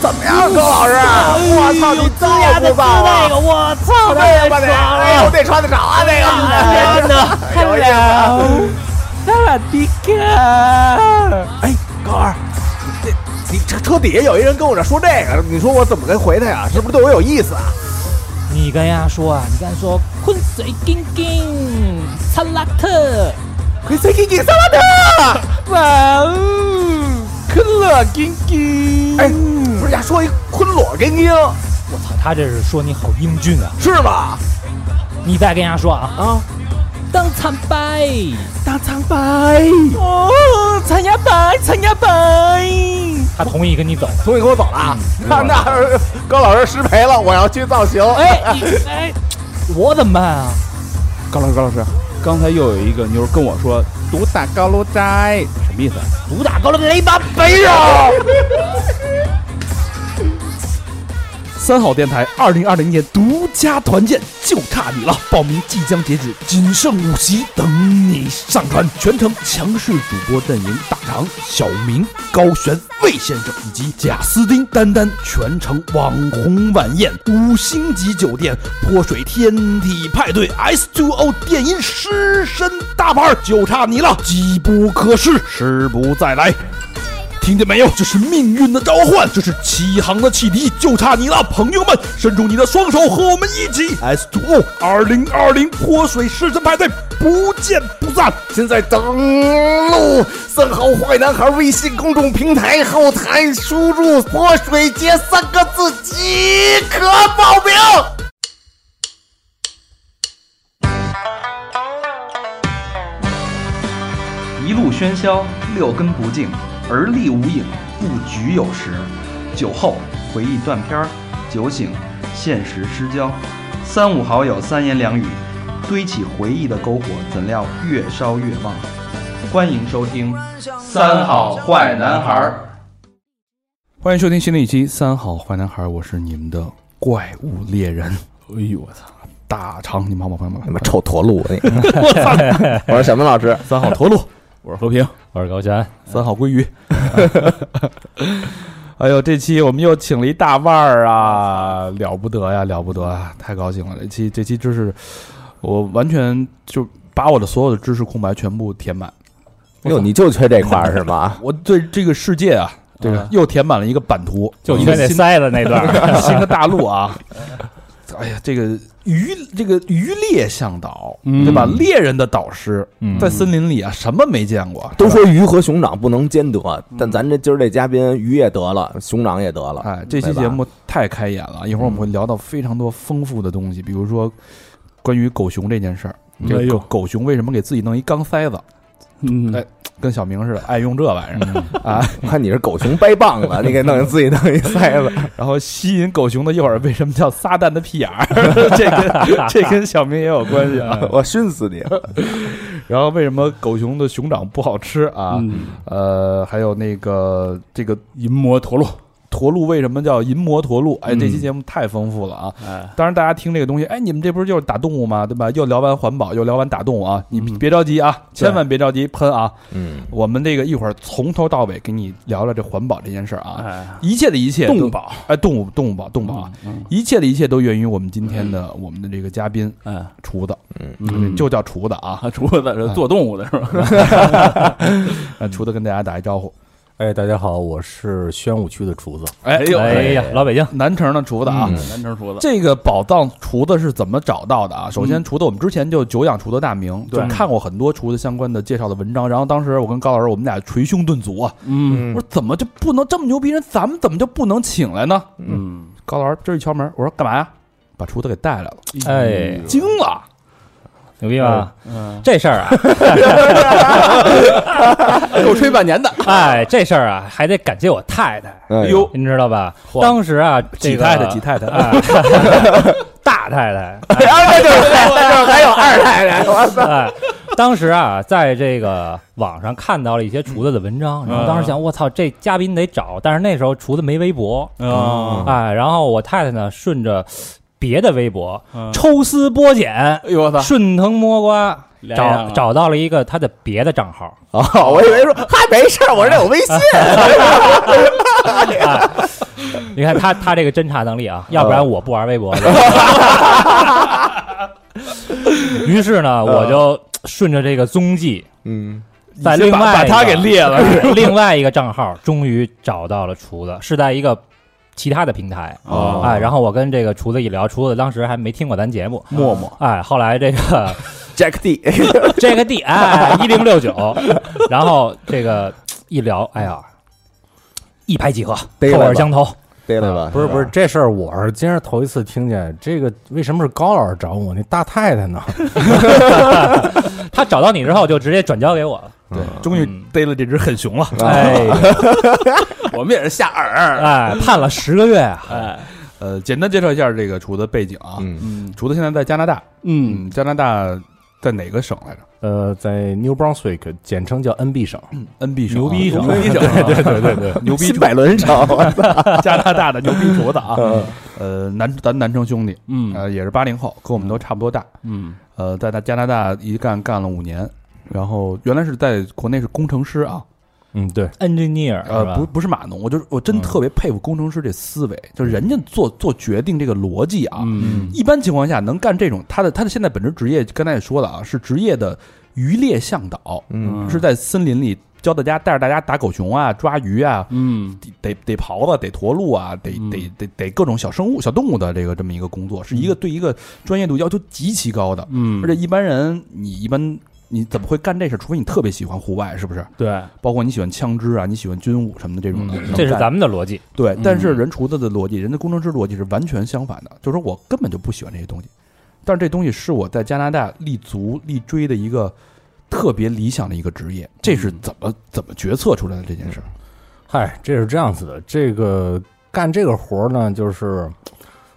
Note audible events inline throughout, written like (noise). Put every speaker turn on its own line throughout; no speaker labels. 怎么样，葛老
啊哎
师？我操，你造不造
那
啊
个，？我操，
哎呦
太
我得，
爽
哎呦
了！哎
得穿得着啊，那个。(laughs)
天哪，Hello，萨瓦迪卡！
哎，高二，你这你车车底下有一人跟我这说这个，你说我怎么跟回他呀？是不是对我有意思啊？
你跟人家说啊，你跟他说昆水金金，查拉特，
可以随给给萨拉特。
哇哦，昆乐金金。
哎，不是呀，说一昆裸跟英
我操，他这是说你好英俊啊！
是吗？
你再跟人家说啊，
啊，
当参拜，
大长白，
哦，参加拜，参加拜。他同意跟你走。嗯
同意跟我走了啊。那那高老师失陪了，我要去造型。 (laughs)
哎，你哎，我怎么办啊？
高老师，高老师，刚才又有一个妞跟我说“独打高楼斋”，什么意思？啊
毒打高了雷巴
哎呀，
啊
三好电台二零二零年独家团建，就差你了！报名即将截止，仅剩五席，等你上船。全程强势主播阵营大长、小明、高璇、魏先生以及贾斯汀、丹丹，全程网红晚宴，五星级酒店，泼水天体派对，S Two O 电音狮身大牌，就差你了！机不可失，失不再来。听见没有？这是命运的召唤，这是启航的汽笛，就差你了，朋友们！伸出你的双手，和我们一起 S Two O 二零二零泼水狮身派对，不见不散。
现在登录三好坏男孩微信公众平台后台，输入“泼水节”三个字即可报名。
一路喧嚣，六根不净，而立无影，不局有时。酒后回忆断片儿，酒醒现实失焦。三五好友三言两语，堆起回忆的篝火，怎料越烧越旺。欢迎收听《三好坏男孩》。
欢迎收听新的一期《三好坏男孩》，我是你们的怪物猎人。哎呦我操！大长，你们好吗？朋友们，
你们臭驼鹿！我操！我说小明老师，
三好驼鹿，我是和平，
我是高泉，
三好鲑鱼。哎呦，这期我们又请了一大腕儿啊，了不得呀，了不得啊，太高兴了！这期这期真是我完全就把我的所有的知识空白全部填满，
哟，你就缺这块儿是吗？
我对这个世界啊，这个又填满了一个版图，
就
一
缺
个
那
新
塞子那段儿。
(laughs) 新的大陆啊。哎呀，这个渔这个渔猎向导，
嗯
对吧？猎人的导师在森林里啊，什么没见过？
都说鱼和熊掌不能兼得，但咱这今儿这嘉宾鱼也得了，熊掌也得了。
哎，这期
啊对吧
节目太开眼了，一会儿我们会聊到非常多丰富的东西，比如说关于狗熊这件事儿，这个狗狗熊为什么给自己弄一钢塞子，
嗯
哎跟小明似的爱用这玩意儿啊，
我看你是狗熊掰棒子，你给弄自己弄一塞子。
然后吸引狗熊的诱饵为什么叫撒旦的屁眼儿？ (laughs) 这跟这跟小明也有关系啊。
我熏死你！
然后为什么狗熊的熊掌不好吃啊？
嗯
呃，还有那个这个
银魔陀螺，
驼鹿为什么叫银魔驼鹿？哎，这期节目太丰富了啊！
嗯哎，
当然，大家听这个东西，哎，你们这不是就是打动物吗？对吧？又聊完环保，又聊完打动物啊！你
嗯
别着急啊，千万别着急喷啊！
嗯，
我们这个一会儿从头到尾给你聊聊这环保这件事儿啊，
哎，
一切的一切都
动保，嗯
哎，动物动物保动物保啊，一切的一切都源于我们今天的我们的这个嘉宾呃
哎，
厨子，
嗯
就叫厨子啊，
啊，除了是做动物的是吧？
呃厨子跟大家打一招呼。
哎，大家好，我是宣武区的厨子。
哎
呦
哎呀，老北京，
南城的厨子啊，
南城厨子，
这个宝藏厨子是怎么找到的啊？首先，厨子我们之前就久仰厨子大名，就
对
看过很多厨子相关的介绍的文章。然后当时我跟高老师，我们俩捶胸顿足啊，
嗯
我说怎么就不能这么牛逼人，咱们怎么就不能请来呢？
嗯，
高老师这一敲门，我说干嘛呀？把厨子给带来了，
哎，
惊了。
牛逼吧？
嗯，
这事
(laughs)
儿啊，
又吹半年的，
哎，这事儿啊，还得感谢我太太，
哎
呦，
您知道吧？当时啊，这
几
个
太太几太太，
啊， (laughs) 大太太，
(laughs) 哎，就是
(laughs)
还有二太太，我操！
哎，当时啊，在这个网上看到了一些厨子的文
嗯
章，然后当时想，我操，这嘉宾得找，但是那时候厨子没微博，
嗯
啊，
哎，然后我太太呢，顺着别的微博
嗯
抽丝剥�茧，
哎呦我操，
顺藤摸瓜，
连上
找
了
找到了一个他的别的账号，
啊！我以为说嗨，没事儿，我这有微
(laughs)
信。
你看他他这个侦查能力啊， (laughs) 要不然我不玩
(laughs)
微博了。于是
嗯
呢，我就顺着这个踪迹，
嗯，
在
你
另
先把
外
把他
一个
给列
(laughs)
了，
另外一个账号终于找到了厨子，是在一个其他的平台
哦
哎，然后我跟这个厨子一聊，厨子当时还没听过咱节目，
默默
哎，后来这个
Jack D， (laughs)
(laughs) 这个 D 哎一零六九，然后这个一聊，哎呀，一拍即合，
逮了
臭
吧
味相投，啊
对了吧？
不是不是，这事儿我是今儿头一次听见。这个为什么是高老师找我？那大太太呢？
(laughs) 他找到你之后就直接转交给我了，
终于逮了这只狠熊了。 (laughs)
哎
我们也是下饵。
哎，判了十个月啊，
哎，
呃，简单介绍一下这个厨子背景啊。
嗯，
嗯
厨子现在在加拿大，
嗯，
嗯，加拿大在哪个省来着
呃，在 New Brunswick，简称叫 NB 省。
？NB 省
牛
啊，
逼
(laughs)
省
牛逼省啊，对对对对，牛逼
新
厨
百伦城，
加拿大的牛逼厨子啊。呃，南咱南城兄弟，
嗯
呃，也是八零后，跟我们都差不多大。
嗯
呃，在加拿大一干干了五年，然后原来是在国内是工程师啊，
嗯，对，
engineer 是
呃，
吧
不不是码农，我就我
嗯
真特别佩服工程师这思维，就是人家做做决定这个逻辑啊，
嗯
一般情况下能干这种，他的他的现在本职职业，刚才也说了啊，是职业的渔猎向导，
嗯
是在森林里教大家带着大家打狗熊啊、抓鱼啊，
嗯
得得逮狍子、逮驼鹿啊，得
嗯
得得得各种小生物、小动物的这个这么一个工作，是一个对一个专业度要求极其高的，
嗯，
而且一般人你一般。你怎么会干这事？除非你特别喜欢户外，是不是？
对，
包括你喜欢枪支啊，你喜欢军武什么的这种的，能
这是
干
咱们的逻辑，
对
嗯，
但是人厨子的逻辑，人家工程师逻辑是完全相反的，就是说我根本就不喜欢这些东西，但是这东西是我在加拿大立足立追的一个特别理想的一个职业，这是怎么怎么决策出来的这件事儿？
嗨，这是这样子的，这个干这个活儿呢，就是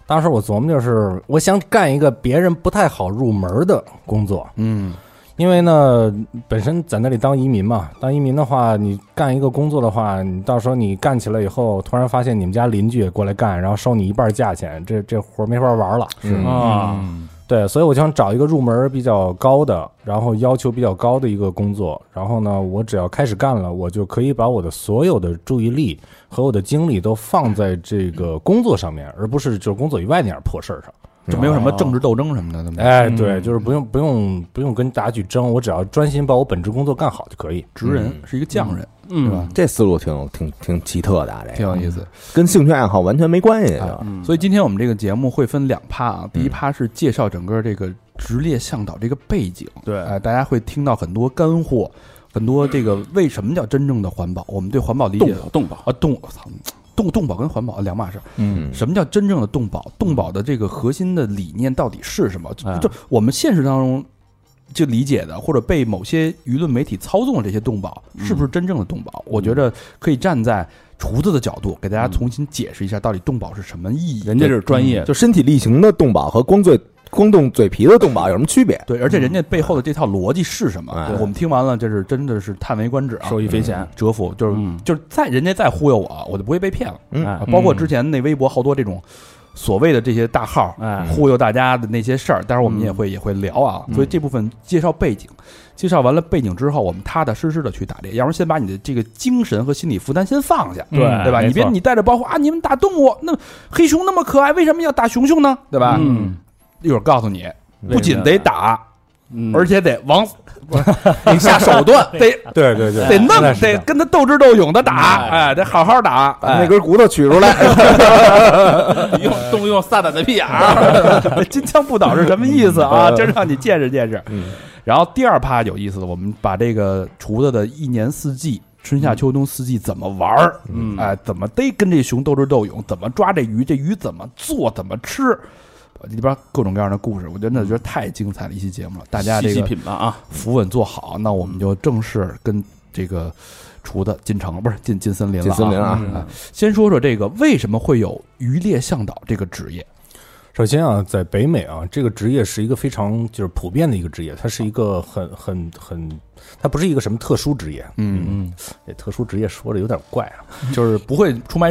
当时我琢磨，就是我想干一个别人不太好入门的工作，
嗯
因为呢，本身在那里当移民嘛，当移民的话，你干一个工作的话，你到时候你干起来以后，突然发现你们家邻居也过来干，然后收你一半价钱，这这活儿没法玩了。嗯
是吗？
啊，
对，所以我想找一个入门比较高的，然后要求比较高的一个工作。然后呢，我只要开始干了，我就可以把我的所有的注意力和我的精力都放在这个工作上面，而不是就是工作以外那点破事儿上。
就没有什么政治斗争什么的，对不对？
哎，对，就是不用不用不用跟大家去争，我只要专心把我本职工作干好就可以。
职人是一个匠人，是吧
嗯？
(laughs) 这思路挺挺挺奇特的啊，这
挺
个
有意思。
跟兴趣爱好完全没关系，啊是
哎
吧
嗯，
所以今天我们这个节目会分两趴啊，第一趴是介绍整个这个职业向导这个背景，
对
哎，大家会听到很多干货，很多这个为什么叫真正的环保，我们对环保理
动
解
保动保，
啊，动我操，动动保跟环保啊两码事。
嗯
什么叫真正的动保？动保的这个核心的理念到底是什么？
哎
就就我们现实当中就理解的，或者被某些舆论媒体操纵的这些动保，是
嗯
不是真正的动保？我觉得可以站在厨子的角度，给大家重新解释一下，到底动保是什么意义。
人家是专业，
嗯就身体力行的动保和光嘴光动嘴皮的动保有什么区别？
对，而且人家背后的这套逻辑是什么？
哎
我们听完了，这是真的是叹为观止啊！
受益匪浅。
折服，就是、
嗯
就是再人家再忽悠我，我就不会被骗了。
嗯
哎
啊，包括之前那微博好多这种所谓的这些大号
哎
忽悠大家的那些事儿，待会儿我
嗯
们也会也会聊啊。所以这部分介绍背景，介绍完了背景之后，我们踏踏实实的去打猎，要不然先把你的这个精神和心理负担先放下。
嗯对
对吧？
没
你别
错
你带着包袱啊！你们打动物，那黑熊那么可爱，为什么要打熊熊呢？对吧？
嗯，
一会儿告诉
为
你，
什么
不仅得打，
嗯
而且得往得下手段，得
(laughs) 啊对对对
得弄
那，是这
得
样
跟他斗智斗勇的打，哎，得好好打，
把那
哎，
根骨头取出来，
用动用撒旦的屁眼儿，
(laughs) 金枪不倒是什么意思
嗯
啊？就让你见识见识
嗯。
然后第二趴有意思了，我们把这个厨子的一年四季，春夏秋冬四季怎么玩儿，
嗯
哎，怎么逮跟这熊斗智斗勇，怎么抓这鱼，这鱼怎么做，怎么吃。里边各种各样的故事，我真的觉得太精彩了，一期节目了。大家
细
这
细
个
品吧啊，
扶稳做好，那我们就正式跟这个厨子进城，不是进进森林了、啊。
进森林啊！
啊，先说说这个为什么会有渔猎向导这个职业？
首先啊，在北美啊，这个职业是一个非常就是普遍的一个职业，它是一个很很很，它不是一个什么特殊职业。
嗯，
这特殊职业说的有点怪啊，
就是不会出卖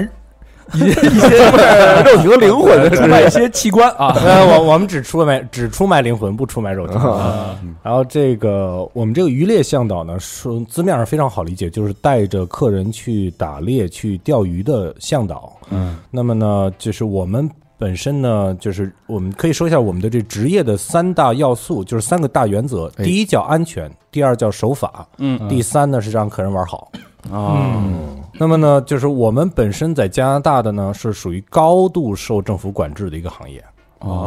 一些一些不是
肉体和灵魂的
出卖一些器官啊，
(laughs) 呃，我我们只出卖只出卖灵魂，不出卖肉体。啊然后这个我们这个渔猎向导呢，说字面上非常好理解，就是带着客人去打猎、去钓鱼的向导。嗯，那么呢，就是我们本身呢，就是我们可以说一下我们的这职业的三大要素，就是三个大原则：第一叫安全，第二叫守法，嗯，第三呢是让客人玩好。嗯那么呢，就是我们本身在加拿大的呢，是属于高度受政府管制的一个行业。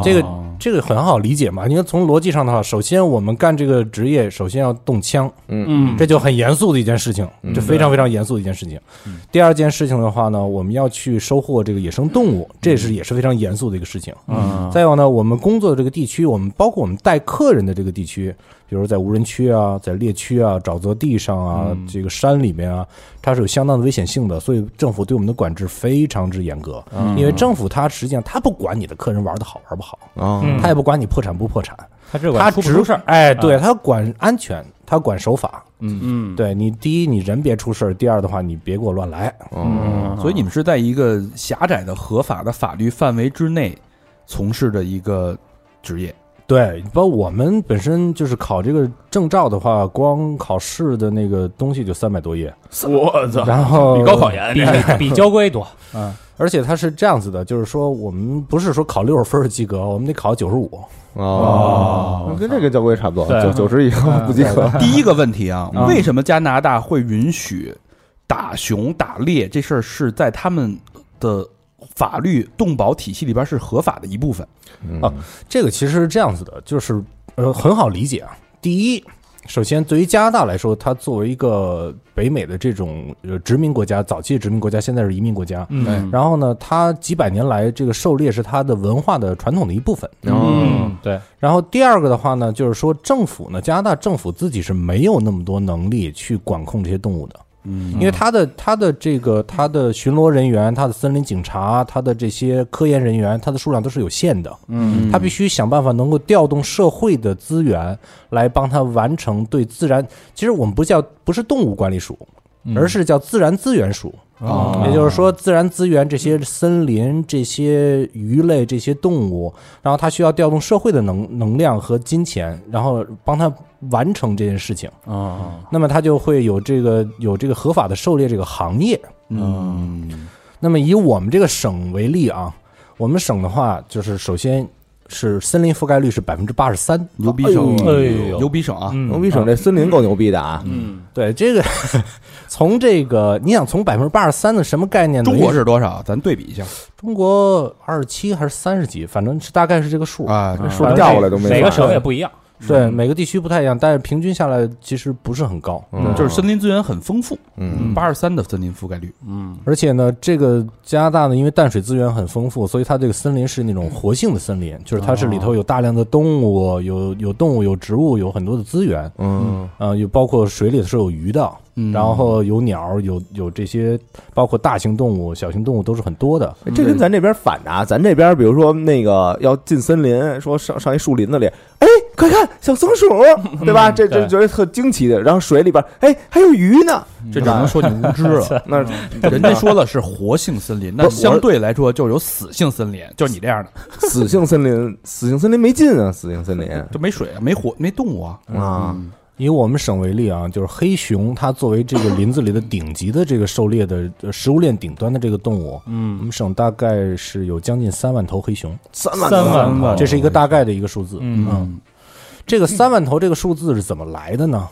这个这个很好理解嘛，因为从逻辑上的话，首先我们干这个职业，首先要动枪，
嗯
这就很严肃的一件事情，这非常非常严肃的一件事情。
嗯
第二件事情的话呢，我们要去收获这个野生动物，这是也是非常严肃的一个事情。
嗯
再有呢，我们工作的这个地区，我们包括我们带客人的这个地区，比如在无人区啊，在猎区啊、沼泽地上啊、
嗯
这个山里面啊，它是有相当的危险性的，所以政府对我们的管制非常之严格。
嗯
因为政府它实际上它不管你的客人玩的好玩不好，
啊
嗯
它也不管你破产不破产，
他只管
它
出不
只
出事儿，嗯
哎，对，它管安全，它管守法。
嗯，
对你，第一你人别出事儿，第二的话你别给我乱来。
嗯
所以你们是在一个狭窄的合法的法律范围之内从事的一个职业。
对，包括我们本身就是考这个证照的话，光考试的那个东西就三百多页，
我操，
然后
比高考严，
啊比
这
比交规多。
而且它是这样子的，就是说我们不是说考六十分儿及格，我们得考九十五。
哦，跟这个交规差不多，
对
九九十以后不及格。
第一个问题啊，
嗯
为什么加拿大会允许打熊打猎这事儿是在他们的法律动保体系里边是合法的一部分？
哦
这个其实是这样子的，就是呃很好理解啊。第一，首先对于加拿大来说，它作为一个北美的这种呃殖民国家，早期的殖民国家，现在是移民国家。
嗯
然后呢，它几百年来这个狩猎是它的文化的传统的一部分。
嗯，对，
然后第二个的话呢，就是说政府呢，加拿大政府自己是没有那么多能力去管控这些动物的。嗯，因为它的它的这个它的巡逻人员、它的森林警察、它的这些科研人员，它的数量都是有限的。嗯，它必须想办法能够调动社会的资源来帮它完成对自然。其实我们不叫不是动物管理署，而是叫自然资源署。
啊
也就是说，自然资源这些森林、这些鱼类、这些动物，然后它需要调动社会的能能量和金钱，然后帮它完成这件事情。
嗯
啊，
那么它就会有这个有这个合法的狩猎这个行业。
嗯，
那么以我们这个省为例啊，我们省的话，就是首先是森林覆盖率是百分之八十三，
牛逼省，
哎呦嗯
牛逼省啊！
嗯牛逼省这森林够牛逼的啊！
对这个， (laughs) 从这个你想从百分之八十三的什么概念呢？
中
哎
国是多少？咱对比一下
中国二十七还是三十几，反正是大概是这个数。
啊，
数调过来都没法
每个省也不一样。
对，每个地区不太一样，但是平均下来其实不是很高。
嗯
就是森林资源很丰富，
嗯
八十三的森林覆盖率，
嗯
而且呢，这个加拿大呢，因为淡水资源很丰富，所以它这个森林是那种活性的森林，就是它是里头有大量的动物，有有动物，有植物，有很多的资源，
嗯
呃，有包括水里是有鱼的，
嗯
然后有鸟，有有这些，包括大型动物、小型动物都是很多的。
这跟咱这边反着啊，咱这边比如说那个要进森林，说上上一树林子里，哎，快看小松鼠，对吧？这这
对
觉得特惊奇的。然后水里边，哎，还有鱼呢，
这只能说你无
(laughs)
知了。
那
(laughs) 人家说了是活性森林，那
不是
相对来说就有死性森林，就是你这样的，
死性森林，死性森林没劲啊，死性森林
就没 (laughs) 水啊，没火，没动物啊。
啊，
以我们省为例啊，就是黑熊，它作为这个林子里的顶级的这个狩猎的呃食物链顶端的这个动物，嗯，我们省大概是有将近三万头黑熊，啊
三万
三万
万
这是一个大概的一个数字。嗯，这个三万头这个数字是怎么来的呢？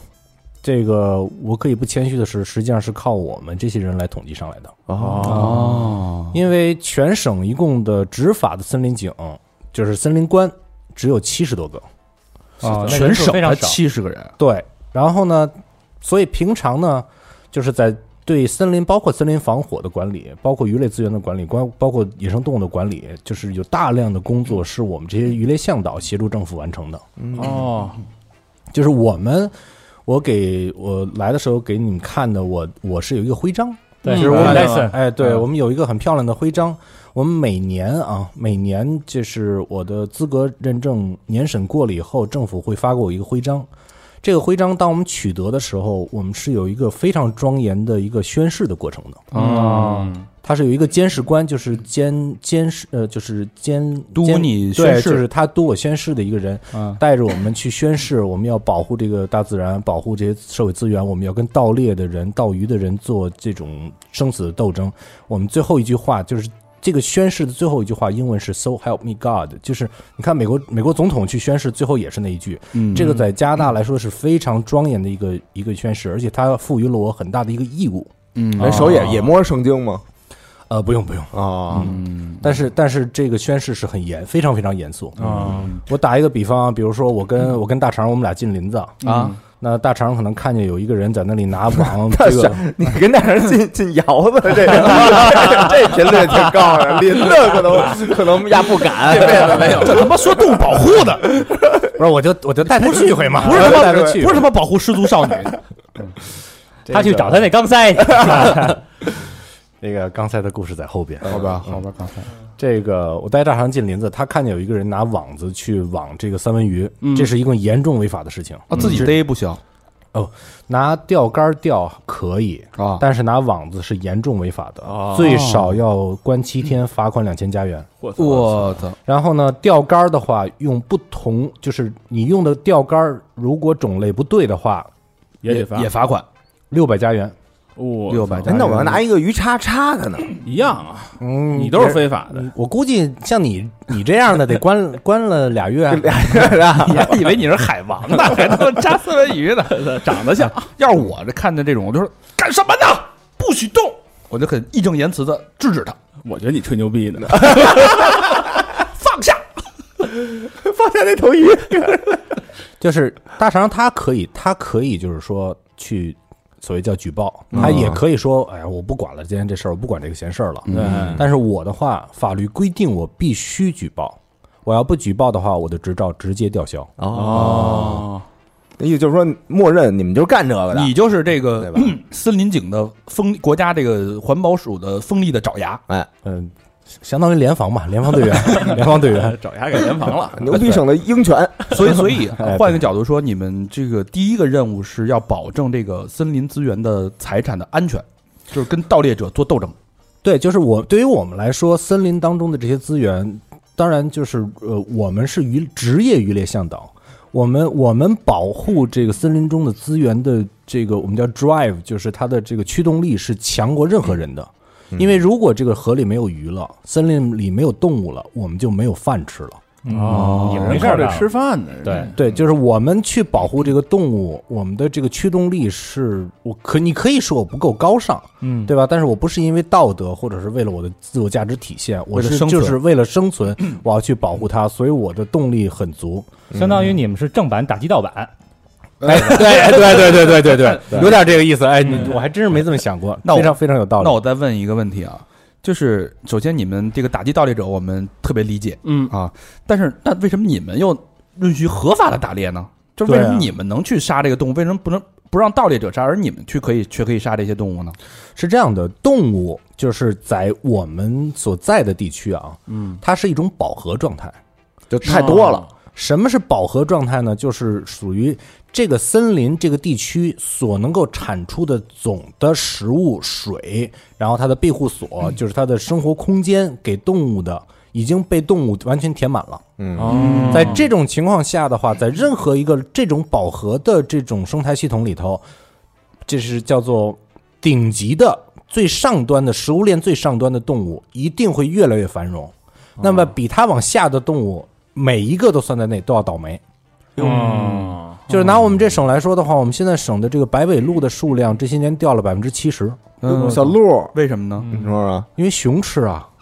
这个我可以不谦虚的是，实际上是靠我们这些人来统计上来的。
哦，
哦，
因为全省一共的执法的森林警，就是森林官，只有七十多个。
啊，那
全
人数
省
非
才
常少。
七十个人，
对，然后呢，所以平常呢，就是在对森林，包括森林防火的管理，包括鱼类资源的管理，包包括野生动物的管理，就是有大量的工作是我们这些鱼类向导协助政府完成的。
哦，
就是我们，我给我来的时候给你们看的，我我是有一个徽章，
对，
就是我们
戴森，
哎，对，我们有一个很漂亮的徽章。我们每年啊，每年就是我的资格认证年审过了以后，政府会发给我一个徽章。这个徽章，当我们取得的时候，我们是有一个非常庄严的一个宣誓的过程的。
嗯，
他是有一个监视官，就是监监视呃，就是监
督
监
你
对
宣誓
就是他督我宣啊誓的一个人，
嗯
带着我们去宣誓，我们要保护这个大自然，保护这些社会资源，我们要跟盗猎的人、盗鱼的人做这种生死的斗争。我们最后一句话就是这个宣誓的最后一句话，英文是 “So help me God”，就是你看美国美国总统去宣誓，最后也是那一句。
嗯
这个在加拿大来说是非常庄严的一个一个宣誓，而且它赋予了我很大的一个义务。
嗯
人手也也摸圣经吗？
呃，不用不用，
啊，
但是但是这个宣誓是很严，非常非常严肃
嗯
嗯
啊。
我打一个比方，比如说我跟我跟大肠，我们俩进林子，
啊，
那大肠可能看见有一个人在那里拿
(laughs)
网，
但
这
是
个
你跟那人进进窑子， (laughs) 这这频率挺高的，林子可能可能压不敢，这辈子没有。
这他妈说动物保护的，
不是我就我就带他去一回嘛，
不是他
我就
妈
带他
不
去一
是
回
他妈保护失足少 (laughs) 女，啊
他去找他那钢塞去，
(laughs)
那个刚才的故事在后边。嗯
好吧好吧，刚才
这个我带大肠进林子，他看见有一个人拿网子去网这个三文鱼，
嗯
这是一个严重违法的事情。
啊自己逮不行
拿钓竿钓可以，
啊，
但是拿网子是严重违法的，最少要关七天，罚款两千加元。
我操，
然后呢，钓竿儿的话，用不同，就是你用的钓竿儿，如果种类不对的话，
也得发
也罚款
六百加元。
我
六百，
哎那我要拿一个鱼叉叉他呢？
一样啊，
嗯
你都是非法的。
我估计像你你这样的得关关了俩月，啊 (laughs)
你还以为你是海王 (laughs) 呢，还他妈扎三文鱼呢， (laughs) 长得像。要是我这看见这种，我就说干什么呢？不许动！我就很义正言辞的制止他，
我觉得你吹牛逼呢，
放下。
放下那头鱼，
就是大肠他可以，他可以就是说去所谓叫举报，他也可以说，哎呀，我不管了，今天这事儿我不管这个闲事儿了。
对，
但是我的话，法律规定我必须举报，我要不举报的话，我的执照直接吊销。
那意思就是说，默认你们就是干这个的，
你就是这
对
个
吧？
嗯森林警的锋，国家这个环保署的锋利的爪牙。
嗯，相当于联防吧，联防队员，联防队员。
找牙给联防了。
牛逼省的鹰犬，
(laughs) 所以，所以
对
换一个角度说，你们这个第一个任务是要保证这个森林资源的财产的安全，就是跟盗猎者做斗争。
对，就是我对于我们来说，森林当中的这些资源，当然就是呃，我们是渔职业渔猎向导，我们我们保护这个森林中的资源的这个我们叫 drive，就是它的这个驱动力是强过任何人的。因为如果这个河里没有鱼了，森林里没有动物了，我们就没有饭吃了。
哦也没
人
事
靠
儿
这
干了
吃饭呢，
对
对，就是我们去保护这个动物，我们的这个驱动力是我可你可以说我不够高尚，
嗯，
对吧？但是我不是因为道德或者是为了我的自我价值体现，我
为了
是
生存
就是为了生存， (clears throat) 我要去保护它，所以我的动力很足。
相当于你们是正版打击盗版，
哎，对对对对对对对，有点这个意思。哎，你我还真是没这么想 (laughs) 过，
那我
非常非常有道理。
那我再问一个问题啊，就是首先你们这个打击盗猎者，我们特别理解，
嗯
啊，但是那为什么你们又允许合法的打猎呢？就是为什
对
么
啊
你们能去杀这个动物，为什么不能不让盗猎者杀，而你们去可以却可以杀这些动物呢？
是这样的，动物就是在我们所在的地区啊，嗯，它是一种饱和状态。
就太多了。
什么是饱和状态呢？就是属于这个森林这个地区所能够产出的总的食物、水，然后它的庇护所，就是它的生活空间给动物的。已经被动物完全填满了。嗯，在这种情况下的话，在任何一个这种饱和的这种生态系统里头，这是叫做顶级的、最上端的食物链最上端的动物，一定会越来越繁荣。那么比它往下的动物，每一个都算在内，都要倒霉。
嗯，
就是拿我们这省来说的话，我们现在省的这个白尾鹿的数量这些年掉了百分之七十，
嗯，
小鹿，
为什么呢？
你说说，
因为熊吃啊。
哦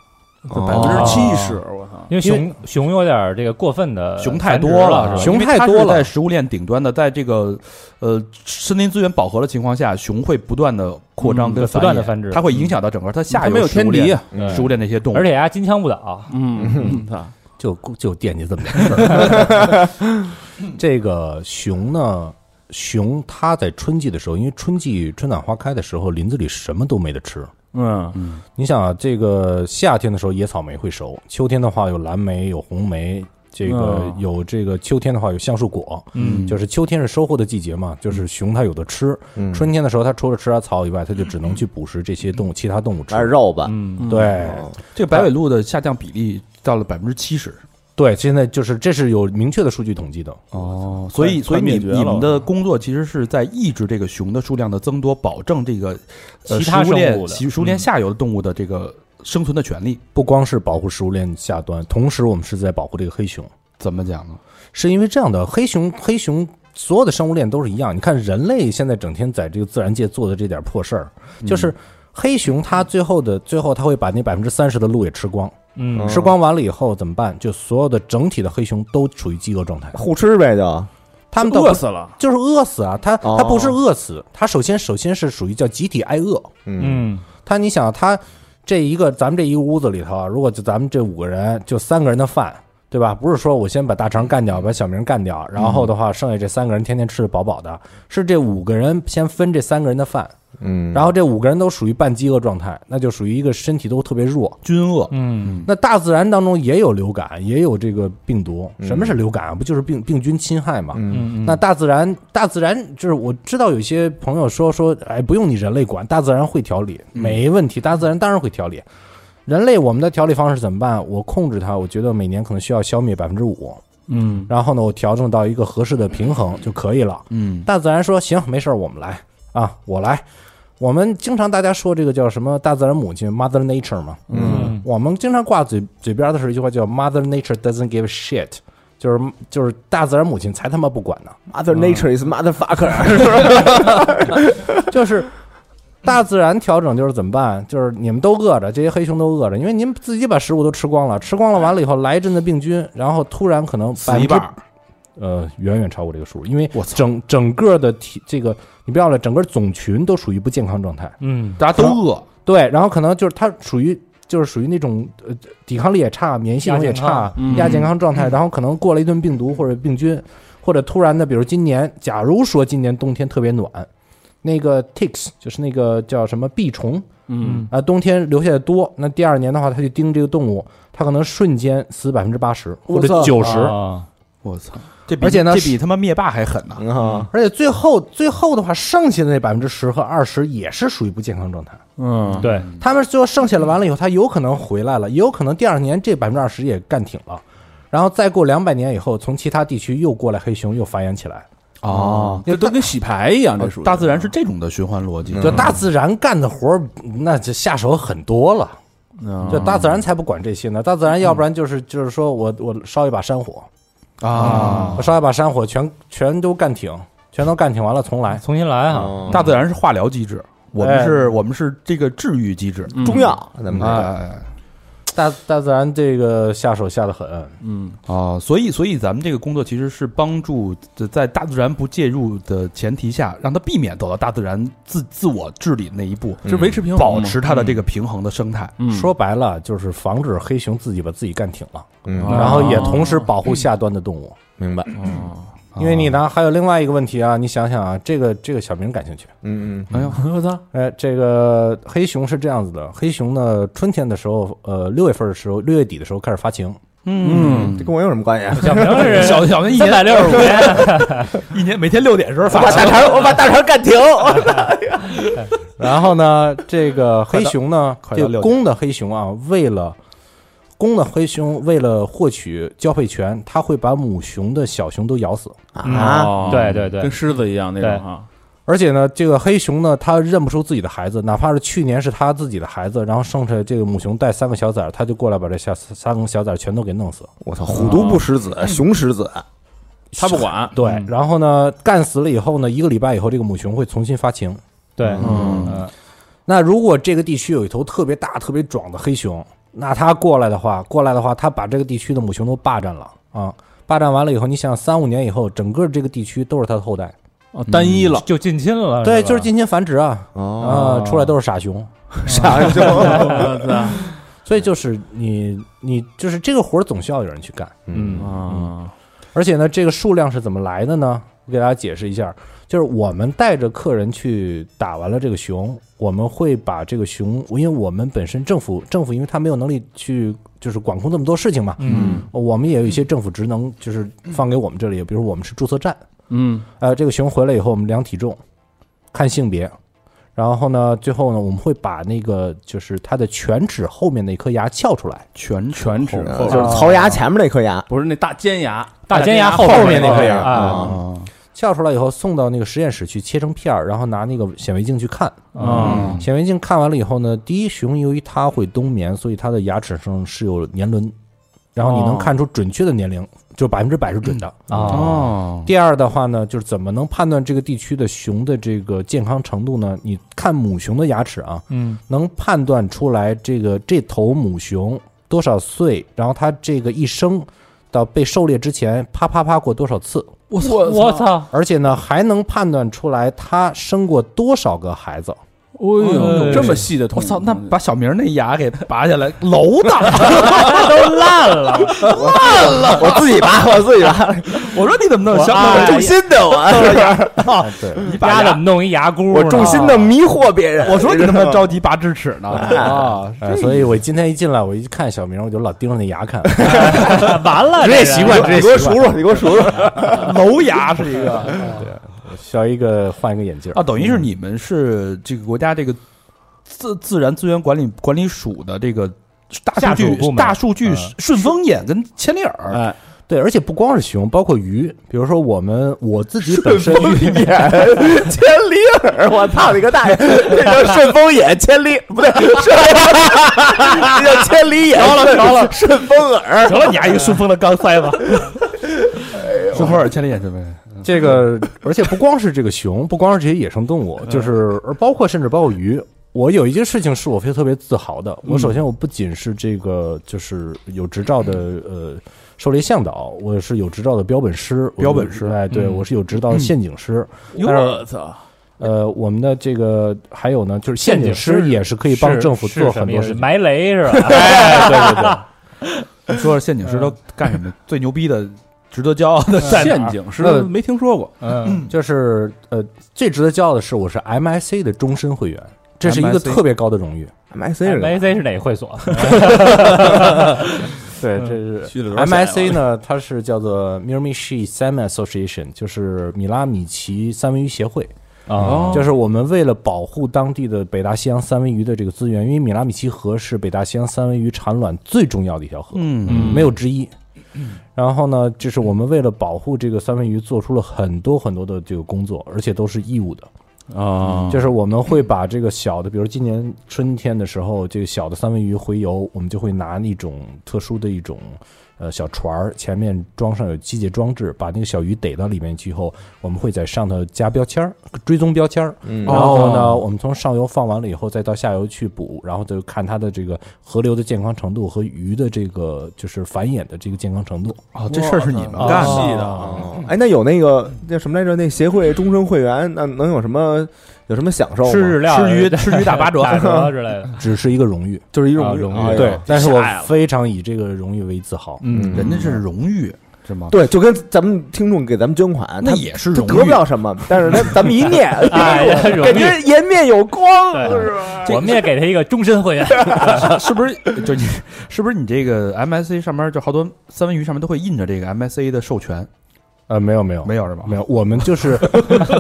百分之七十，我操！
因为熊熊有点这个过分的
熊太
繁殖
多
了，是吧？
熊
因为
太
它是
多了
在食物链顶端的，在这个呃森林资源饱和的情况下，熊会不断的扩张
嗯
跟
对不断地
衍
繁殖
它会影响到整个它下
它
游
没有
食
天
物链
敌啊，
对
食物链那些动物，
而且呀，金枪不倒，
嗯，操，
就就惦记这么点事儿。
(laughs)
这个熊呢，熊它在春季的时候，因为春季春暖花开的时候，林子里什么都没得吃。
嗯，
你想啊，这个夏天的时候野草莓会熟，秋天的话有蓝莓、有红莓，这个
嗯
有这个秋天的话有橡树果，嗯，就是秋天是收获的季节嘛，就是熊它有的吃。
嗯
春天的时候，它除了吃点草以外，它就只能去捕食这些动物，其他动物吃
来。哎肉吧，
嗯，
对
这个白尾鹿的下降比例到了百分之七十
对，现在就是这是有明确的数据统计的。
哦，所以所以你
快灭绝了
你们的工作其实是在抑制这个熊的数量的增多，保证这个呃
其他
食物
生
链
物的
食食物链下游的动物的这个生存的权利，
不光是保护食物链下端，同时我们是在保护这个黑熊，
怎么讲呢？
是因为这样的黑熊，黑熊所有的生物链都是一样。你看人类现在整天在这个自然界做的这点破事儿，就是黑熊它最后的最后，它会把那百分之三十的鹿也吃光，
嗯
吃光完了以后怎么办？就所有的整体的黑熊都处于饥饿状态，
互吃呗就。
它们倒不
饿死了，
就是饿死啊，它
哦
它不是饿死，它首先首先是属于叫集体挨饿。
嗯
它你想它这一个咱们这一个屋子里头啊，如果就咱们这五个人就三个人的饭，对吧？不是说我先把大肠干掉，把小明干掉，然后的话剩下这三个人天天吃的饱饱的，是这五个人先分这三个人的饭，
嗯，
然后这五个人都属于半饥饿状态，那就属于一个身体都特别弱，
均饿，
嗯
那大自然当中也有流感，也有这个病毒。什么是流感啊？不就是病病菌侵害嘛？
嗯，
那大自然，大自然就是我知道有些朋友说说，哎，不用你人类管，大自然会调理，
嗯
没问题，大自然当然会调理。人类我们的调理方式怎么办？我控制它，我觉得每年可能需要消灭百分之五，
嗯
然后呢，我调整到一个合适的平衡就可以了。
嗯，
大自然说行，没事儿，我们来啊，我来。我们经常大家说这个叫什么大自然母亲 （Mother Nature） 嘛，
嗯
我们经常挂嘴嘴边的是一句话叫 “Mother Nature doesn't give a shit”，就是就是大自然母亲才他妈不管呢， (laughs)
Mother Nature is motherfucker，
就是大自然调整就是怎么办？就是你们都饿着，这些黑熊都饿着，因为您自己把食物都吃光了，吃光了完了以后来一阵子病菌，然后突然可能百
死一
分之
半儿，
呃，远远超过这个数，因为整整个的体这个你不要了，整个种群都属于不健康状态。
嗯
大家都饿，
对，然后可能就是它属于就是属于那种呃抵抗力也差，免疫系统啊嗯也
亚
差
健康，
亚健康状态，然后可能过了一顿病毒或者病菌，或者突然的，比如今年，假如说今年冬天特别暖，那个 ticks 就是那个叫什么蜱虫
嗯
啊，冬天留下的多，那第二年的话，它就叮这个动物，它可能瞬间死百分之八十或
我操
者九十。
啊
我操，这比
而且呢
这比他妈灭霸还狠呢，
啊，
而且最后最后的话，剩下的那百分之十和二十也是属于不健康状态。
嗯，
对
他们最后剩下了，完了以后，他有可能回来了，也有可能第二年这百分之二十也干挺了，然后再过两百年以后，从其他地区又过来黑熊又繁衍起来，
哦，
这都跟洗牌一样，这属于
大自然是这嗯种的循环逻辑，
嗯
就大自然干的活儿，那就下手很多了。
嗯
就大自然才不管这些呢，大自然要不然就是就是说我我烧一把山火，
啊
我，烧一把山火全全都干挺，全都干挺完了重来。
重新来啊，
哦
嗯
嗯
大自然是化疗机制，我们是我们是这个治愈机制，
中药嗯咱们
哎
这
哎。哎
大大自然这个下手下的很，
啊，所以所以咱们这个工作其实是帮助在在大自然不介入的前提下，让它避免走到大自然自自我治理那一步，
是维持平衡嘛，
保持它的这个平衡的生态。
嗯
说白了就是防止黑熊自己把自己干挺了，
啊
嗯，
然后也同时保护下端的动物。
明白，
嗯
因为你呢，还有另外一个问题啊，你想想啊，这个这个小明感兴趣。
嗯嗯
哎呦，我操，
哎，这个黑熊是这样子的，黑熊呢，春天的时候，呃，六月份的时候，六月底的时候开始发情，
嗯，这跟我有什么关系？啊？
小明是
小小的一
三百
年
六十五天，
一年每天六点时候
我
发
把大肠，我把大肠干停。
然后呢，这个黑熊呢，
(laughs) 快到
这
快到
个公的黑熊啊，为了公的黑熊为了获取交配权，它会把母熊的小熊都咬死。
(laughs) 啊，
哦
对对对
跟狮子一样那
对
种哈，
而且呢，这个黑熊呢，它认不出自己的孩子，哪怕是去年是它自己的孩子，然后剩下这个母熊带三个小崽儿，它就过来把这小三个小崽儿全都给弄死。
我操，虎毒不食子，熊食子，
他不管，
对，
嗯
然后呢，干死了以后呢，一个礼拜以后，这个母熊会重新发情。
对，
那如果这个地区有一头特别大、特别壮的黑熊，那它过来的话，过来的话，它把这个地区的母熊都霸占了啊！霸占完了以后，你想三五年以后，整个这个地区都是它的后代，
哦单一了，
就近亲
嗯
了，
对，
吧
就是近亲繁殖啊，
哦
啊，
(laughs)
出来都是傻熊。
啥就
我操
所以就是你，你就是这个活儿总需要有人去干，
嗯
啊，
而且呢，这个数量是怎么来的呢？我给大家解释一下，就是我们带着客人去打完了这个熊，我们会把这个熊，因为我们本身政府政府因为他没有能力去就是管控这么多事情嘛，
嗯，
我们也有一些政府职能，就是放给我们这里，比如说我们是注册站，
嗯，
呃，这个熊回来以后，我们量体重，看性别，然后呢，最后呢，我们会把那个就是它的犬齿后面那颗牙撬出来，
全全指
(laughs) 就是槽牙前面那颗牙，
不是那大尖牙，
大尖牙
后
面
那
个
个牙
啊，
撬出来以后送到那个实验室去切成片儿，然后拿那个显微镜去看。
啊，
显微镜看完了以后呢，第一，熊由于它会冬眠，所以它的牙齿上是有年轮，然后你能
哦
看出准确的年龄，就百分之百是准的。
啊，
哦，
第二的话呢，就是怎么能判断这个地区的熊的这个健康程度呢？你看母熊的牙齿啊，
嗯，
能判断出来这个这头母熊多少岁，然后它这个一生到被狩猎之前啪啪啪过多少次，
我操
我，操，
而且呢还能判断出来它生过多少个孩子。
哎呦，
哎
这么细的
我
痛，
操，那把小明那牙给拔下来， (laughs) 楼的。 (laughs)
都烂了，
我自己 (laughs) 拔，我自己拔，
我啊说你怎么弄？小
我
明
重心的我，
你丫怎么弄一牙箍呢？
(laughs) 我重
啊
新的迷惑别人。
我说你他妈着急拔智齿呢 (laughs) 啊！
哎，所以我今天一进来，我一看小明，我就老盯着那牙看。
完了，这人
惯，你给我数数，你给我数数。
楼牙是一个
需要一个换一个眼镜儿
啊，等于是你们是这个国家这个自自然资源管理管理署的这个大数
下属
据
部门
大数据顺风眼跟千里耳，
哎，对，而且不光是熊，包括鱼，比如说我们我自己本身
里面千里耳，我操你个大爷！这叫顺风眼，千里不对，顺这叫千里眼，
着了着了
顺风耳。
成了你丫一个顺风的钢塞子，
顺风耳千里眼什么呀？
这个，而且不光是这个熊， (laughs) 不光是这些野生动物，就是而包括甚至包括鱼。我有一件事情是我非常特别自豪的。我首先我不仅是这个就是有执照的呃狩猎向导，我是有执照的标本师，
标本师
哎，对我是有执照的陷阱师。
哟我操，
呃，我们的这个还有呢，就是陷
陷
阱
阱
师
师
也是可以帮政府做很多事情。
埋雷是吧？
哎， (laughs) 对对对。
你说说陷阱师都干什么？最牛逼的、值得骄傲的哎在哪儿
陷阱是
那
没听说过，
嗯，
就是呃，最值得骄傲的是，我是 MIC 的终身会员，这是一个
MIC
特别高的荣誉。
M C
埋
人，
雷是哪个会所？
对，这是
虚了多少钱啊
MIC 呢？它是叫做 Miramichi Salmon Association，就是米拉米奇三文鱼协会。
哦
啊
就是我们为了保护当地的北大西洋三文鱼的这个资源，因为米拉米奇河是北大西洋三文鱼产卵最重要的一条河，
嗯
没有之一。然后呢，就是我们为了保护这个三文鱼，做出了很多很多的这个工作，而且都是义务的。
嗯
啊，
就是我们会把这个小的，比如今年春天的时候，这个小的三文鱼洄游，我们就会拿一种特殊的一种呃小船儿，前面装上有机械装置，把那个小鱼逮到里面去以后，我们会在上头加标签儿，追踪标签儿。
嗯
然后呢，我们从上游放完了以后，再到下游去捕，然后就看它的这个河流的健康程度和鱼的这个就是繁衍的这个健康程度。
哦，这事儿是你们
哇
干的
细的
哦
嗯
哎，那有那个那什么来着？那协会终身会员，那能有什么有什么享受吗？
吃日料，
吃鱼吃鱼大八折
打折之类的。
只是一个荣誉，
就是一
啊
种
荣誉
哎呦
对，但是我
吓呀
非常以这个荣誉为自豪。
嗯
人家这是荣誉，是吗？
对，就跟咱们听众给咱们捐款，
那
他
也是
他
荣
得
誉
不。了什么，但是他咱们一
(laughs)
念，
哎呀荣誉
感觉颜面有光，
对
是吧？
我们也给他一个终身
(laughs)
会员，
是不是就你是不是你这个 MSC 上面就好多三文鱼上面都会印着这个 MSC 的授权？
呃，没有没有
没有是吧？
(laughs) 没有，我们就是，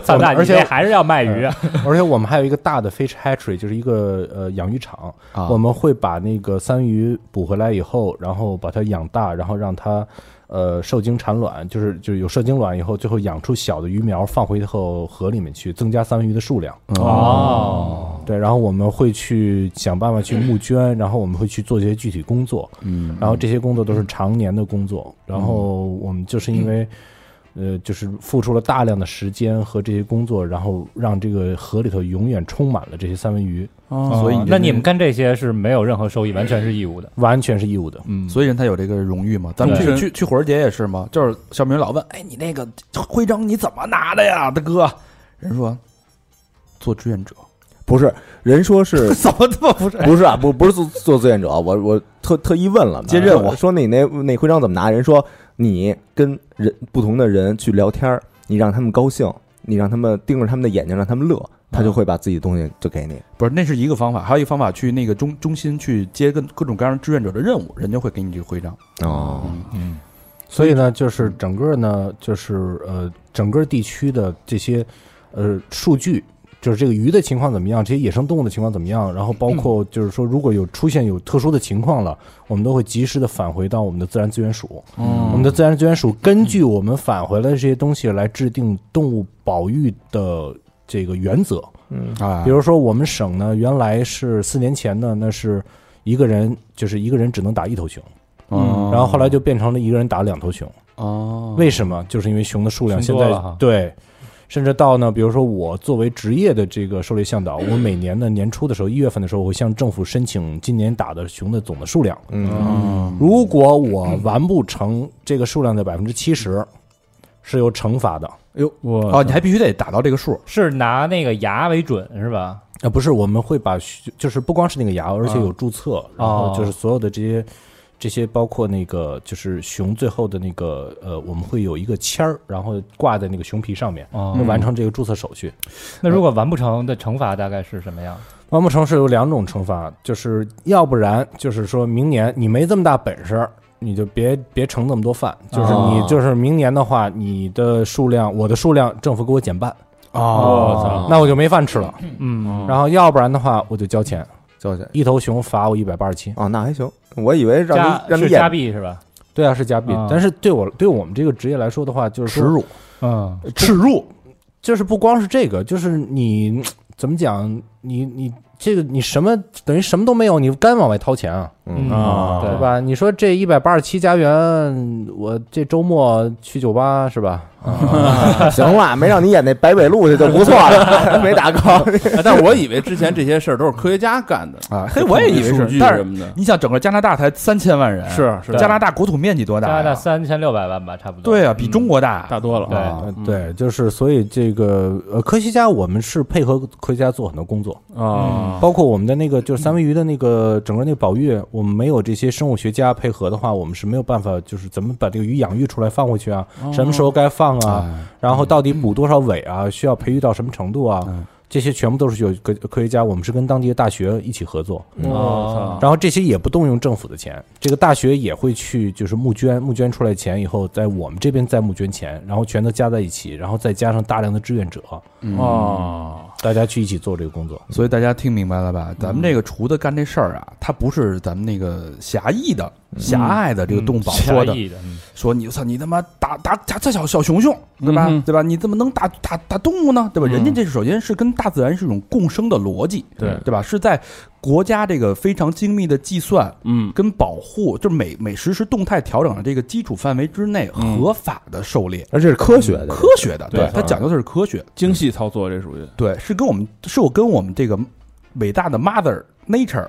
操蛋！
而
你
且
这还是要卖鱼，啊
(laughs) 而且我们还有一个大的 fish hatchery，就是一个呃养鱼场，
啊
我们会把那个三鱼捕回来以后，然后把它养大，然后让它呃受精产卵，就是就是有受精卵以后，最后养出小的鱼苗，放回后河里面去，增加三文鱼的数量。
哦，
对，然后我们会去想办法去募捐，然后我们会去做一些具体工作，
嗯
然后这些工作都是常年的工作，然后我们就是因为，呃，就是付出了大量的时间和这些工作，然后让这个河里头永远充满了这些三文鱼，
哦所以
哦那你们干这些是没有任何收益，完全是义务的。
完全是义务的。
嗯，
所以人才有这个荣誉嘛？咱们
对
去去去火儿节也是嘛，就是小明老问，哎，你那个徽章你怎么拿的呀，大哥？人说做志愿者，
不是，人说是
(laughs) 怎么他妈不是？
不是啊？不不是做做志愿者，我我特特意问了，
接任务
说你那那徽章怎么拿？人说你跟人不同的人去聊天儿，你让他们高兴，你让他们盯着他们的眼睛，让他们乐，他
嗯
就会把自己的东西就给你。
不是，那是一个方法，还有一个方法去那个中中心去接各各种各样的志愿者的任务，人家会给你这个徽章。
哦，
所以呢，就是整个呢，就是呃，整个地区的这些呃数据，就是这个鱼的情况怎么样，这些野生动物的情况怎么样，然后包括就是说，如果有出现有特殊的情况了，我们都会及时的返回到我们的自然资源署。我们的自然资源署根据我们返回来的这些东西来制定动物保育的这个原则。
嗯
啊
比如说我们省呢，原来是四年前呢，那是一个人就是一个人只能打一头熊，
嗯
然后后来就变成了一个人打两头熊。
哦，
为什么？就是因为熊的数量现
熊多
在
了哈
对，甚至到呢，比如说我作为职业的这个狩猎向导，我每年的年初的时候，一月份的时候，我会向政府申请今年打的熊的总的数量。
嗯，
哦
如果我完不成这个数量的百分之七十，是有惩罚的。
我
哦，你还必须得打到这个数，
是拿那个牙为准是吧？
啊，不是，我们会把熊就是不光是那个牙，
啊
而且有注册，然
哦
后就是所有的这些。这些包括那个，就是熊最后的那个，呃，我们会有一个签儿，然后挂在那个熊皮上面，
哦
就完成这个注册手续。
那如果完不成的惩罚大概是什么样？
完不成是有两种惩罚，就是要不然就是说明年你没这么大本事，你就别别盛这么多饭，就是你
哦
就是明年的话，你的数量我的数量政府给我减半，
哦我操
那我就没饭吃了。
嗯，
然后要不然的话，我就交钱，
交钱。
一头熊罚我一百八十七。
哦，那还行，我以为让
加
你让你
是加
演
币是吧？
对啊，是加币，
嗯
啊
但是对我对我们这个职业来说的话，就是说，
嗯，
耻辱，
就是不光是这个，就是你怎么讲，你你这个你什么等于什么都没有，你干往外掏钱啊。
嗯
啊
对？吧？你说这一百八十七加元，我这周末去酒吧是吧？
行了，没让你演那白北路去就不错 (laughs) 了，没打高。
哎但我以为之前这些事儿都是科学家干的
啊 (laughs) 嘿我也以为是
数据
但是
什么的，
你想整个加拿大才三千万人，
是是
加拿大国土面积多
加
大呀？
拿大三千六百万吧，差不多。嗯
对啊，比中国大。
大多了。
对
啊
呃对，就是所以这个呃，科学家我们是配合科学家做很多工作，
啊，
包括我们的那个就是三文鱼的那个整个那个保育，我们没有这些生物学家配合的话，我们是没有办法就是怎么把这个鱼养育出来放回去啊，什么时候该放啊，然后到底补多少尾啊，需要培育到什么程度啊，这些全部都是有科科学家，我们是跟当地的大学一起合作，
哦，
然后这些也不动用政府的钱，这个大学也会去就是募捐，募捐出来钱以后，在我们这边再募捐钱，然后全都加在一起，然后再加上大量的志愿者，
哦，
大家去一起做这个工作。
所以大家听明白了
嗯
吧？咱们这个厨子干这事儿啊，他不是咱们那个狭义的、
嗯
狭隘的这个动保说
狭
的，
义的，嗯
说你操你他妈打打打这小小熊熊，对吧？
嗯哼
对吧？你怎么能打打打动物呢？对吧？
嗯
人家这首先是跟大自然是一种共生的逻辑，
对
对吧？是在国家这个非常精密的计算
嗯
跟保护，就是每每实时动态调整的这个基础范围之内
嗯
合法的狩猎，
而且是科学
嗯
的，
科学的，
对
它讲究的是科学，
精细操作这
(laughs)
属于
对，是跟我们是我跟我们这个伟大的 Mother Nature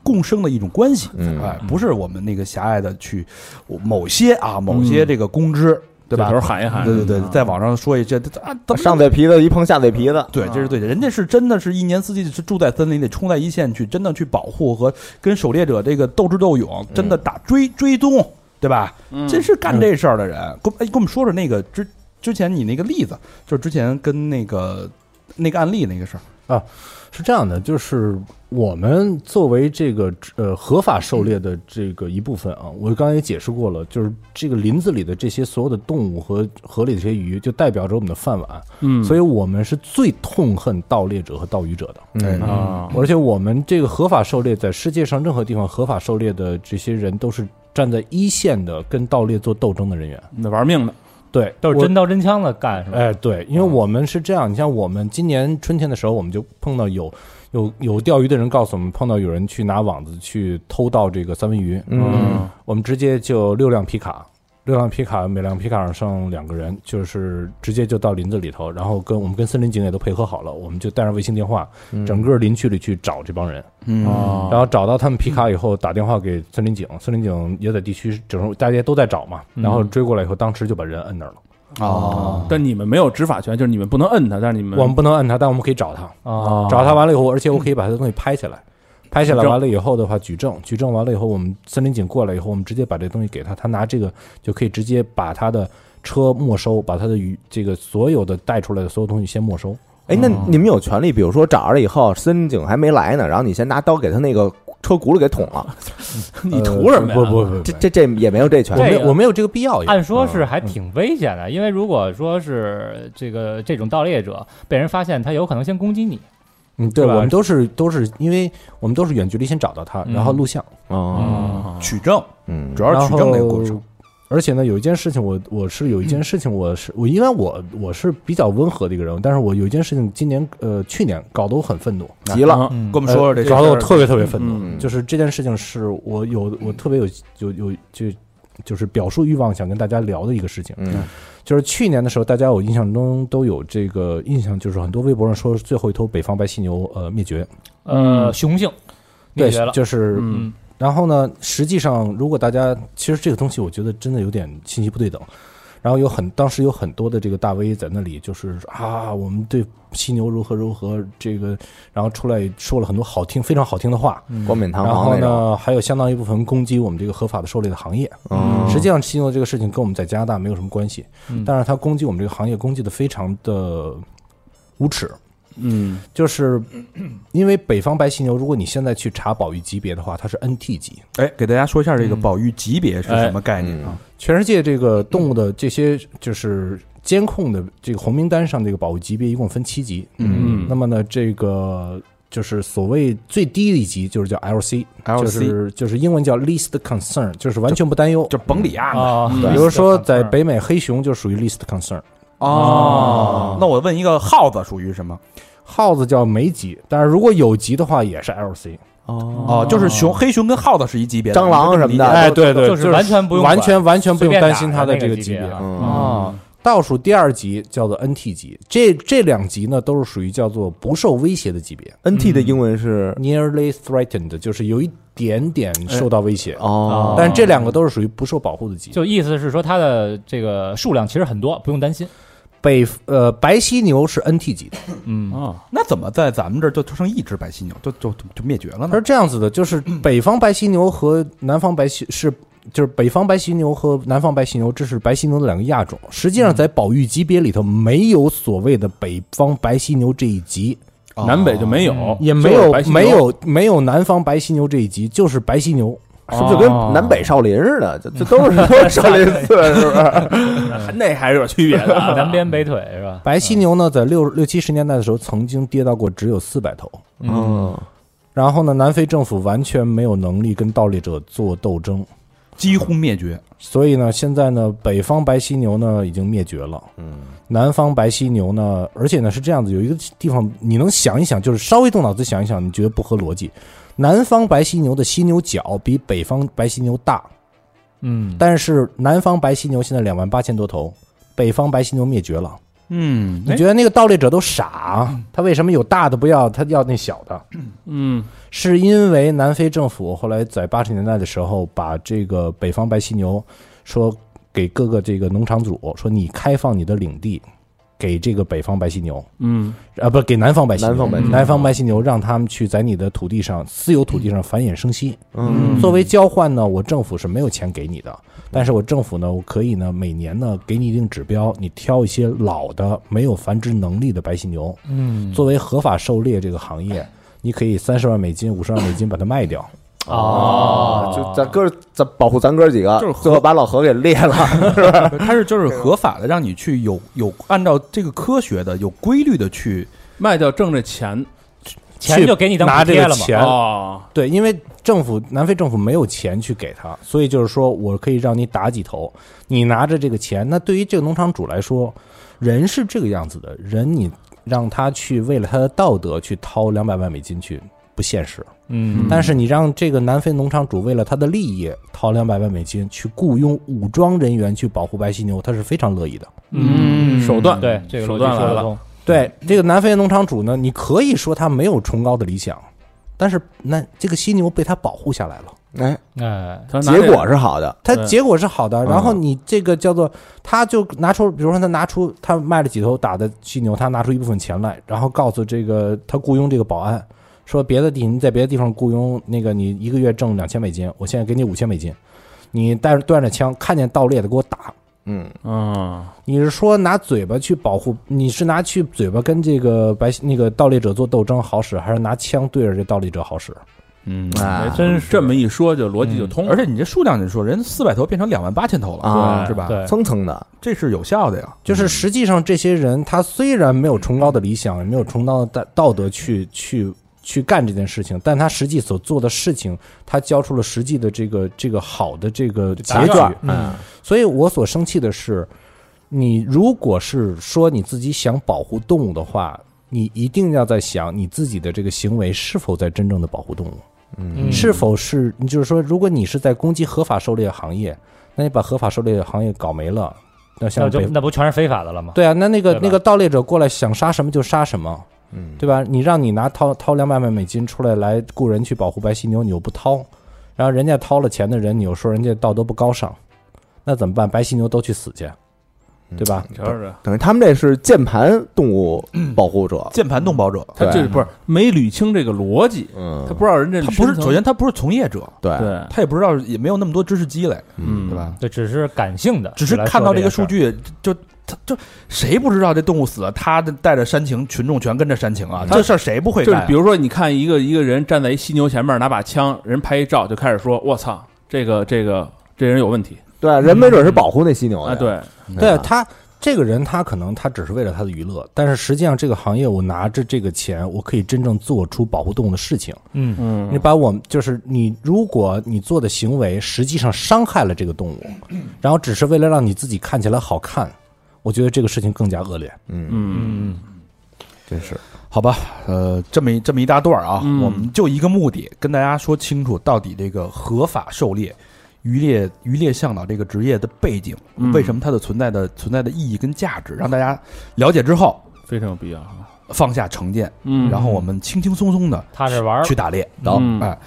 共生的一种关系，
嗯
哎，不是我们那个狭隘的去我某些啊某些这个公知，对吧
嗯这头？喊一喊，嗯
对对对，在网上说一些啊，怎么
上嘴皮子一碰下嘴皮子，
对，
嗯
这是对的。人家是真的是一年四季是住在森林里，冲在一线去，真的去保护和跟狩猎者这个斗智斗勇，真
嗯
的打追追踪，对吧？
嗯
真是干这事儿的人。给我哎，给我们说说那个之之前你那个例子，就是之前跟那个那个案例那个事儿。
是这样的，就是我们作为这个呃合法狩猎的这个一部分啊，我刚才也解释过了，就是这个林子里的这些所有的动物和河里的这些鱼，就代表着我们的饭碗，
嗯
所以我们是最痛恨盗猎者和盗鱼者的。
嗯
啊，
而且我们这个合法狩猎，在世界上任何地方合法狩猎的这些人，都是站在一线的跟盗猎做斗争的人员。
那玩命的，
对，
都是
我
真。刀真枪的干是吧？
哎，对，因为我们是这样，你像我们今年春天的时候，我们就碰到有有有钓鱼的人告诉我们，碰到有人去拿网子去偷盗这个三文鱼，
嗯，
我们直接就六辆皮卡，六辆皮卡，每辆皮卡上上两个人，就是直接就到林子里头，然后跟我们跟森林警也都配合好了，我们就带上卫星电话，整个林区里去找这帮人。嗯
哦
然后找到他们皮卡以后，打电话给森林警，森林警也在地区，整个大家都在找嘛，然后追过来以后，当时就把人摁那儿了。
哦，但你们没有执法权，就是你们不能摁他，但是你们
我们不能摁他，但我们可以找他，
哦
找他完了以后，而且我可以把他的东西拍下来，拍下来
举证
完了以后的话，举证，举证完了以后，我们森林警过来以后，我们直接把这东西给他，他拿这个就可以直接把他的车没收，把他的鱼这个所有的带出来的所有东西先
(laughs)
没收。
哎，那你们有权利，比如说找着了以后，森警还没来呢，然后你先拿刀给他那个车轱辘给捅了，
你图什么呀？
呃不不不不，
这这这也没有这权
我没
利。
这
有
个
我没有这个必要也。
按说是还挺危险的，因为如果说是这个这种盗猎者被人发现，他有可能先攻击你。
嗯，对，
是吧
我们都是都是因为我们都是远距离先找到他，
嗯
然后录像，
啊
啊
哦，
呃取证，
嗯
主要是取证这个过程。。啊
而且呢，有一件事情我，我是有一件事情，我是我，因为我我是比较温和的一个人，但是我有一件事情，今年呃去年搞得我很愤怒，呃
急了，
嗯跟我们说说这事儿
搞得我特别特别愤怒。
嗯
就是这件事情是我有我特别有有有就就是表述欲望想跟大家聊的一个事情。
嗯
就是去年的时候，大家我印象中都有这个印象，就是很多微博上说最后一头北方白犀牛呃灭绝，
呃，雄性灭
嗯对
绝，了。
就是
嗯，
然后呢，实际上如果大家其实这个东西，我觉得真的有点信息不对等。然后有很当时有很多的这个大 V 在那里，就是啊，我们对犀牛如何如何这个，然后出来说了很多好听非常好听的话。
冠冕堂
然
皇
后
那种。
呢，还有相当一部分攻击我们这个合法的狩猎的行业。
嗯
实际上，犀牛这个事情跟我们在加拿大没有什么关系，
嗯
但是它攻击我们这个行业攻击的非常的无耻。嗯，就是因为北方白犀牛，如果你现在去查保育级别的话，它是 NT 级，
哎，给大家说一下这个
嗯
保育级别
哎
是什么概念啊？
全世界这个动物的这些就是监控的这个红名单上这个保护级别一共分七级，
嗯
那么呢，这个就是所谓最低的一级就是叫 LC，,
嗯
就是就是英文叫 least concern，就是完全不担忧。
就甭理啊。
啊，
比如说在北美，黑熊就属于 least concern，
哦，那我问一个，耗子属于什么？
耗子叫没级，但是如果有级的话也是 LC。
哦，就是熊、黑熊跟耗子是一级别的，
蟑螂什么的
哎，对对，
就是完全不用管
完全完全不用担心它的
随便打的那
这
个
个
级
级
别
别。
啊
嗯
哦，
倒数第二级叫做 NT 级，这这两级呢都是属于叫做不受威胁的级别。
，NT 的英文是
nearly threatened，就是有一点点受到威胁。
哦，
但是这两个都是属于不受保护的级。
就意思是说它的这个数量其实很多，不用担心。
北呃白犀牛是 NT 级的，
嗯，
哦，那怎么在咱们这儿就就剩一只白犀牛，就就就就灭绝了
它
呢
是？这样子的，就是北方白犀牛和南方白犀是就是北方白犀牛和南方白犀牛，这是白犀牛的两个亚种。实际上在保育级别里头，没有所谓的北方白犀牛这一级，
南北就没有，
也没有哦没有没有南方白犀牛这一级，就是白犀牛。
是不是就跟南北少林似 (laughs) 的？这这都是都是少林寺，是不是？
那还是有区别的。
南啊边北腿是吧？
白犀牛呢，在六六七十年代的时候，曾经跌到过只有四百头。
嗯，
然后呢，南非政府完全没有能力跟盗猎者做斗争，
几乎灭绝。
所以呢，现在呢，北方白犀牛呢已经灭绝了，嗯，南方白犀牛呢，而且呢是这样子，有一个地方你能想一想，就是稍微动脑子想一想，你觉得不合逻辑。南方白犀牛的犀牛角比北方白犀牛大，
嗯，
但是南方白犀牛现在两万八千多头，北方白犀牛灭绝了。
嗯
哎
你觉得那个盗猎者都傻？啊他为什么有大的不要，他要那小的？
嗯，
是因为南非政府后来在八十年代的时候，把这个北方白犀牛说给各个这个农场主说，你开放你的领地给这个北方白犀牛，
嗯，
啊，不给南方白犀牛，
南方白犀牛
南方白犀牛让他们去在你的土地上私有土地上繁衍生息。
嗯，
作为交换呢，我政府是没有钱给你的，但是我政府呢，我可以呢每年呢给你一定指标，你挑一些老的没有繁殖能力的白犀牛，嗯，作为合法狩猎这个行业，你可以三十万美金、五十万美金把它卖掉。
哦，就咱哥，咱保护咱哥几个，
就是
最后把老何给裂了。
它是就是合法的，让你去有有按照这个科学的有规律的去
卖掉挣这钱
钱就给你当
拿
补
这
贴
个
了嘛。
钱，
哦，
对，因为政府南非政府没有钱去给他，所以就是说我可以让你打几头，你拿着这个钱，那对于这个农场主来说，人是这个样子的，人你让他去为了他的道德去掏两百万美金去。不现实，
嗯，
但是你让这个南非农场主为了他的利益掏两百万美金去雇佣武装人员去保护白犀牛，他是非常乐意的。
嗯，手段
对，这个
手
逻辑
段
说
来
得
了，
通。
对这个南非农场主呢，你可以说他没有崇高的理想，但是那这个犀牛被他保护下来了。
哎，
哎，
他拿这
结
个
果是好的，嗯
它
对
结果是好的，然后你这个叫做，他就拿出，比如说他拿出他卖了几头打的犀牛，他拿出一部分钱来，然后告诉这个他雇佣这个保安，说别的地你在别的地方雇佣那个你一个月挣两千美金，我现在给你五千美金，你带着端着枪看见盗猎的给我打，
嗯，
啊，
你是说拿嘴巴去保护？你是拿去嘴巴跟这个白那个盗猎者做斗争好使，还是拿枪对着这盗猎者好使？
嗯，
啊，
哎真是这么一说，就逻辑就
嗯
通了。
而且你这数量，你说人四百头变成两万八千头了，
啊
是吧？
对
蹭蹭的，
这是有效的呀。
就是实际上这些人，他虽然没有崇高的理想，也没有崇高的道道德去去去干这件事情，但他实际所做的事情，他交出了实际的这个这个好的这个结
结
局
局。，嗯，
所以我所生气的是，你如果是说你自己想保护动物的话，你一定要在想你自己的这个行为是否在真正的保护动物，
嗯
是否是你就是说，如果你是在攻击合法狩猎行业，那你把合法狩猎行业搞没了，那
那
像
就
北
那不全是非法的了吗？
对啊，那那个
对吧
那个盗猎者过来想杀什么就杀什么，
嗯
对吧？你让你拿掏掏两百万美金出来来雇人去保护白犀牛，你又不掏，然后人家掏了钱的人，你又说人家道德不高尚，那怎么办？白犀牛都去死去，对吧？
嗯
瞧着，
等于他们这是键盘动物保护者，
键盘动保者，
他这
对
不是没捋清这个逻辑，
嗯，
他不知道人这
他不是
深层
首先他不是从业者，
对，
对，
他也不知道也没有那么多知识积累，
嗯
对吧？
这只是感性的，
只是
来说
看到这个
事儿
数，据，就他就谁不知道这动物死了，他带着煽情，群众全跟着煽情啊！
他
这事儿谁不会
嗯就是
干
比？如说，你看一个一个人站在一犀牛前面，拿把枪，人拍一照，就开始说：“我操，这个这个嗯这人有问题
对，啊人没准是保护那犀牛
啊！”
的，嗯
对，
对
吧
他这个人，他可能他只是为了他的娱乐，但是实际上这个行业，我拿着这个钱，我可以真正做出保护动物的事情。
嗯，
嗯
你把我们就是你，如果你做的行为实际上伤害了这个动物，然后只是为了让你自己看起来好看，我觉得这个事情更加恶劣。
嗯，
嗯
真是，
好吧，呃，这么一这么一大段儿啊，
嗯
我们就一个目的，跟大家说清楚到底这个合法狩猎、渔猎、渔猎向导这个职业的背景，
嗯
为什么它的存在的存在的意义跟价值，让大家了解之后
非常有必要啊。
放下成见，
嗯
然后我们轻轻松松的
踏实玩儿
去打猎。
走
嗯
哎，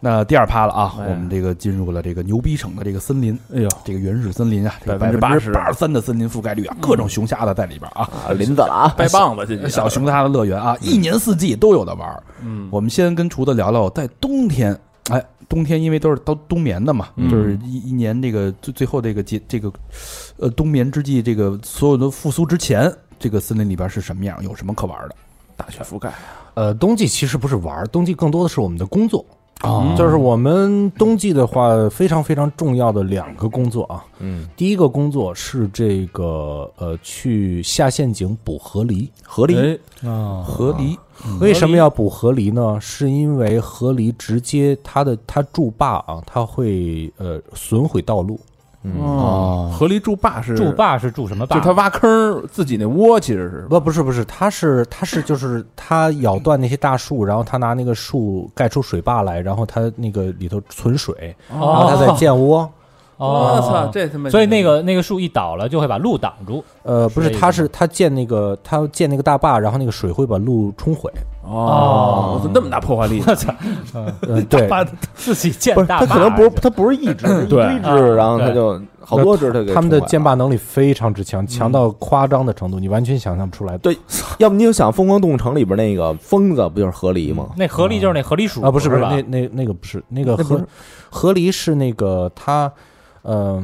那第二趴了啊，
哎
我们这个进入了这个牛逼省的这个森林，
哎呦，
这个原始森林啊，这个百
百分之
八
八
十
十嗯
八十三的森林覆盖率啊，各种熊瞎子在里边啊，
啊，林子了啊，
掰棒子进去，
小熊瞎子乐园啊，一年四季都有的玩儿。
嗯，
我们先跟厨子聊聊，在冬天，哎，冬天因为都是都冬眠的嘛，
嗯
就是一一年这个最最后这个节这个，呃，冬眠之际，这个所有的复苏之前，这个森林里边是什么样，有什么可玩的？
大全覆盖，
呃，冬季其实不是玩儿，冬季更多的是我们的工作。
哦
就是我们冬季的话，非常非常重要的两个工作啊。
嗯，
第一个工作是这个呃，去下陷阱捕河狸。
合力，
哎，
啊，
河狸，
为什么要捕河狸呢？是因为河狸直接它的它筑坝啊，它会呃损毁道路。
嗯，
哦，河狸筑坝是
筑，呃坝是筑什么
就
坝？
他挖坑儿自己那窝，其实是
不，不是，不是，它是它是就是它咬断那些大树，然后它拿那个树盖出水坝来，然后它那个里头存水，然后它 (laughs) 再建窝。
哦，
这他妈
所以那个那个树一倒了，就会把路挡住。
呃，不是，
水
它是它建那个它建那个大坝，然后那个水会把路冲毁。
哦，怎么那么大破坏力？
我操，
(laughs)
呃，对，
自己建
不是，
大
他
坝，
可能不是，他不是一只，一
对
堆只，然后他
对
就好多只，他给
他们的
冲毁了嗯
建坝，能力非常之强，强到夸张的程度，你完全想象不出来。
对，要不你就想《疯狂动物城》里边那个疯子不就是河狸吗？
那河狸就是那河狸鼠
啊，不是不
是
是，
吧
那那那个不是那个
那不
河
是
河狸是那个他，呃，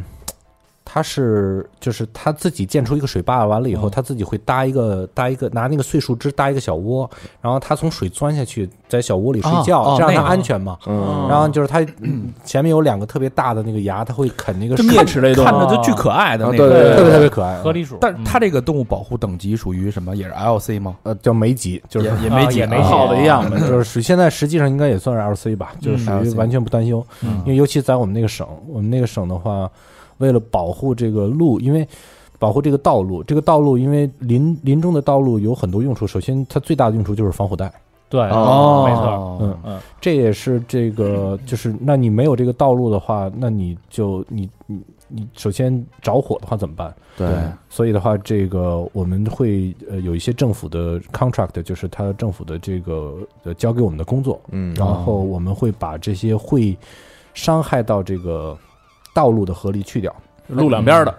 他是就是他自己建出一个水坝，完了以
嗯
后他自己会搭一个搭一个拿那个碎树枝搭一个小窝，然后他从水钻下去，在小窝里睡
啊
哦
觉，
哦
这样
那
他
个
安全嘛。
嗯，
然后就是他嗯前面有两个特别大的那个牙，他会啃那个
这
树，
啮
特
齿类动物，
看
看
着
着
就
就
巨
巨
可
可爱的
啊
那
对
个。
对
别
对
特
对，
别可爱。
河狸鼠，
但是它
这
这个动物保护等级属于什么？也是 LC 吗？
呃叫梅吉，就是
也也
啊
没几
也
个
没几
啊
个
耗子一样呗。
就是属于现在实际上应该也算是 LC 吧，就是属于
LC
完全不担忧，因为尤其在我们那个省，我们那个省的话，为了保护这个路，因为保护这个道路，这个道路因为林林中的道路有很多用处，首先它最大的用处就是防火带，
对，
啊
哦
啊没错，
嗯
嗯，
这也是这个就是那你没有这个道路的话，那你就你你你首先着火的话怎么办？
对，
所以的话，这个我们会呃有一些政府的呃 contract，就是它政府的这个呃交给我们的工作，
嗯，
然后我们会把这些会伤害到这个道路的河狸去掉。
路两边的，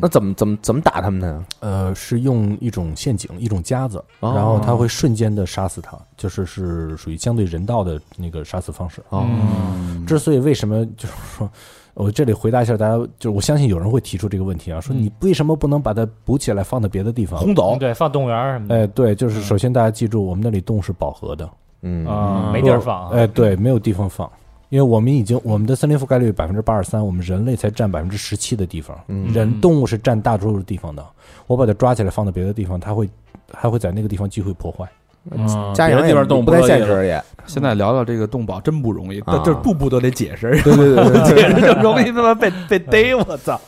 那怎么怎么怎么打他们呢？
呃，是用一种陷阱，一种夹子，
哦
然后它会瞬间的杀死它，就是是属于相对人道的那个杀死方式。
嗯
哦，
之所以为什么就是说，我这里回答一下大家，就是我相信有人会提出这个问题啊，
嗯
说你为什么不能把它补起来放到别的地方？
轰
哦
走，
对，放动物园儿什么的，
哎，对，
嗯
就是首先大家记住，我们那里洞是饱和的，
嗯
啊
没地儿放啊。
哎，对，没有地方放，因为我们已经我们的森林覆盖率百分之八十三，我们人类才占百分之十七的地方，
嗯
人动物是占大多数地方的。我把它抓起来放到别的地方，它会还会在那个地方机会破坏。
嗯
家
别
养
的地方动
不
乐
太现
意了，
实也，
现在聊聊这个动保真不容易，
啊
但这步步都得解释，
对对对对，
解释就容易他妈被被逮，我操！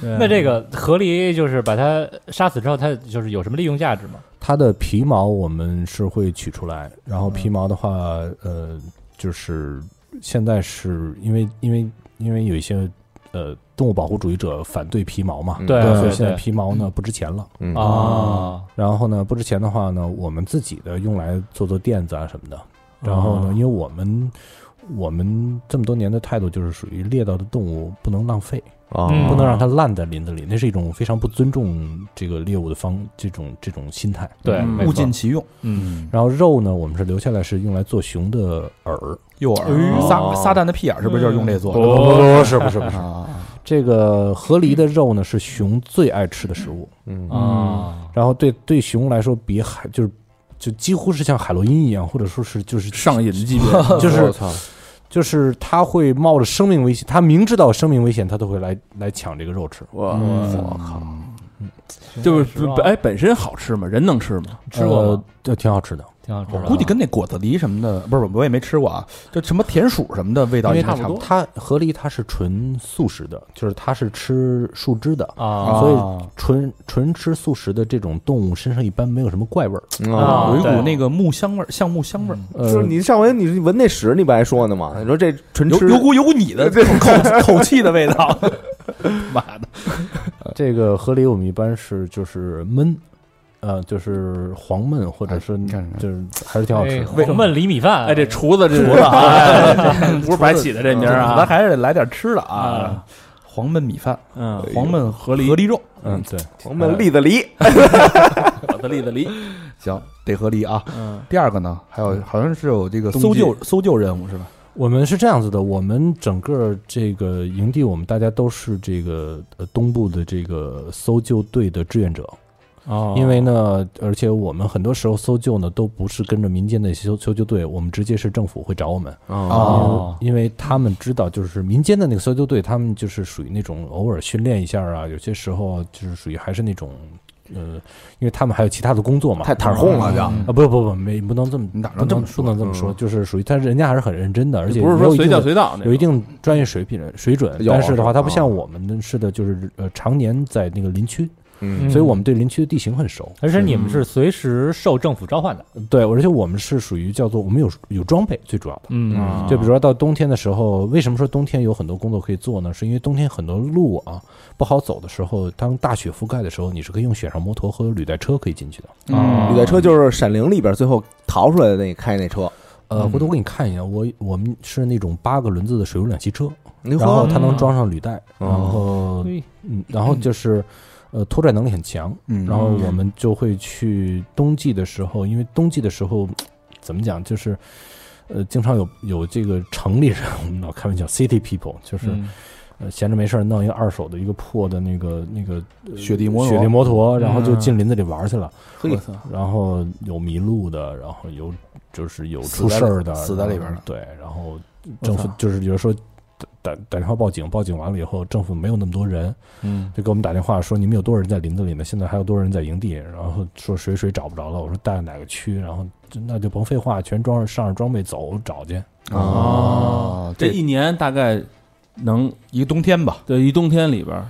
那这个河狸就是把它杀死之后，它就是有什么利用价值吗？
它的皮毛我们是会取出来，然后
嗯
皮毛的话，呃，就是现在是因为因为因为有一些呃动物保护主义者反对皮毛嘛，
嗯
对
所以现在
对
皮毛呢不值钱了。
嗯
啊，
然后呢，不值钱的话呢，我们自己的用来做做垫子啊什么的。然后呢，因为我们我们这么多年的态度就是属于猎到的动物不能浪费，
啊
嗯
不能让它烂在林子里，那是一种非常不尊重这个猎物的方这种这种心态。
对，
嗯
没
物
错
尽其用，
嗯，
然后肉呢，我们是留下来是用来做熊的饵，
诱饵撒撒旦的屁眼儿是不是就是用这做的？
不哦是不是不是，
啊，
(laughs) 这个河狸的肉呢是熊最爱吃的食物，
嗯
啊，
然后对对熊来说比海就是就几乎是像海洛因一样，或者说是就是
上瘾级别，
就是
我操
就是它会冒着生命危险，它明知道生命危险，它都会来来抢这个肉吃。
哇，
嗯
就是哎，本身好吃吗？人能吃吗？
吃过
呃
吗？
就挺好吃的，
挺好吃的。
估计跟那果子狸什么的，不是我也没吃过啊，就什么田鼠什么的味
因
道
为
应该
它
差不多。
它河狸它是纯素食的，就是它是吃树枝的，
啊
所
啊
以纯纯吃素食的这种动物身上一般没有什么怪味儿。
嗯
啊
哦
有一股
对
那个木香味儿，橡木香味儿，
呃
就是你上回你你闻那屎，你不还说呢吗？你说这纯
有
吃
有股有股你的这种口口气的味道。 (laughs) 妈的，
这个河狸我们一般是就是焖，呃，就是黄焖或者是
哎你看看
就是还是挺好吃的。
哎红焖厘米饭，
哎，这厨子这厨
子
不是白起的这名儿
咱
啊，
还是来点吃的啊，黄焖米饭，
嗯，
黄焖河狸河狸肉，
嗯，对，
我们栗子梨，
我的栗子梨，
行，得河狸啊。
嗯，
第二个呢，还有好像是有这个
冬
搜
季
救搜救任务是吧？
我们是这样子的，我们整个这个营地，我们大家都是这个呃东部的这个搜救队的志愿者，
啊
哦
因为呢，而且我们很多时候搜救呢都不是跟着民间的搜搜救队，我们直接是政府会找我们，
嗯
嗯
哦
因为，因为他们知道，就是民间的那个搜救队，他们就是属于那种偶尔训练一下啊，有些时候就是属于还是那种，呃，因为他们还有其他的工作嘛，
太坦哄了就。
啊，不不不，没不能这么，
你哪
不
能这么
能不能这么说，就是属于他人家还是很认真的，而且
不是
也有
说
一
随
定
叫
的
随到那种，
有一定专业水平的水准，
有
但是的话，
是吧
它不像我们的似的，就是呃常年在那个林区，
嗯
所以我们对林区的地形很熟。
而且你们是随时受政府召唤的，
嗯
对，而且我们是属于叫做我们有有装备，最主要的。
嗯
啊
就比如说到冬天的时候，为什么说冬天有很多工作可以做呢？是因为冬天很多路啊不好走的时候，当大雪覆盖的时候，你是可以用雪上摩托和履带车可以进去的。
嗯
履带车就是《闪灵》里边最后逃出来的那开那车，
呃，
嗯
回头我给你看一下，我我们是那种八个轮子的水陆两栖车，
然
然后它能装上履带，
嗯
然后
对
嗯，然后就是呃拖拽能力很强，
嗯
然后我们就会去冬季的时候，因为冬季的时候怎么讲，就是呃经常有有这个城里人，我们老开玩笑 city people，就是、
嗯
呃闲着没事儿弄一个二手的一个破的那个那个呃
雪地摩托嗯
雪地摩托，然后就进林子里玩儿去了，
我操，
然后有迷路的，然后有就是有出事儿的，
死在里死在里边儿的
对，然后政府就是比如说打打打电话报警，报警完了以后，政府没有那么多人，
嗯，
就给我们打电话说你们有多少人在林子里呢？现在还有多少人在营地？然后说谁谁找不着了，我说带哪个区？然后就那就甭废话，全装上上着装备走找去。
哦，
啊这
嗯这
一年大概能
一个冬天吧，
对一冬天里边儿，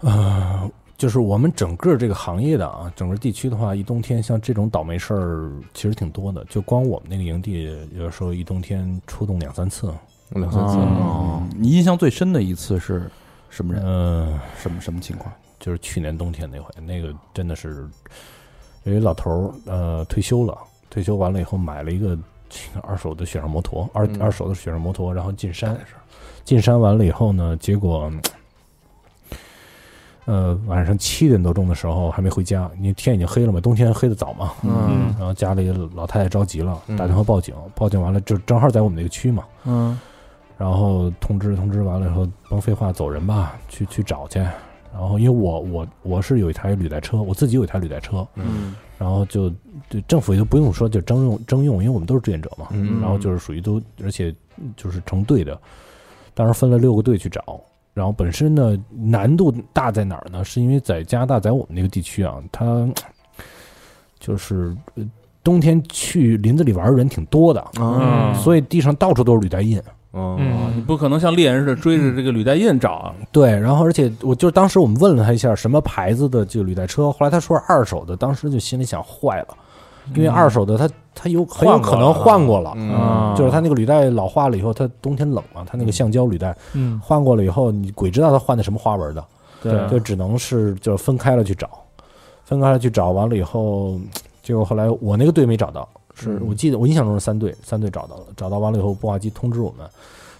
呃，就是我们整个这个行业的啊，整个地区的话，一冬天像这种倒霉事儿其实挺多的。就光我们那个营地，有的时候一冬天出动两三次。
两三次
嗯，你印象最深的一次是什么人？
嗯、
什么什么情况？
就是去年冬天那回，那个真的是有一老头儿，呃，退休了，退休完了以后买了一个 (laughs) 这个二手的雪上摩托，二、
嗯
二手的雪上摩托，然后进山，进山完了以后呢，结果。呃，晚上七点多钟的时候还没回家，因为天已经黑了嘛，冬天黑的早嘛，
嗯
然后家里老太太着急了
嗯，
打电话报警，报警完了就正好在我们那个区嘛，
嗯
然后通知通知完了以后，甭废话，走人吧，去去找去。然后因为我我我是有一台履带车，我自己有一台履带车，
嗯，
然后就就政府也就不用说就征用征用，因为我们都是志愿者嘛，
嗯
然后就是属于都而且就是成队的，当时分了六个队去找。然后本身呢，难度大在哪儿呢？是因为在加拿大，在我们那个地区啊，它就是呃冬天去林子里玩儿的人挺多的，
嗯
啊所以地上到处都是履带印。
嗯，你不可能像猎人似的追着这个履带印找啊，
对，然后而且我就当时我们问了他一下什么牌子的这个履带车，后来他说是二手的，当时就心里想坏了，因为二手的他嗯他有很有可能换过了，
嗯
就是他那个履带老化了以后，它冬天冷嘛，它那个橡胶履带
嗯，
换过了以后，你鬼知道它换的什么花纹的，
啊
对
就只能是就分开了去找，分开了去找，完了以后，结果后来我那个队没找到，是我记得我印象中是三队，三队找到了，找到完了以后，步话机通知我们，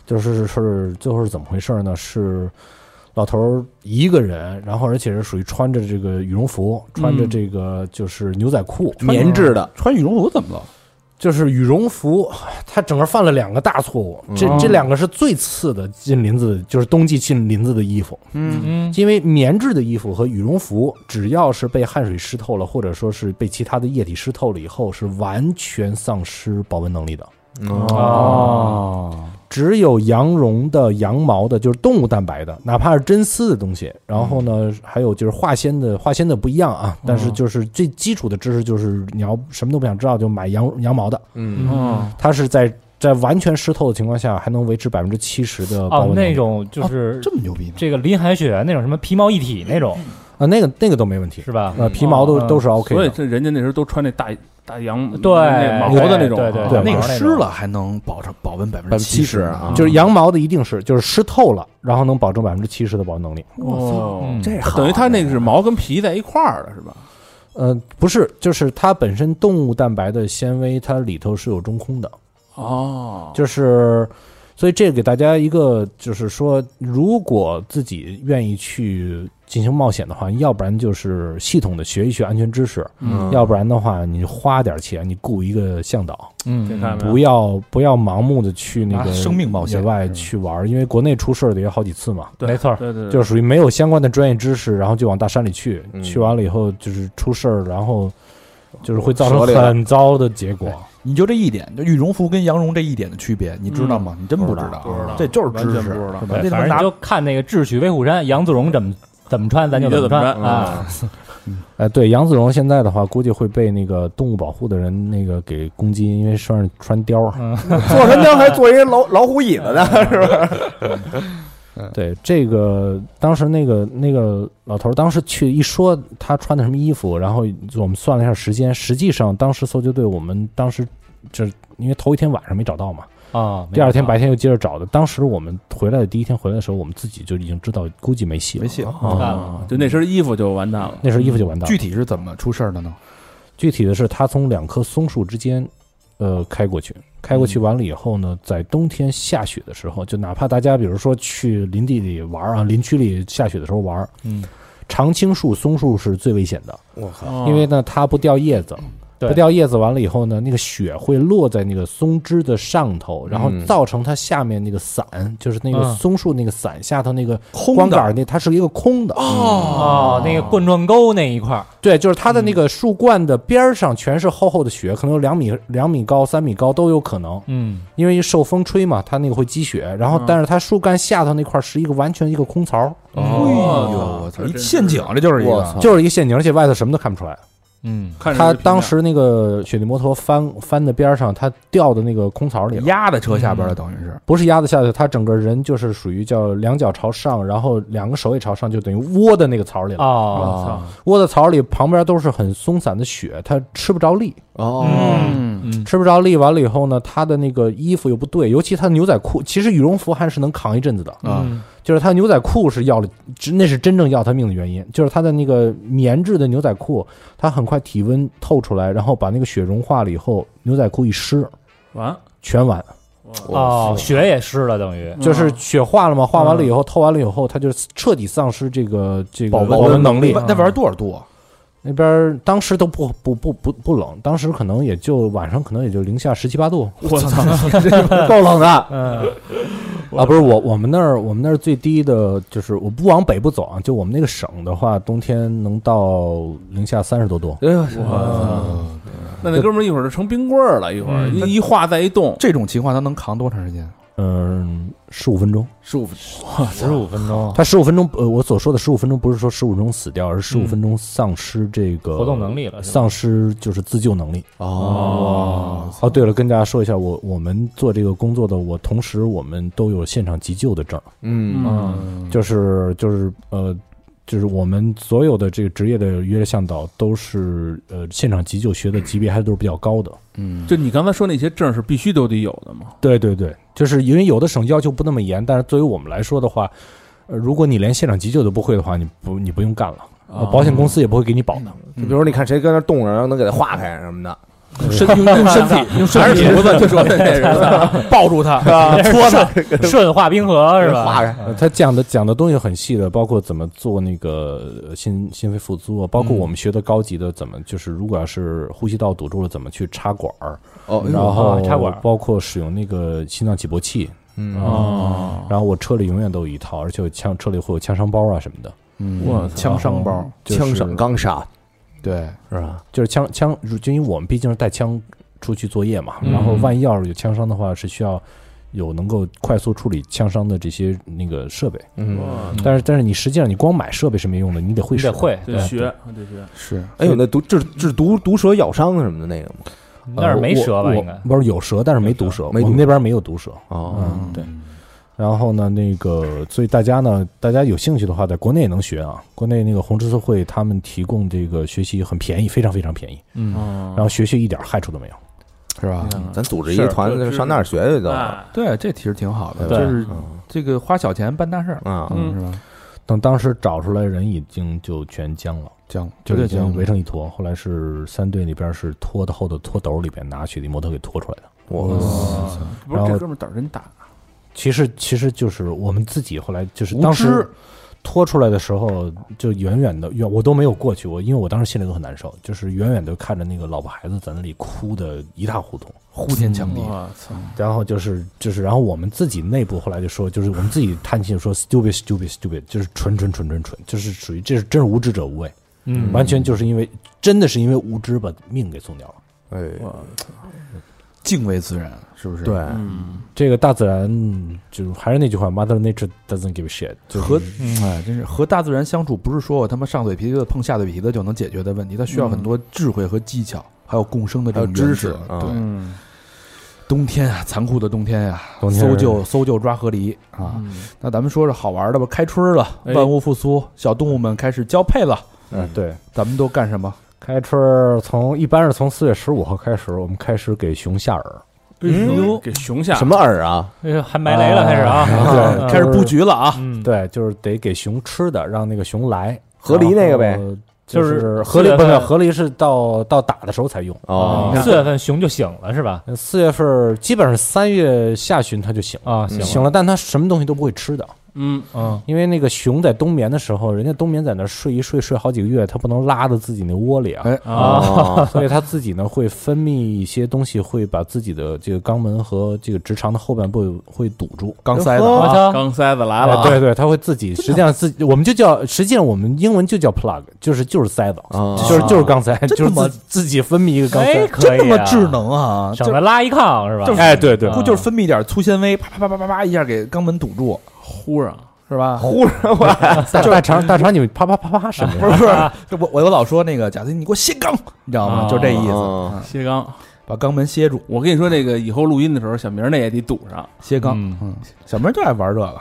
就是是最后是怎么回事呢？是老头儿一个人，然后而且是属于穿着这个羽绒服，穿着这个就是牛仔裤，
嗯
棉质的，
穿羽绒服怎么了？
就是羽绒服，他整个犯了两个大错误，这这两个是最次的进林子，就是冬季进林子的衣服，
嗯
因为棉质的衣服和羽绒服，只要是被汗水湿透了，或者说是被其他的液体湿透了以后，是完全丧失保温能力的。
哦，
只有羊绒的、羊毛的，就是动物蛋白的，哪怕是真丝的东西。然后呢，还有就是化纤的，化纤的不一样
嗯
啊。但是就是最基础的知识就是，你要什么都不想知道，就买羊羊毛的。
嗯
嗯，
它是在在完全湿透的情况下，还能维持百分之七十的保
哦
温，能力
那种就是
这么牛逼呢？
这个林海雪原那种什么皮毛一体那种
啊，那个那个都没问题，
是吧？
呃，皮毛都
嗯
都是 OK
所以
的。
这人家那时候都穿那大大羊
对
那毛的那种，
对对
啊
对
那个
毛那
湿
种
了还能保证保温百分之
70%
十啊，
就是羊毛的一定是就是湿透了，然后能保证百分之七十的保温能力。
哦
嗯，
这好
等于它那个是毛跟皮在一块儿的，是吧？
呃，不是，就是它本身动物蛋白的纤维，它里头是有中空的，
哦，
就是，所以这给大家一个，就是说，如果自己愿意去进行冒险的话，要不然就是系统的学一学安全知识，
嗯
要不然的话，你花点钱，你雇一个向导，
你
嗯
看
不要不要盲目的去那个
拿生命冒险嗯
野外去玩儿，因为国内出事儿的也有好几次嘛。
对
没错儿
对对，
就是属于没有相关的专业知识，然后就往大山里去，
嗯
去完了以后就是出事儿，然后就是会造
折
成
里了哎
很糟的结果。
你就这一点，就羽绒服跟羊绒这一点的区别，你知道吗？你真不知道，
嗯不知道
这就是
完
知
全
识，
不知道
是吧？那他
对，反
妈
正你
拿
就看那个《智取威虎山》，杨子荣怎么怎么穿，咱就
你就
么
怎么
穿啊。
哎，对，杨子荣现在的话，估计会被那个动物保护的人那个给攻击，因为身上穿貂儿。
嗯
坐神雕还坐一老老虎椅子呢， (laughs)
对，这个当时那个那个老头儿当时去一说他穿的什么衣服，然后我们算了一下时间，实际上当时搜救队我们当时就是因为头一天晚上没找到嘛，
啊，
第二天白天又接着找的。当时我们回来的第一天回来的时候，我们自己就已经知道，估计没戏了。
没戏。
看
啊，
了
就那身衣服就完蛋了。
那时候衣服就完
嗯
蛋了。
具体是怎么出事儿的呢？
具体的是，他从两棵松树之间，呃，开过去，开过去完了以后呢，在冬天下雪的时候，就哪怕大家比如说去林地里玩啊，林区里下雪的时候玩，
嗯，
常青树、松树是最危险的，
我靠，
哦
因为呢，它不掉叶子。
对
不掉叶子完了以后呢，那个雪会落在那个松枝的上头，然后
嗯
造成它下面那个伞，就是那个
嗯
松树那个伞下头那个
空
光
的
杆儿那它是一个空的嗯
哦，那个棍状沟那一块儿，
对，就是它的那
嗯
个树冠的边儿上全是厚厚的雪，可能有两米、两米高、三米高都有可能，
嗯
因为受风吹嘛，它那个会积雪。然
嗯
后，但是它树干下头那块儿是一个完全一个空槽，
哎呦，我操！一陷阱，这就是一
我
个
操，
就是一个陷阱，而且外头什么都看不出来。
嗯，
啊看着
它
是平
当
面
时那个雪地摩托翻翻的边儿上，它掉的那个空槽里了，
压在车下边了，等于是。
不是鸭子下去，它整个人就是属于叫两脚朝上，然后两个手也朝上，就等于窝在那个槽里
啊
了。
哦，
窝在槽里，旁边都是很松散的雪，它吃不着力。
哦，
嗯
吃不着力，完了以后呢，他的那个衣服又不对，尤其他的牛仔裤，其实羽绒服还是能扛一阵子的，
嗯
啊，
就是他牛仔裤是要了，只那是真正要他命的原因，就是他的那个棉质的牛仔裤，它很快体温透出来，然后把那个雪融化了以后，牛仔裤一湿，
完
全完，
哦，雪也湿了，等于
就是雪化了嘛，化完了以后，透完了以后，它就彻底丧失这个这个
保
嗯温能力。
那玩多少度啊？
那边儿当时都不不不不不冷，当时可能也就晚上可能也就零下十七八度，
我操，
嗯
够冷的，
啊，不是我，我们那儿我们那儿最低的就是我不往北部走啊，就我们那个省的话，冬天能到零下三十多度。
哎呦，我操！那那哥们儿一会儿就成冰棍儿了，一会儿一一化再一冻，
这种情况他能扛多长时间？
嗯，十五分钟，
十五分
十五分钟
他十五分钟，呃，我所说的十五分钟不是说十五分钟死掉，而是十五分钟丧失这个
嗯活动能力了，是吧
丧失就是自救能力。
哦，
哦，对了，跟大家说一下，我我们做这个工作的，我同时我们都有现场急救的证儿，
嗯，
嗯，
就是就是呃，就是我们所有的这个职业的约向导都是呃现场急救学的级别还都是比较高的。
嗯，
就你刚才说那些证是必须都得有的嘛？
对对对，就是因为有的省要求不那么严，但是对于我们来说的话，呃，如果你连现场急救都不会的话，你不你不用干了，
啊
呃
哦
保险公司也不会给你保的。
就比如你看谁搁那冻着，然后能给它化开什么的，
嗯
身用用身
(laughs)
体，用
(laughs) 还
身
是
体
竹子，就说那人抱住他，
(laughs) 搓的顺化冰河是吧？
化开，
呃，他讲的讲的东西很细的，包括怎么做那个呃心心肺复苏啊，包括我们学的高级的怎么，就是如果要是呼吸道堵住了，怎么去插管儿，
哦，
然后
啊插管儿
包括使用那个心脏起搏器，
嗯
哦，然后我车里永远都有一套，而且我枪车里会有枪伤包啊什么的，
我操！
枪伤包，
就是
枪省钢杀，
对，
是吧？就是枪枪，就因为我们毕竟是带枪出去作业
嗯
嘛，然后万一要是有枪伤的话，是需要有能够快速处理枪伤的这些那个设备。
嗯，
但是但是你实际上你光买设备是没用的，你得会
你
使
得
用。
会，
得学，得学，
是，
哎呦，那毒治治毒毒蛇咬伤什么的那个吗？
那儿没蛇吧？
呃我
应该
不是有蛇，但是没毒蛇，
没毒
我们那边没有毒蛇。
哦，
嗯，对。然后呢，那个，所以大家呢，大家有兴趣的话，在国内也能学啊。国内那个红十字会他们提供这个学习很便宜，非常非常便宜，
嗯
然后学学一点害处都没有。
是吧？
咱组织一个团
是是
上那儿学学就
啊
完了
哎
对，这其实挺好的，
对
就是这个花小钱办大事儿，
啊，
嗯
是吧？
等当时找出来人已经就全僵了，
讲
就已
这
经
讲
围成一坨。后来是三队里边是拖到后头拖斗里边拿雪地摩托给拖出来的。
我
不是
然后
这哥们儿胆儿真大，
其实其实就是我们自己后来就是
无
当时
知
拖出来的时候，就远远的远我都没有过去，我因为我当时心里都很难受，就是远远的看着那个老婆孩子在那里哭的一塌糊涂。
呼天抢地，
我操！
然后就是就是，然后我们自己内部后来就说，就是我们自己叹气说 stupid stupid stupid，就是纯纯纯纯纯，就是属于这是真是无知者无畏，
嗯
完全就是因为真的是因为无知把命给送掉了。
哎，
敬畏自然，是不是？
对，，
嗯，
这个大自然就是还是那句话，Mother Nature doesn't give a shit，就是
和哎，真是和大自然相处，不是说我他妈上嘴皮子碰下嘴皮子就能解决的问题，它需要很多智慧和技巧，还有共生的这种
还有知
原
识
则
啊
对，
嗯，
冬天啊，残酷的冬天呀，
冬天
搜救搜救抓河狸啊。那咱们说说好玩的吧，开春了，
哎
万物复苏，小动物们开始交配了，
嗯对。
咱们都干什么？
开春儿从一般是从四月十五号开始，我们开始给熊下饵，
嗯，给熊下
什么饵啊？
哎呦，还埋雷了，开始啊，
对
开始布局了啊！
嗯，
对，就是得给熊吃的，让那个熊来。
河狸那个呗
然后就是
就是
河
四
狸，不
月
是
份
河狸是到到打的时候才用。
哦，
啊四月份熊就醒了是吧？
四月份儿基本上三月下旬它就醒了，
啊，
醒
醒了，
了，但它什么东西都不会吃的，
嗯，
嗯，
因为那个熊在冬眠的时候，人家冬眠在那儿睡一睡睡好几个月，它不能拉到自己那窝里啊。
哎
(laughs)
哦，
所以它自己呢会分泌一些东西，会把自己的这个肛门和这个直肠的后半部会堵住。
刚塞的
我
啊，
操，
钢塞子来
哎
了，
对对，它会自己，实际上自己我们就叫，实际上我们英文就叫 plug，就是就是塞子，
啊
就是就是钢塞，就是
这么
自自己分泌一个钢
哎，
塞。
可
真
以，
他妈智，能啊！
省得拉一炕是吧？嗯
就是
哎，对
啊
对，
不就是分泌点粗纤维，啪啪啪啪啪啪一下给肛门堵住，
忽然
是吧？
大大肠大肠，你们啪啪啪啪什么
(laughs) 不
呀？
是不是，这我我我老说那个贾斯汀，你给我卸肛，你知道吗？
啊
就这意思，
哦
谢刚，
把肛门歇住，
嗯我跟你说，那个以后录音的时候，小明儿那也得堵上。
歇肛。嗯，小明就爱玩这个，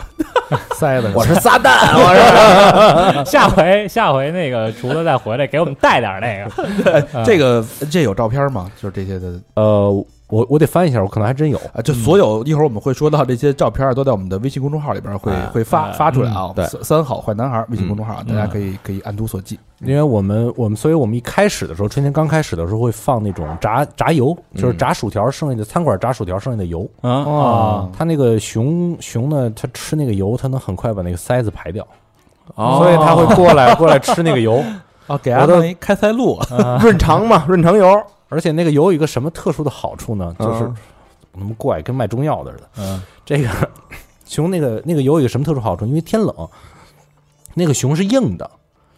塞的。
我是撒旦，我
(laughs)
是
下回下回那个厨子再回来给我们带点儿那个，
这个这有照片吗？就是这些的
呃，我我得翻一下，我可能还真有。
啊，就所有一会儿我们会说到这些照片都在我们的微信公众号里边会
哎
会发发出来啊。
对
三三好坏男孩微信公众号，大家可以可以按图索骥。
因为我们我们，所以我们一开始的时候，春天刚开始的时候会放那种炸炸油，就是炸薯条剩下的餐馆炸薯条剩下的油。
啊，
啊，它那个熊熊呢，它吃那个油，它能很快把那个塞子排掉，
哦
所以它会过来过来吃那个油。
啊，给俺弄一开塞露，
润肠嘛，润肠油，
而且那个油有一个什么特殊的好处呢？就是
嗯
那么怪，跟卖中药的似的。这个熊那个那个油有什么特殊好处？因为天冷，那个熊是硬的，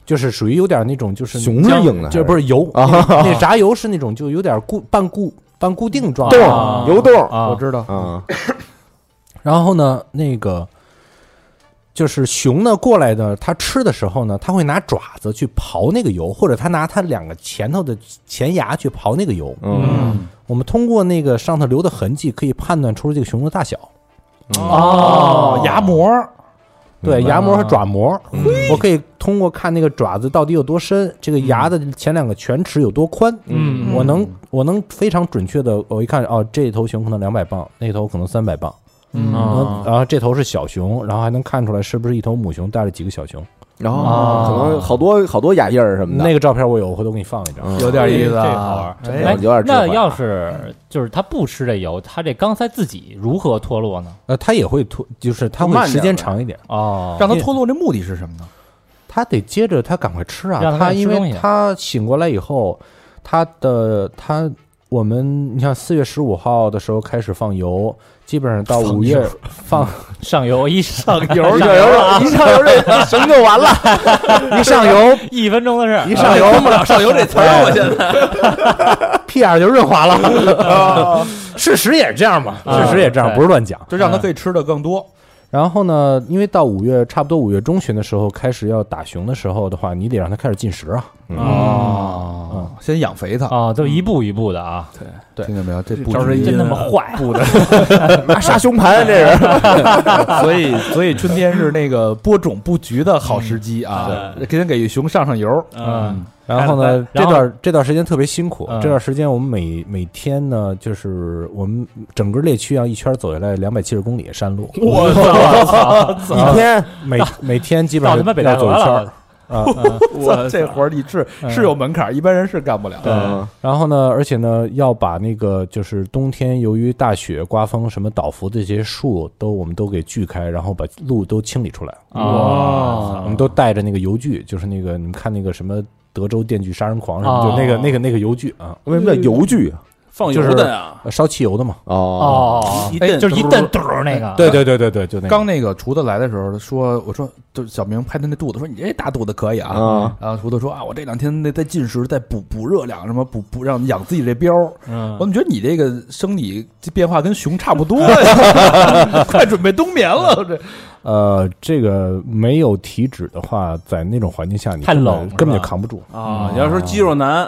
就是属于有点那种就是
熊是硬的
就不是油啊，那炸油是那种就有点固半固半固定状态
洞
啊
儿油洞儿
啊，
我知道，
啊，
然后呢，那个就是熊呢过来的，它吃的时候呢，它会拿爪子去刨那个油，或者它拿它两个前头的前牙去刨那个油。
嗯，
我们通过那个上头留的痕迹，可以判断出这个熊的大小。
啊
哦，牙膜，
对，
明白嗯
牙膜和爪膜，我可以通过看那个爪子到底有多深，这个牙的前两个犬齿有多宽，
嗯
我能我能非常准确的，我一看哦，这头熊可能两百磅，那头可能三百磅，
嗯
然后这头是小熊，然后还能看出来是不是一头母熊带了几个小熊。
然
啊
后哦可能好多好多牙印儿什么的，
那个照片我有，我回头给你放一张。
嗯
有点意思啊
这个好玩。
哎
哎
有点智慧啊
那要是就是他不吃这油，他这钢塞自己如何脱落呢？
呃，它也会脱，就是它
慢点
会时间
呗
长一点，
哦，
让它脱落，这目的是什么呢？
它得接着它赶快吃啊。
让它
它
赶紧
因
吃东
为
西
它醒过来以后，它的它我们你像四月十五号的时候开始放油，基本上到五月放
上油一 (laughs) 上
油儿上油了，一上油这神就完了，
一上油
一分钟的事，
(laughs)
啊
一上油
用不了上游这词儿，我现在
(laughs) 屁眼儿就润滑了。事实也是这样嘛，
啊
事实也这样，
对
不是乱讲。
就让它可以吃的更多。
然后呢，因为到五月差不多五月中旬的时候开始要打熊的时候的话，你得让它开始进食啊。
哦，嗯先养肥它，
啊，就一步一步的啊，
听见没有？这不
招人
真那么
嗯
坏？
拿啊杀熊盘这是，
所以，所以春天是那个播种布局的好时机啊！给先给熊上上油，
嗯，
(laughs) 然后
(laughs) 然
呢
后，
这段这段时间特别辛苦。
嗯
这段时间我们每每天呢，就是我们整个猎区啊，一圈走下来两百七十公里山路，
(laughs) 我操，
一天每每天基本
到
上
他妈北
要
戴
走
河
一圈
了
儿。，啊，
我 (laughs) 这活儿你是是有门槛儿，一般人是干不了的。
嗯
然后呢，而且呢，要把那个就是冬天由于大雪、刮风什么倒伏的这些树都我们都给锯开，然后把路都清理出来。
哦哇
啊我们都带着那个油锯，就是那个你们看那个什么德州电锯杀人狂什
哦
么，就那个那个那个油锯啊，
为什么叫油锯啊？
放油
就是
的呀，
烧汽油的嘛。
哦，
哦，
一
哎
蹬
就是一蹬嘟儿那个，
啊对对对对对，就那个。
刚那个厨子来的时候说，我说就是小明拍他那肚子，说你这大肚子可以啊。
啊，
然后厨子说啊，我这两天那在进食，在补补热量，什么补补让养自己这膘儿。我
嗯，
怎么觉得你这个生理变化跟熊差不多呀？ (laughs) 快准备冬眠了，这
呃，这个没有体脂的话，在那种环境下你
太
根本
冷了
根本
是
就
吧
扛不住。
啊！你要说肌肉男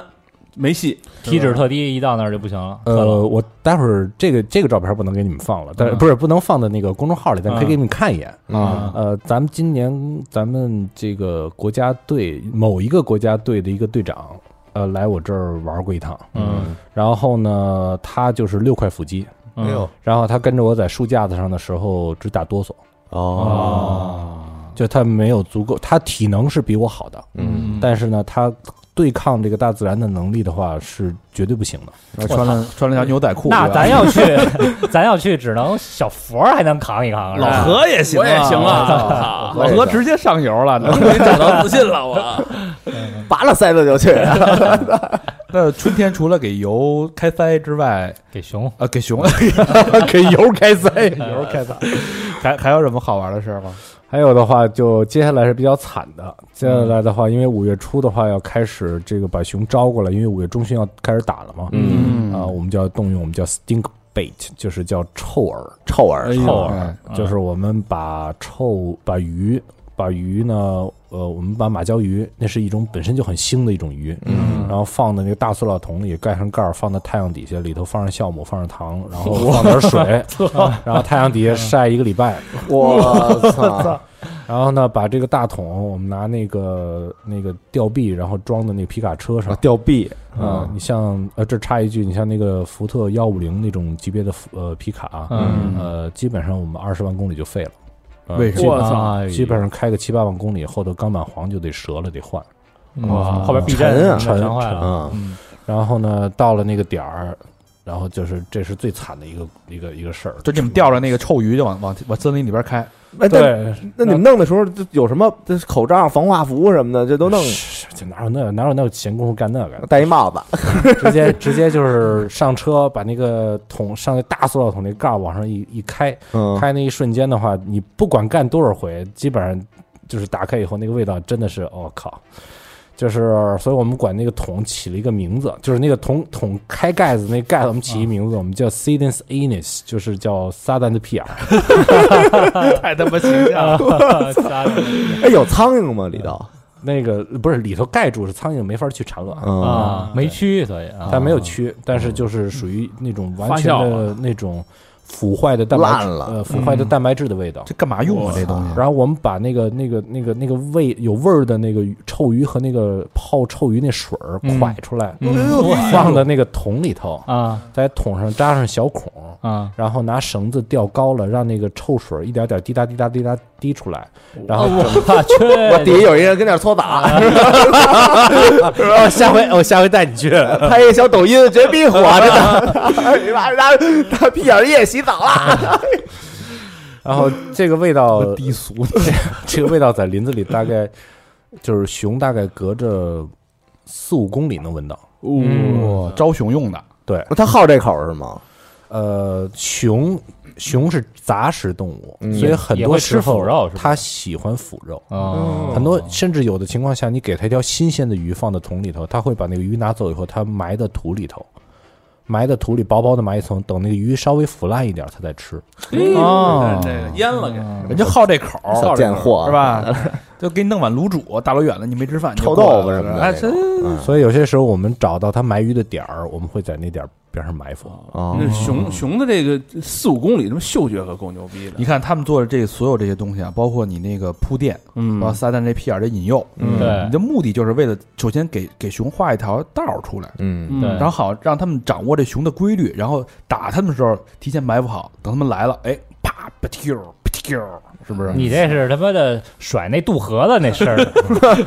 没戏，
体脂特低，一到那儿就不行了，特冷
呃，我待会儿这个这个照片不能给你们放了，但是不是不能放在那个公众号里，但可以给你们看一眼。
嗯
啊，
呃，咱们今年咱们这个国家队某一个国家队的一个队长，呃，来我这儿玩过一趟，
嗯，
然后呢，他就是六块腹肌，
嗯
没有，
然后他跟着我在书架子上的时候直打哆嗦，
啊
哦，
就他没有足够，他体能是比我好的，
嗯，
但是呢，他对抗这个大自然的能力的话是绝对不行的。
然后穿了穿了条牛仔裤。啊
那
对吧
咱要去， (laughs) 咱要去，只能小佛儿还能扛一扛，是啊哎吧
老何也行，
我也行
啊，
啊
老何直接上油了。
终于找到自信了，我
嗯
拔了塞子就
(laughs)
去，
(laughs) 那春天除了给油开塞之外，
给熊，
啊，给熊 (laughs) 给油开 (laughs) 塞，油开塞，还还有什么好玩的事儿吗？
还有的话，就接下来是比较惨的。接下来的话，因为五月初的话要开始这个把熊招过来，因为五月中旬要开始打了嘛。
嗯，
啊，我们就要动用我们叫 stink bait，就是叫臭饵。
臭耳，
臭饵
哎
就是我们把臭把鱼把鱼呢，呃，我们把马鲛鱼，那是一种本身就很腥的一种鱼，嗯，然后放在那个大塑料桶里，盖上盖儿，放在太阳底下，里头放上酵母，放上糖，然后放点水，然后太阳底下晒一个礼拜，
我操，
(laughs) 然后呢，把这个大桶，我们拿那个那个吊臂，然后装到那个皮卡车上。
吊臂
啊、你像呃，这插一句，你像那个福特幺五零那种级别的福呃皮卡，
嗯
呃，基本上我们二十万公里就废了。呃
为什
基
么
本上
哎呦
基本上开个七八万公里，后头钢板簧就得折了，得换。嗯
哇，后边避震
沉啊
什么的全嗯坏了，
啊，
然后呢，到了那个点儿，然后就是这是最惨的一个一个一个事儿。
就你们钓着那个臭鱼就往往往森林里边开，
哎，那
对，
那
嗯
你们弄的时候这有什么这口罩、防化服什么的，这都弄，
是这哪有那哪有那闲工夫干那个？
戴一帽子，
直接直接就是上车，把那个桶上那大塑料桶那盖儿往上一一开，
嗯，
开那一瞬间的话，你不管干多少回，基本上就是打开以后那个味道真的是，我、靠！就是，所以我们管那个桶起了一个名字，就是那个桶桶开盖子那盖子，我们起一名字，我们叫 Sidens Anis，就是叫撒旦的屁眼儿。
太他妈形象了。
(laughs) 嗯
哎，有苍蝇吗？里头
那个不是里头盖住是苍蝇，没法去产卵，
嗯，
啊，没蛆，所以啊，
它没有蛆，但是就是属于那种完全
发酵
的那种腐坏的蛋白质
烂了
呃，腐坏的蛋白质的味道。
这干嘛用啊？这
嗯
东西
然后我们把那个那个那个那个味有味儿的那个鱼臭鱼和那个泡臭鱼那水儿
嗯
蒯出来，
哇
放到那个桶里头，
哎啊
在桶上扎上小孔，
啊，
然后拿绳子吊高了，让那个臭水一点点滴答滴答滴答滴出来，然后
啊 (laughs) 我去，
我底下有一人跟那儿搓
(laughs)
澡，
哦下回我下回带你去，
拍一小抖音，绝逼火，真的，拿拿拿屁眼液洗澡了，
然后这个味道，
低俗，
这个味道在林子里大概就是熊大概隔着四五公里能闻到，
哇，招熊用的，
对，
他好这口是吗？
呃，熊熊是杂食动物，
嗯
所以很
也
多
会吃
时候
腐肉是吧
它喜欢腐肉。
哦
很多甚至有的情况下，你给它一条新鲜的鱼放到桶里头，它会把那个鱼拿走以后，它埋在土里头，埋在土里薄薄的埋一层，等那个鱼稍微腐烂一点，它再吃。
哦，这个淹了给
嗯人家好这口儿，
小贱货
是？吧？就给你弄碗卤煮，大老远的你没吃饭，你就 (laughs)
臭
过来
豆腐
了
什么的
哎，
那
真
种
所以有些时候我们找到它埋鱼的点儿，我们会在那点儿边上埋伏。
哦
那熊熊的这个四五公里，这么嗅觉可够牛逼
你
的。
看他们做的这所有这些东西啊，包括你那个铺垫，
嗯
包括撒旦这屁眼儿的引诱，
嗯
对
你的目的就是为了首先给给熊画一条道儿出来，
嗯，
嗯
对
然后好让他们掌握这熊的规律，然后打他们的时候提前埋伏好，等他们来了，哎，啪，啪啾，啪啾，是不是？
你这是他妈的甩那渡河了那事儿，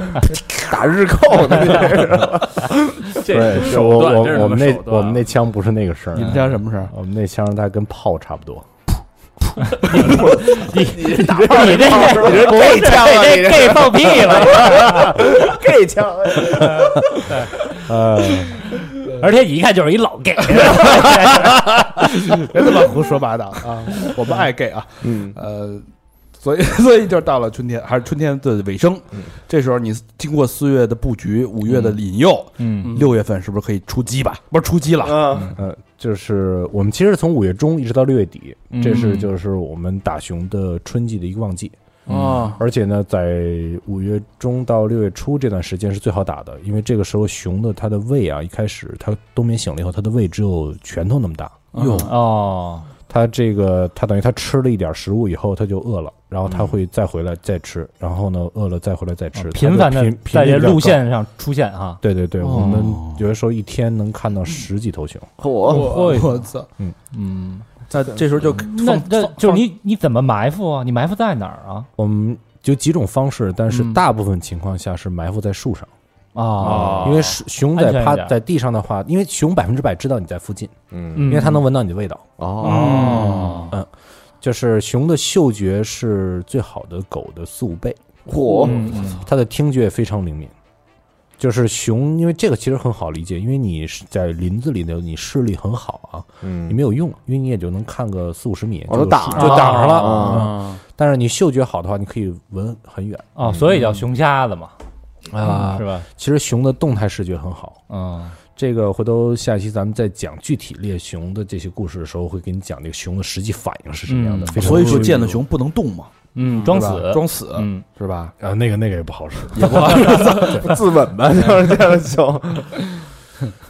(laughs) 打日寇呢，
(laughs)
这是
这是
是
手
我
段，
我
这是
我
他
们
妈
那
手段。
(laughs)
我们那枪不是那个声儿啊
你，们家什么事儿？
我们那枪它跟炮差不多。
哦你这你这
gay 枪啊，
这
你
(laughs)
这
gay 放屁了，
gay 枪，
呃，
而且你一看就是一老
(laughs)
gay，
别他妈胡说八道啊！我们爱 gay 啊，
嗯，
呃，所以 (laughs) 所以就到了春天，还是春天的尾声，这时候你经过四月的布局，五月的引诱，
嗯，
六月份是不是可以出击吧？不是出击了，
嗯
呃，就是我们其实从五月中一直到六月底，这是
嗯
就是我们打熊的春季的一个旺季。
啊，
而且呢，在五月中到六月初这段时间是最好打的，因为这个时候熊的它的胃啊，一开始它冬眠醒了以后，它的胃只有拳头那么大。
哟，
哦，
它这个它等于它吃了一点食物以后，它就饿了，然后它会再回来再吃，然后呢饿了再回来再吃，它
频繁的
频
在这路。
频率比较高
线上出现哈，
对对对，我们
哦
有的时候一天能看到十几头熊。
嚯，
会
我操！
嗯，
那这时候就
那
放
那
放
就是你你怎么埋伏啊？你埋伏在哪儿啊？
我们有几种方式，但是
嗯
大部分情况下是埋伏在树上，
啊，
因为是熊
安全
在
一
趴
点
在地上的话，因为熊百分之百知道你在附近，
嗯，
因
因为它能闻到你的味道。嗯
哦，
哦，
就是熊的嗅觉是最好的狗的四五倍，
嚯，
嗯
它的听觉也非常灵敏。就是熊，因为这个其实很好理解，因为你是在林子里头，你视力很好啊，你
嗯，
没有用，因为你也就能看个四五十米，
哦
就
都挡上
就
了
挡上了。
啊
嗯但是你嗅觉好的话，你可以闻很远
哦，所以叫熊瞎子嘛，
啊
是。吧？
其实熊的动态视觉很好，
嗯，
这个回头下一期咱们在讲具体猎熊的这些故事的时候，会给你讲这个熊的实际反应是什么样的。
嗯
非常
所以说见了熊不能动嘛，
嗯，装
是吧
死，
装死
嗯，
是吧？
啊，那个那个也不好使。
也不
(laughs)
自刎吧，就是这样凶，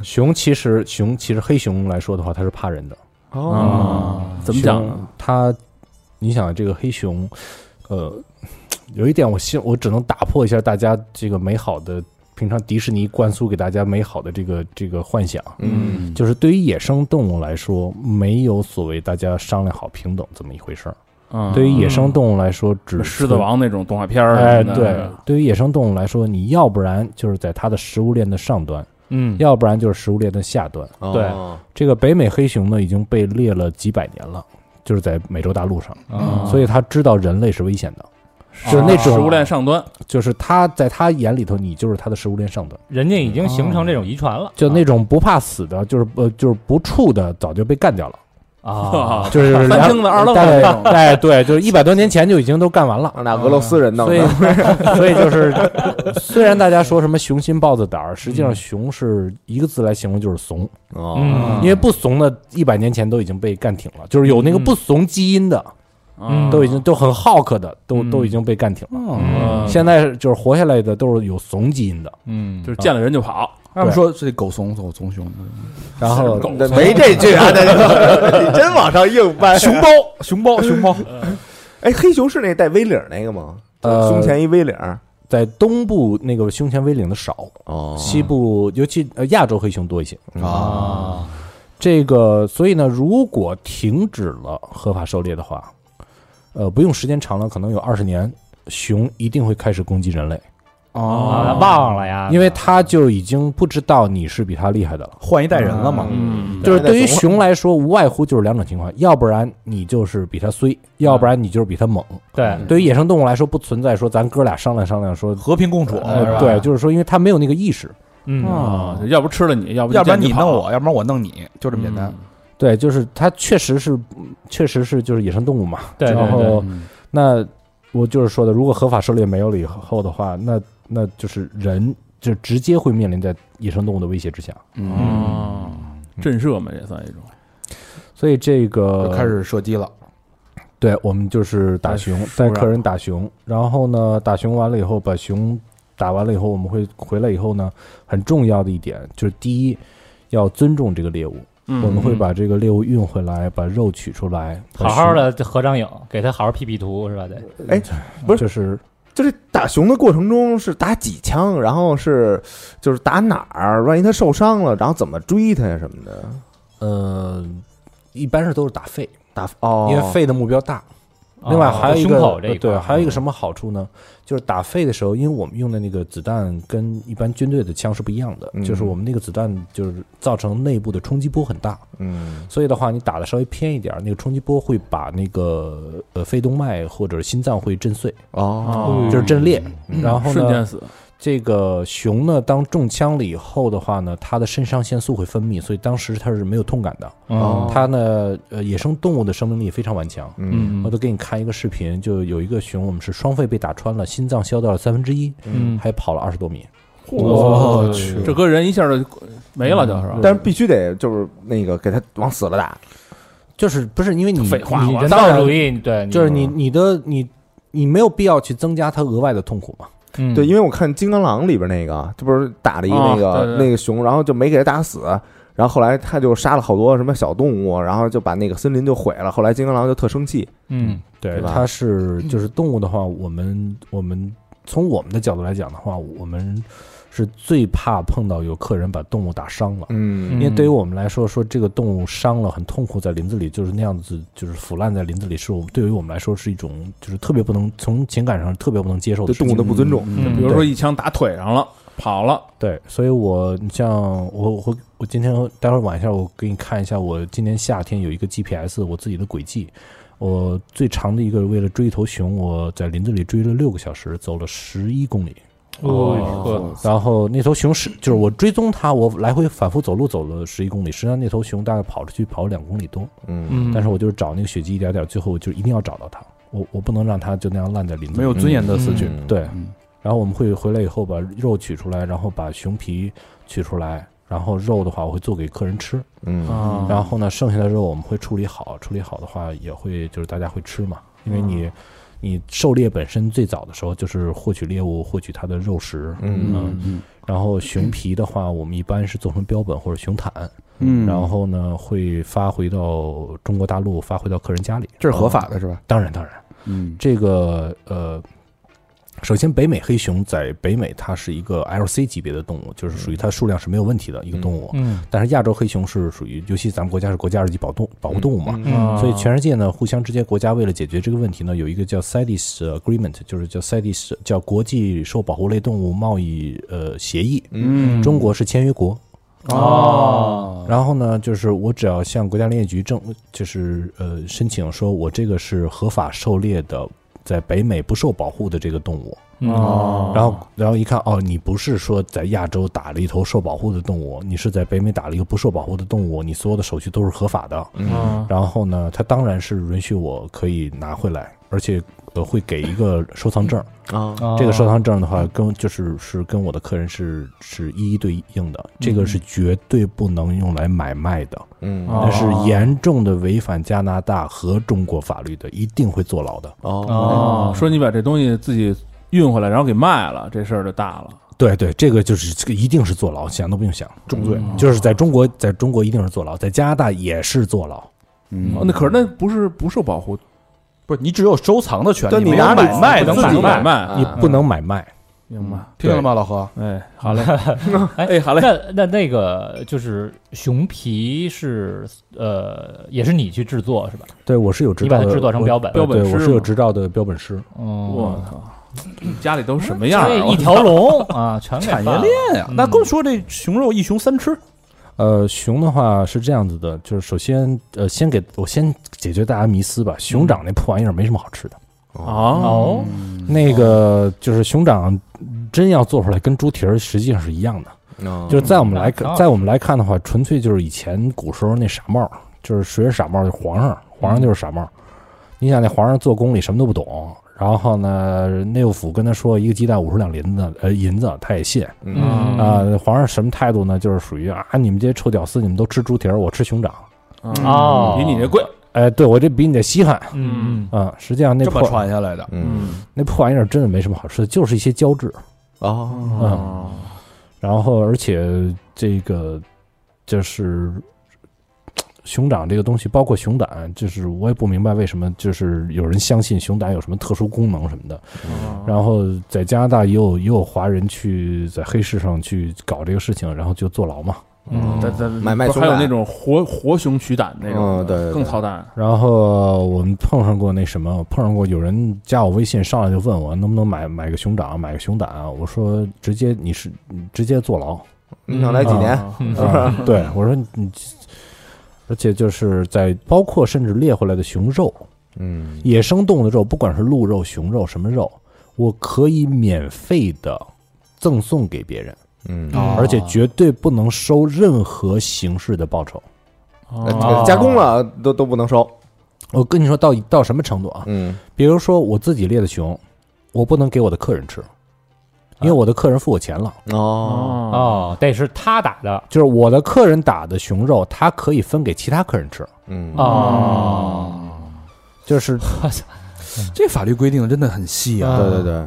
熊其实熊其实黑熊来说的话，它是怕人的。
哦
啊，怎么讲呢？
熊？它，你想这个黑熊，呃，有一点我希我只能打破一下大家这个美好的平常迪士尼灌输给大家美好的这个这个幻想，
嗯，
就是对于野生动物来说，没有所谓大家商量好平等这么一回事儿。
嗯
对于野生动物来说，只
嗯
存
狮子。王那种动画片儿
哎，
什么
对
的，
对于野生动物来说，你要不然就是在它的食物链的上端，
嗯，
要不然就是食物链的下端。
哦
对
这个北美黑熊呢，已经被列了几百年了，就是在美洲大陆上，
啊
所以他知道人类是危险的，是那种
哦食物链上端，
就是他在他眼里头，你就是他的食物链上的，
人家已经形成这种遗传了
哦
就那种不怕死的，就是呃就是不怵的，早就被干掉了，，
啊
(laughs)
就是
三
两
哦清的二愣子
大概
那种
哎对，就是一百多年前就已经都干完了。
啊那俄罗斯人弄
所以
(laughs)
的，，
所以就是，虽然大家说什么雄心豹子胆
嗯
儿，实际上熊是一个字来形容，就是怂。
哦
嗯
因为不怂的，一百年前都已经被干挺了，就是有那个不怂基因的，
嗯
都已经都很好客的，都
嗯
都已经被干挺了。
嗯
现在就是活下来的都是有怂基因的，
嗯就是见了人就跑，
他们说是狗怂狗怂熊，
然后
那没这句啊，那 (laughs) 个你真往上硬掰。
熊包熊包熊包，
哎，黑熊是那带 V 领儿那个吗？
呃
胸前一 V 领儿，
在东部那个胸前 V 领的少，
哦
西部尤其呃亚洲黑熊多一些。
啊，
这个所以呢，如果停止了合法狩猎的话，呃，不用时间长了，可能有二十年，熊一定会开始攻击人类，
哦
啊忘了呀，
因为它就已经不知道你是比它厉害的了。
换一代人了嘛，
嗯
就是对于熊来说，无外乎就是两种情况，要不然你就是比它衰，要不然你就是比它猛。
对
对于野生动物来说，不存在说咱哥俩商量商量说，
和平共处，
呃，对，就是说，因为它没有那个意识。
嗯
哦
啊，要不吃了你，要不就
要不然
见
你弄
跑
我，要不然我弄你，就这么简单
嗯。
对，就是它确实是，嗯确实是就是野生动物嘛。
对对
然后
嗯
那我就是说的，如果合法狩猎没有了以后的话，那那就是人就直接会面临在野生动物的威胁之下。
嗯
哦，震慑嘛，也算一种。
所以这个
就开始射击了，
对，我们就是打熊，带客人打熊，然后呢，打熊完了以后，把熊打完了以后，我们会回来以后呢，很重要的一点就是第一，要尊重这个猎物，
嗯
我们会把这个猎物运回来，把肉取出来，把
好好
熊，
的合张影，给他好好 P P 图是吧？得
不是
就是
就是打熊的过程中是打几枪，然后是就是打哪儿，万一它受伤了，然后怎么追它呀什么的。
呃，一般是都是打肺，
打哦，
因为肺的目标大。另外还有一个、
胸口这一块
对，还有一个什么好处呢？就是打肺的时候，因为我们用的那个子弹跟一般军队的枪是不一样的，
嗯
就是我们那个子弹就是造成内部的冲击波很大，
嗯
所以的话你打的稍微偏一点儿，那个冲击波会把那个呃肺动脉或者是心脏会震碎，
啊
哦，
嗯
就是震裂。然后
瞬间
呢，
死，
这个熊呢，当中枪了以后的话呢，它的肾上腺素会分泌，所以当时它是没有痛感的。
哦
它呢，呃，野生动物的生命力非常顽强。
嗯
我都给你看一个视频，就有一个熊，我们是双肺被打穿了，心脏消掉了三分之一，
嗯
还跑了二十多米。
我去，
这个人一下就没了，就是吧？
但是必须得就是那个给它往死了打，
就是不是因为你
废话
你
我
人
人嗯道
道
主义，对，
就是你你的你你没有必要去增加它额外的痛苦嘛？
嗯
对，因为我看《金刚狼》里边那个，这不是打了一
啊
那个、
对对对
那个熊，然后就没给它打死，然后后来他就杀了好多什么小动物，然后就把那个森林就毁了。后来金刚狼就特生气，
嗯
对
对吧
它是就是动物的话，我们我们从我们的角度来讲的话，我们是最怕碰到有客人把动物打伤了。
嗯
因为对于我们来说，说这个动物伤了很痛苦，在林子里就是那样子，就是腐烂在林子里，是我对于我们来说是一种就是特别不能从情感上特别不能接受的
对
事
动
情
物的不尊重。
嗯
比如说一枪打腿上了，跑了，
对，所以我你像我我我今天待会儿晚一下，我给你看一下，我今年夏天有一个 GPS 我自己的轨迹。我最长的一个为了追一头熊，我在林子里追了六个小时，走了十一公里。
哦，
然后那头熊是就是我追踪它，我来回反复走路走了十一公里。实际上那头熊大概跑出去跑了两公里多。
嗯，
嗯，
但是我就是找那个血迹一点点，最后我就一定要找到它，我我不能让它就那样烂在林子里。
没有尊严的死去，
嗯
对
嗯，
然后我们会回来以后把肉取出来，然后把熊皮取出来，然后肉的话我会做给客人吃，
嗯，
啊
然后呢剩下的肉我们会处理好，处理好的话也会就是大家会吃嘛，因为你
嗯
你狩猎本身最早的时候就是获取猎物，获取它的肉食，
嗯
嗯
然后熊皮的话我们一般是做成标本或者熊毯，
嗯
然后呢会发回到中国大陆，发回到客人家里，哦
这是合法的是吧？
当然当然。
嗯
这个呃，首先北美黑熊在北美它是一个 LC 级别的动物，就是属于它数量是没有问题的一个动物。
嗯
但是亚洲黑熊是属于，尤其咱们国家是国家二级保动保护动物嘛，
嗯
所以全世界呢，互相之间国家为了解决这个问题呢，有一个叫 CITES Agreement，就是叫 CITES 叫国际受保护类动物贸易呃协议。
嗯
中国是签约国，哦，然后呢，就是我只要向国家林业局政，就是呃申请说，我这个是合法狩猎的，在北美不受保护的这个动物。
哦
然后然后一看，哦，你不是说在亚洲打了一头受保护的动物，你是在北美打了一个不受保护的动物，你所有的手续都是合法的。
嗯
然后呢，他当然是允许我可以拿回来，而且呃会给一个收藏证。
啊，
嗯
这
哦
个收藏证的话，跟就是是跟我的客人是是一一对应的，这个是
嗯
绝对不能用来买卖的，
嗯
哦
那是严重的违反加拿大和中国法律的，一定会坐牢的。啊
哦，
哦，说你把这东西自己运回来，然后给卖了，这事儿就大了。
对对，这个就是这个一定是坐牢，想都不用想，重罪。
嗯
就是在中国，在中国一定是坐牢，在加拿大也是坐牢。
嗯
哦那可是那不是不受保护，
不是你只有收藏的权利，
对你
没有
拿着
买卖的
自
权
己
利
买卖，
啊
你不能买卖，
嗯
明白？
听见了吗，老何？
哎，好 (laughs) 嘞，
哎，
好嘞
那那那个就是熊皮是呃，也是你去制作是吧？
对我是有执
你把
照
它
的，
制作成
我
标本
标本
对，我
师
是有
吗
执照的标本师。
我
哦，
操，家里都什么样啊？
这
我
一条龙啊，全给
产业
办了
链哎呀、
嗯
那更说这熊肉一熊三吃，
呃，熊的话是这样子的，就是首先，呃，先给我先解决大家迷思
嗯
吧。熊掌那破玩意儿没什么好吃的，
啊，
哦，
那个就是熊掌真要做出来跟猪蹄儿实际上是一样的。
就
就是在我们来
嗯
看，在我们来看的话，纯粹就是以前古时候那傻帽，就是谁是傻帽，就是皇上，皇上就是傻帽。你想那皇上做宫里什么都不懂，然后呢，内务府跟他说一个鸡蛋五十两银子，呃，银子他也信，
嗯
啊、皇上什么态度呢？就是属于啊，你们这些臭屌丝，你们都吃猪蹄儿，我吃熊掌。
哦
嗯比你这贵，
哎，对我这比你得稀罕
嗯
啊！实际上那
这么
破
传下来的。
嗯
那破玩意儿真的没什么好吃的，就是一些胶质。
哦，
嗯，然后而且这个就是熊掌这个东西，包括熊胆，就是我也不明白为什么就是有人相信熊胆有什么特殊功能什么的。
哦
然后在加拿大也有也有华人去在黑市上去搞这个事情，然后就坐牢嘛。
嗯
咱咱
买卖
嗯不是还有
熊胆
那种活活熊取胆那种的，
嗯对对对
更操蛋。
然后我们碰上过那什么，碰上过有人加我微信，上来就问我能不能买买个熊掌，买个熊胆啊？我说直接你是你直接坐牢。
你想来几年？
啊，对，我说你，而且就是在包括甚至猎回来的熊肉，
嗯
野生动物的肉，不管是鹿肉、熊肉什么肉，我可以免费的赠送给别人，
嗯，
啊
而且绝对不能收任何形式的报酬。
哦
呃加工了都都不能收。
我跟你说到到什么程度啊？
嗯
比如说我自己猎的熊，我不能给我的客人吃，因为我的客人付我钱了。
哦
哦，
哦，得是他打的
就是我的客人打的熊肉，他可以分给其他客人吃，
嗯
哦，
就是
这法律规定的真的很细啊。
对对对，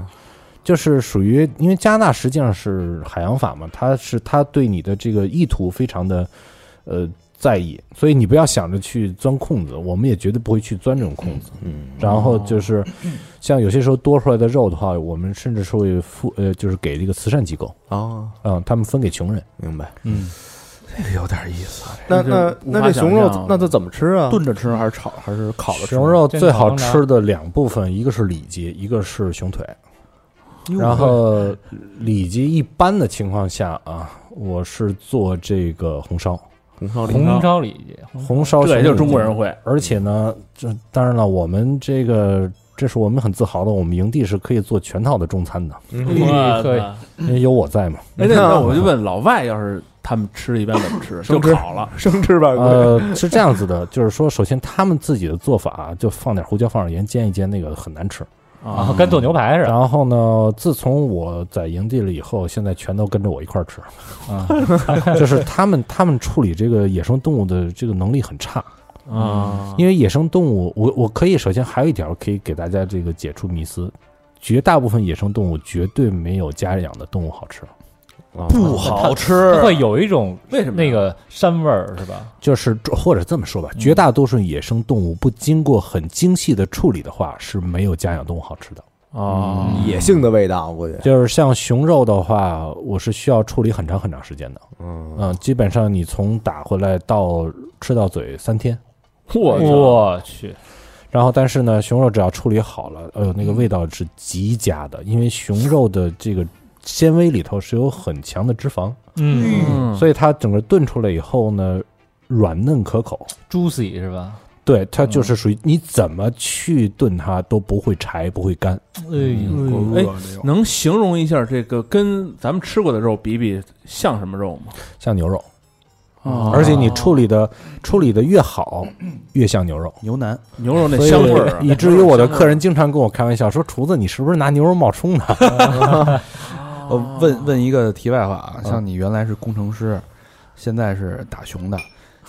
就是属于，因为加拿大实际上是海洋法嘛，它是它对你的这个意图非常的呃在意，所以你不要想着去钻空子，我们也绝对不会去钻这种空子。
嗯
然后就是像有些时候多出来的肉的话，我们甚至是会付呃，就是给这个慈善机构，
哦，
嗯，他们分给穷人。
明白。
这个有点意思，
那
这
那那
无法
这
想
熊肉
象
那这怎么吃啊？
炖着吃还是炒还是烤着吃？
熊肉
这
最
脑
好
能拿
吃的两部分，一个是里脊，一个是熊腿。然后里脊一般的情况下啊，我是做这个红烧。
红烧里
红烧里脊，
红烧
这也就
熊
是中国
里脊
人会。
而且呢，这当然了，我们这个这是我们很自豪的，我们营地是可以做全套的中餐的，
嗯
嗯
我
可以
操
因为有我在嘛。
哎，那那我就问老外，要是他们吃一般怎么吃？就烤了，
生吃吧，
呃，是这样子的，就是说，首先他们自己的做法啊、就放点胡椒，放点盐，煎一煎，那个很难吃。
啊，跟做牛排似的
然后呢，自从我在营地了以后，现在全都跟着我一块儿吃，
啊，
(laughs) 就是他们他们处理这个野生动物的这个能力很差。
嗯
啊，
因为野生动物，我我可以首先还有一点可以给大家这个解除迷思，绝大部分野生动物绝对没有家养的动物好吃，
啊
不好吃
它，会有一种
为什么
那个膻味儿是吧？
就是或者这么说吧，绝大多数野生动物不经过很精细的处理的话是没有家养动物好吃的。
啊？
嗯
野性的味道，我估计。
就是像熊肉的话，我是需要处理很长很长时间的，
嗯
嗯，基本上你从打回来到吃到嘴三天。
我操
我去，
然后，但是呢，熊肉只要处理好了，呃，那个味道是极佳的，因为熊肉的这个纤维里头是有很强的脂肪，
嗯
嗯
所以它整个炖出来以后呢，软嫩可口。
，juicy 是吧？
对，它就是属于你怎么去炖它都不会柴，不会干。
哎呦，
哎，能形容一下这个跟咱们吃过的肉比比像什么肉吗？
像牛肉，
啊
而且你处理的处理的越好，越像牛肉。
牛腩，
牛肉那
所以
香味儿啊，
以至于我的客人经常跟我开玩笑说：“厨子，你是不是拿牛肉冒充的
呃，问问一个题外话啊，像你原来是工程师，现在是打熊的，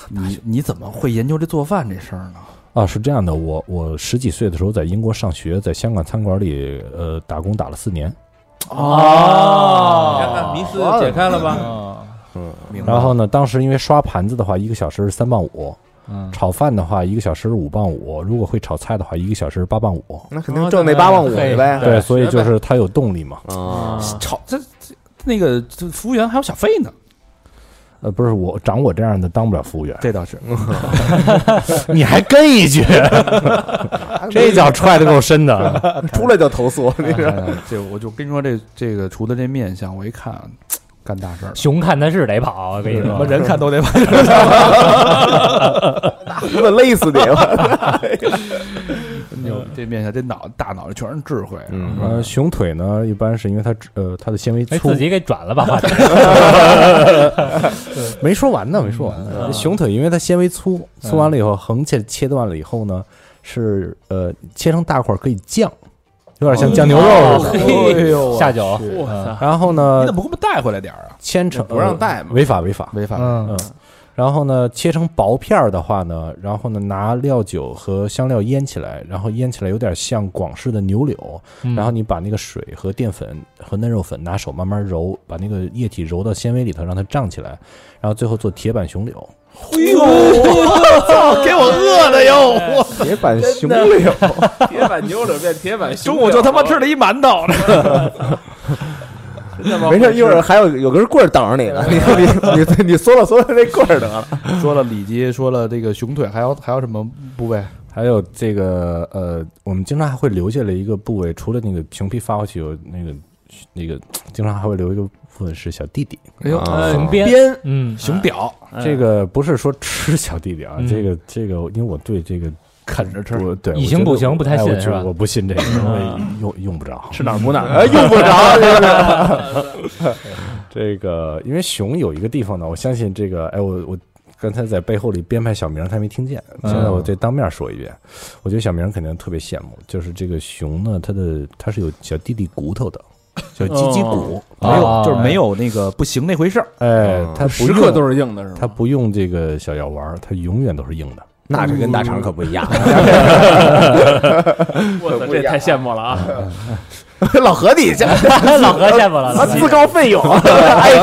你你怎么会研究这做饭这事儿呢？？”
啊，是这样的，我我十几岁的时候在英国上学，在香港餐馆里呃打工打了四年，
你看看迷思
哎
解开了吧？
明白
然后呢，当时因为刷盘子的话，一个小时是三磅五，
嗯，
炒饭的话一个小时是五磅五，如果会炒菜的话一个小时是八磅五。
那肯定挣那八万五去哎呗。
对，所以就是它有动力嘛。
啊，
炒这这那个这服务员还有小费呢，
呃，不是我长我这样的当不了服务员，
这倒是
你还跟一句，这脚踹的够深的。
出来就投诉， (laughs) 你说
哎这我就跟你说，这这个厨子这面相，我一看干大事儿了。
熊看它是得跑，我跟你说，
人看都得把
我得勒死你了。
牛，这面相这脑大脑袋全是智慧。啊
(laughs) 嗯
呃，熊腿呢，一般是因为它呃它的纤维
哎，
粗
自，己给转了吧， (laughs) 话题。
没说完
嗯
呢，没说完呢。熊腿因为它纤维粗，粗完了以后横切切断了以后呢，是呃切成大块儿可以酱，有
哦
点像酱牛肉似的。
哎呦，
下酒，
我操！
然后
你
呢
怎，么不带回来点儿啊？
牵成
哦不让带嘛
呃违法违法。
违法
嗯，然后呢，切成薄片儿的话呢，然后呢拿料酒和香料腌起来，然后腌起来有点像广式的牛柳，
嗯
然后你把那个水和淀粉和嫩肉粉拿手慢慢揉，把那个液体揉到纤维里头，让它胀起来，然后最后做铁板熊柳。
(laughs)
给我饿的哟！哎铁板熊柳，
(laughs) 铁板牛柳变铁板熊
中午就他妈吃了一馒头，
(laughs)
没事，一会儿还有有根棍儿等着你呢。你你你你缩了缩了那棍儿得了。
说了里脊，说了这个熊腿，还有还有什么部位？
还有这个呃，我们经常还会留下来一个部位，除了那个熊皮发过去有那个那个，经常还会留一个部分是小弟弟。
哎呦，
啊
熊鞭，
鞭
嗯，
熊屌
这个不是说吃小弟弟啊，
嗯
这个这个，因为我对这个
啃着吃，
我对
以
我
形
觉得
补
我
形不太
哎我
信是
觉
吧嗯
我不信这个，因为用用不着
吃哪儿补哪儿，
哎，用不着，这是
这个，因为熊有一个地方呢，我相信这个，哎，我我刚才在背后里编排小明，他没听见，现在我得当面说一遍，我觉得小明肯定特别羡慕，就是这个熊呢，它的它是有小弟弟骨头的，小鸡鸡骨，
没有
哦
就是没有那个不行那回事儿。
哎，它不
时刻
是
都是硬的，是吗？
它不用这个小药丸，它永远都是硬的。
那是跟大肠可不一样。
我操，这太羡慕了啊！
老何，你这
(laughs) 老何羡慕了，老
自告奋勇，哎呀，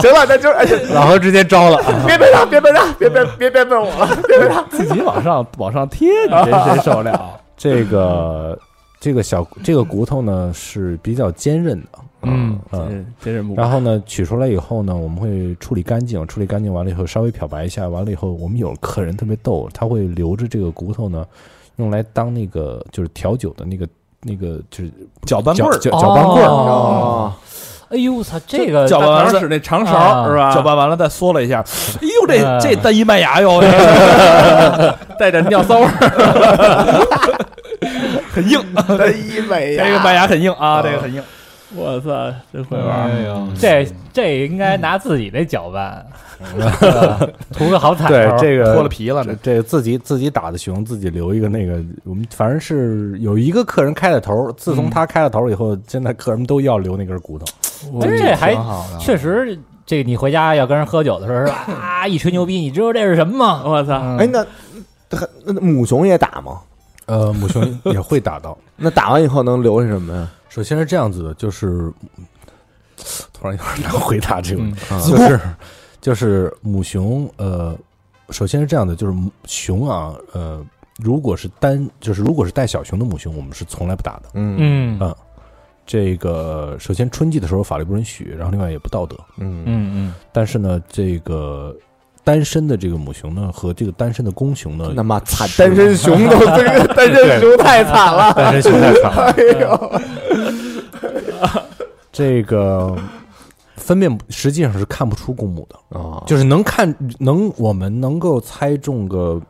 行了，那就哎，
老何直接招了，
别别他，别别他，别别别别问我了，别别他。
自己往上往上贴，你谁谁受
(laughs)
得
哦
了？
这个这个小这个骨头呢是比较坚韧的，
嗯，
嗯。
真是木
然后呢，取出来以后呢，我们会处理干净，处理干净完了以后，稍微漂白一下，完了以后，我们有客人特别逗，他会留着这个骨头呢，用来当那个就是调酒的那个那个就是
搅拌
搅
棍儿，
搅搅拌棍儿。
哦，哎呦我操，这个
搅拌
当
完
时
了。
使那长
啊
勺是吧？哎
搅拌完了再嗦了一下，哎呦，
嗯
这这单一麦芽哟，
带着尿骚味儿，
很硬，
哎呀美
这个麦芽很硬啊，这个很硬。
我操，真会玩儿！
哎呦，这这应该拿自己那搅拌， (laughs) 图个好彩头。
对，这个
脱了皮了
这
这
这自己自己打的熊，自己留一个那个，我们反正是有一个客人开了头，自从他开了头以后，现在客人都要留那根骨头。
但是这还
挺好的
确实，这你回家要跟人喝酒的时候
(laughs)
是吧？啊，一吹牛逼，你知道这是什么吗？
我操，
哎，那那母熊也打吗？
呃，母熊也会打到，
那打完以后能留下什么呀？
首先是这样子的，就是嗯突然有点难回答这个问题，
嗯
就是就是母熊，呃，首先是这样的，就是母熊啊，呃，如果是单，就是如果是带小熊的母熊，我们是从来不打的。
嗯
嗯
啊这个首先春季的时候法律不允许，然后另外也不道德。
嗯
嗯
但是呢，这个单身的这个母熊呢和这个单身的公熊呢
哎
那，妈惨，
是
单身熊都这
(laughs)
个单身熊太惨了。
单身熊太惨了。
哎呦，
这个分辨实际上是看不出公母的，
啊，
就是能看能我们能够猜中个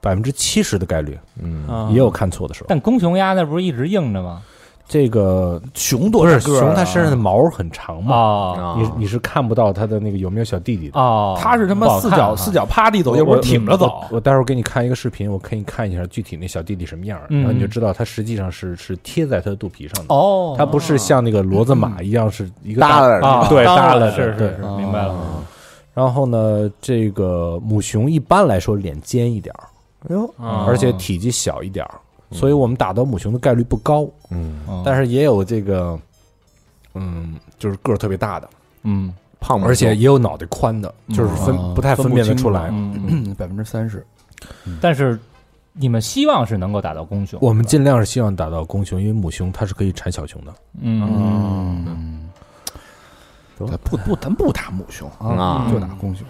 百分之七十的概率，
嗯
啊
也有看错的时候。
但公熊鸭那不是一直硬着吗？
这个
熊
不
多
是
大个儿啊
熊，它身上的毛很长
嗯
嘛，
哦
啊
你你是看不到它的那个有没有小弟弟的。
哦，
它是他
不
妈
好
四
看
脚
啊
四脚趴地走，要不
我
然挺着走
我。我待会儿给你看一个视频，我可以看一下具体那小弟弟什么样儿，
嗯
然后你就知道它实际上是是贴在它的肚皮上的，
哦，
它不是像那个骡子马一样是一个
耷
大
拉着
啊，
对
当然
耷拉着
是是
对
是，明白
哦
了。
然后呢，这个母熊一般来说脸尖一点儿，哎呦，
啊嗯
而且体积小一点儿，所以我们打到母熊的概率不高。
嗯，
但是也有这个，嗯，就是个儿特别大的，
嗯，
胖
而且也有脑袋宽的，就是分
啊
不太分辨得出
嗯
来。
嗯百分之三十，
但是你们希望是能够打到公熊，
我们尽量是希望打到公熊，因为母熊它是可以产小熊的。
嗯，
咱不不，咱不打母熊
嗯啊
就打公熊。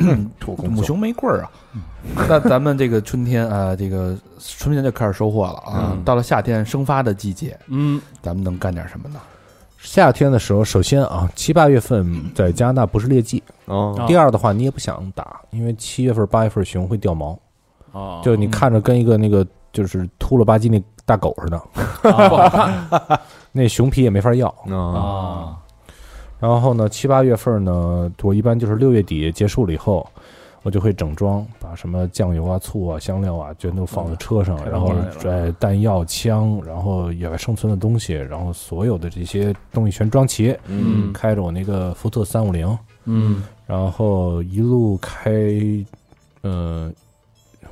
嗯母熊没棍儿啊，
嗯
(laughs) 那咱们这个春天啊、呃这个春天就开始收获了啊。
嗯
到了夏天生发的季节，
嗯，
咱们能干点什么呢？
夏天的时候，首先啊，七八月份在加拿大不是猎季。
啊，
第二的话，你也不想打，因为七月份、八月份熊会掉毛，
哦，
就你看着跟一个那个就是秃了吧唧那大狗似的，
不好
(laughs)
看，
那熊皮也没法要。
啊
啊，
然后呢，七八月份呢，我一般就是六月底结束了以后，我就会整装，把什么酱油啊、醋啊、香料啊，全都放在车上，然后拽弹药、枪，然后野外生存的东西，然后所有的这些东西全装齐，
嗯
开着我那个福特三五零，
嗯，
然后一路开，呃，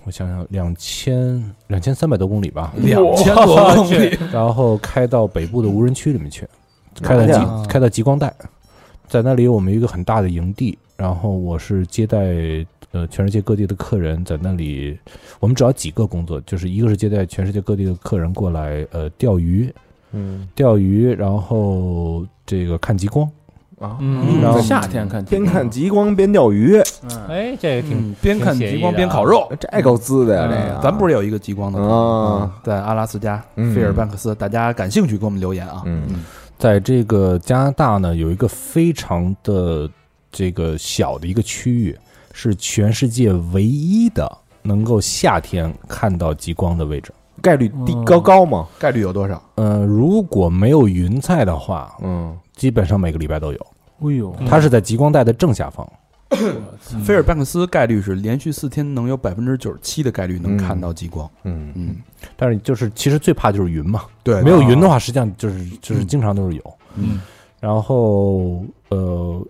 我想想，两千两千三百多公里吧，
两 (laughs) 千多公
哦
里，
然后开到北部的无人区里面去，开到
嗯哪里
啊
极开到极光带，在那里我们有一个很大的营地，然后我是接待呃全世界各地的客人，在那里我们主要几个工作，就是一个是接待全世界各地的客人过来呃钓鱼，
嗯
钓鱼，然后这个看极光，
啊，
嗯
然后
夏天看
边看极光边钓鱼，
哎，这个挺
嗯，边看极光边烤肉。嗯
这够滋的呀！这个
咱嗯不是也有一个极光的吗？
啊
在阿拉斯加
嗯
费尔班克斯，大家感兴趣给我们留言啊。
嗯
在这个加拿大呢，有一个非常的这个小的一个区域，是全世界唯一的能够夏天看到极光的位置。
概率低
嗯
高高嘛，
概率有多少？
呃，如果没有云彩的话，
嗯
基本上每个礼拜都有。
哎呦，
它是在极光带的正下方，
嗯
菲尔班克斯概率是连续四天能有百分之九十七的概率能
嗯
看到极光。
嗯
嗯，
但是就是其实最怕就是云嘛，哦
对
没有云的话，实际上就是就是经常都是有。
嗯，
然后呃，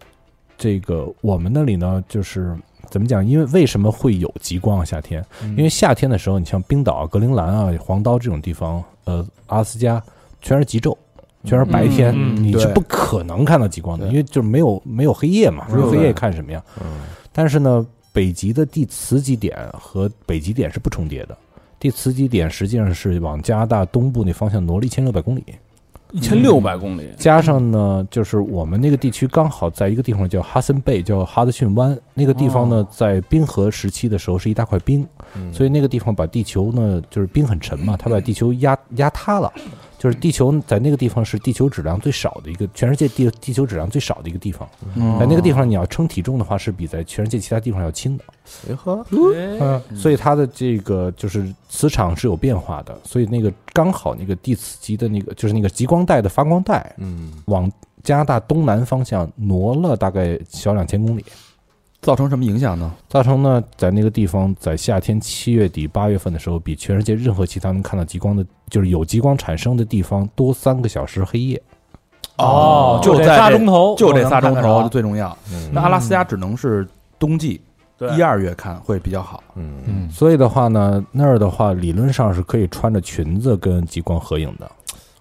这个我们那里呢，就是怎么讲？因为为什么会有极光啊？夏天，因为夏天的时候，你像冰岛啊、格陵兰啊、黄刀这种地方，呃，阿拉斯加全是极昼。全是白天，
嗯
你是
对
不可能看到极光的，
对
因为就是没有没有黑夜嘛，没有黑
对
夜看什么呀？但是呢，北极的地磁极点和北极点是不重叠的，地磁极点实际上是往加拿大东部那方向挪了一千六百公里，
一千六百公里，
加上呢，就是我们那个地区刚好在一个地方叫哈森贝，叫哈德逊湾。那个地方呢，在冰河时期的时候是一大块冰，所以那个地方把地球呢，就是冰很沉嘛，它把地球压压塌了。就是地球在那个地方是地球质量最少的一个，全世界地地球质量最少的一个地方。
嗯
在
哎
那个地方，你要称体重的话，是比在全世界其他地方要轻的。
以呵，
哎
嗯，所以它的这个就是磁场是有变化的，所以那个刚好那个地磁极的那个就是那个极光带的发光带，
嗯
往加拿大东南方向挪了大概小两千公里，
造成什么影响呢？
造成呢在那个地方在夏天七月底八月份的时候，比全世界任何其他能看到极光的，就是有极光产生的地方多三个小时黑夜。
哦，
就
这
在
仨
这
钟头，
就这仨钟
我能看得
头
着
最重要。那
嗯
阿拉斯加只能是冬季
对
一二月看会比较好。
嗯
所以的话呢，那儿的话理论上是可以穿着裙子跟极光合影的。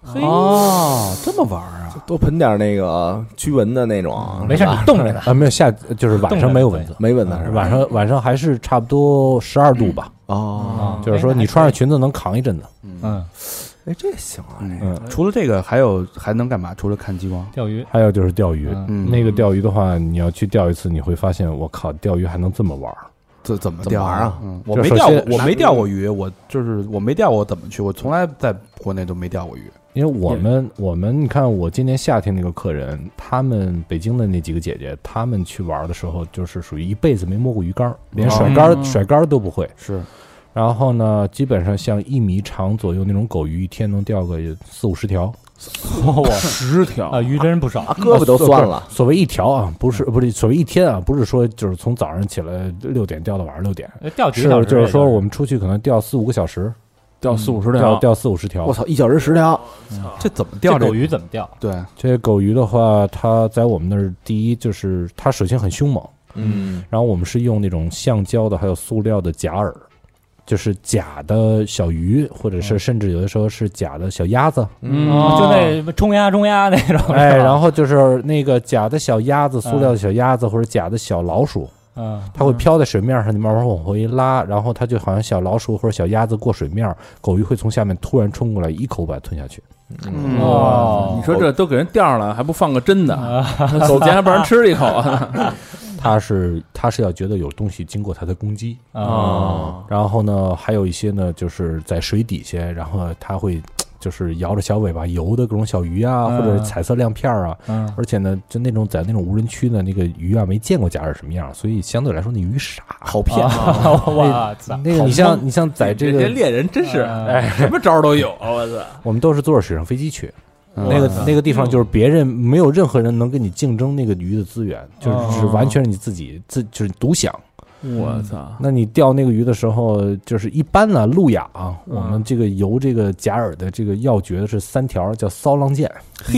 嗯
哦，这么玩儿啊？
多喷点那个驱蚊的那种，
没事，你冻着呢。
啊，没有夏，就是晚上没啊有蚊子，
没蚊子是吧？
嗯晚上晚上还是差不多十二度吧，
哦，
啊
嗯就是说你穿上裙子能扛一阵子。
嗯
哎，这行啊，
嗯，
嗯，
除了这个还有还能干嘛？除了看极光，
钓鱼，
还有就是钓鱼，
嗯
嗯，
那个钓鱼的话，你要去钓一次，你会发现，我靠，钓鱼还能这么玩儿。
怎怎么
怎么
钓
玩啊？
嗯，
我
就
没
首
钓过，
先
我没
是
钓过鱼，我就是我没钓过，怎么去？我从来在国内都没钓过鱼。
因为我们我们你看，我今年夏天那个客人，他们北京的那几个姐姐，她们去玩的时候，就是属于一辈子没摸过鱼竿儿，
哦
连甩竿儿
嗯
甩竿儿都不会。
是
然后呢，基本上像一米长左右那种狗鱼，一天能钓个四五十条。
十条
啊，鱼真不少。
胳膊都
所
酸了。
所谓一条啊，不是不是所谓一天啊，不是说就是从早上起来六点钓到晚上六点，
钓几
是
个小时
就是说
也
我们出去可能钓四五个小时，
钓四五十
钓
条，
钓四五十条
我。操，一小时十条，
这怎么钓
这
这
狗鱼怎么钓？
对，
这狗鱼的话，它在我们那儿，第一就是它首先很凶猛，
嗯，
然后我们是用那种橡胶的还有塑料的假饵，就是假的小鱼，或者是甚至有的时候是假的小鸭子，
嗯，
就那冲压冲压那种。
(laughs) 哦哎， (laughs)
是吧
然后就是那个假的小鸭子、塑料的小鸭子或者假的小老鼠，
嗯，
它会飘在水面上，你慢慢往回一拉，然后它就好像小老鼠或者小鸭子过水面，狗鱼会从下面突然冲过来，一口把它吞下去。
哦
嗯
你，说这都给人钓上来，还不放个真的， (laughs) 走前还不让人吃一口 (laughs) 啊？
嗯
它是它是要觉得有东西经过它的攻击，
嗯
哦
哦
啊，
然后呢，还有一些呢，就是在水底下，然后它会就是摇着小尾巴游的各种小鱼啊，
嗯
或者是彩色亮片儿啊。
嗯
而且呢，就那种在那种无人区呢，那个鱼啊没见过假饵什么样，所以相对来说那鱼傻。
好骗。
啊
啊
我操，
(laughs) 那个你像你像在这
些
个，
猎人真是
哎
什么招儿都有，我操！
我们都是坐着水上飞机去。
嗯
嗯
那个那个地方就是别人没有任何人能跟你竞争那个鱼的资源，就是是完全是你自己自就是独享。
(laughs) 我操！
那你钓那个鱼的时候，就是一般呢，路亚啊，我们这个游这个假饵的这个要诀是三条，叫骚浪剑。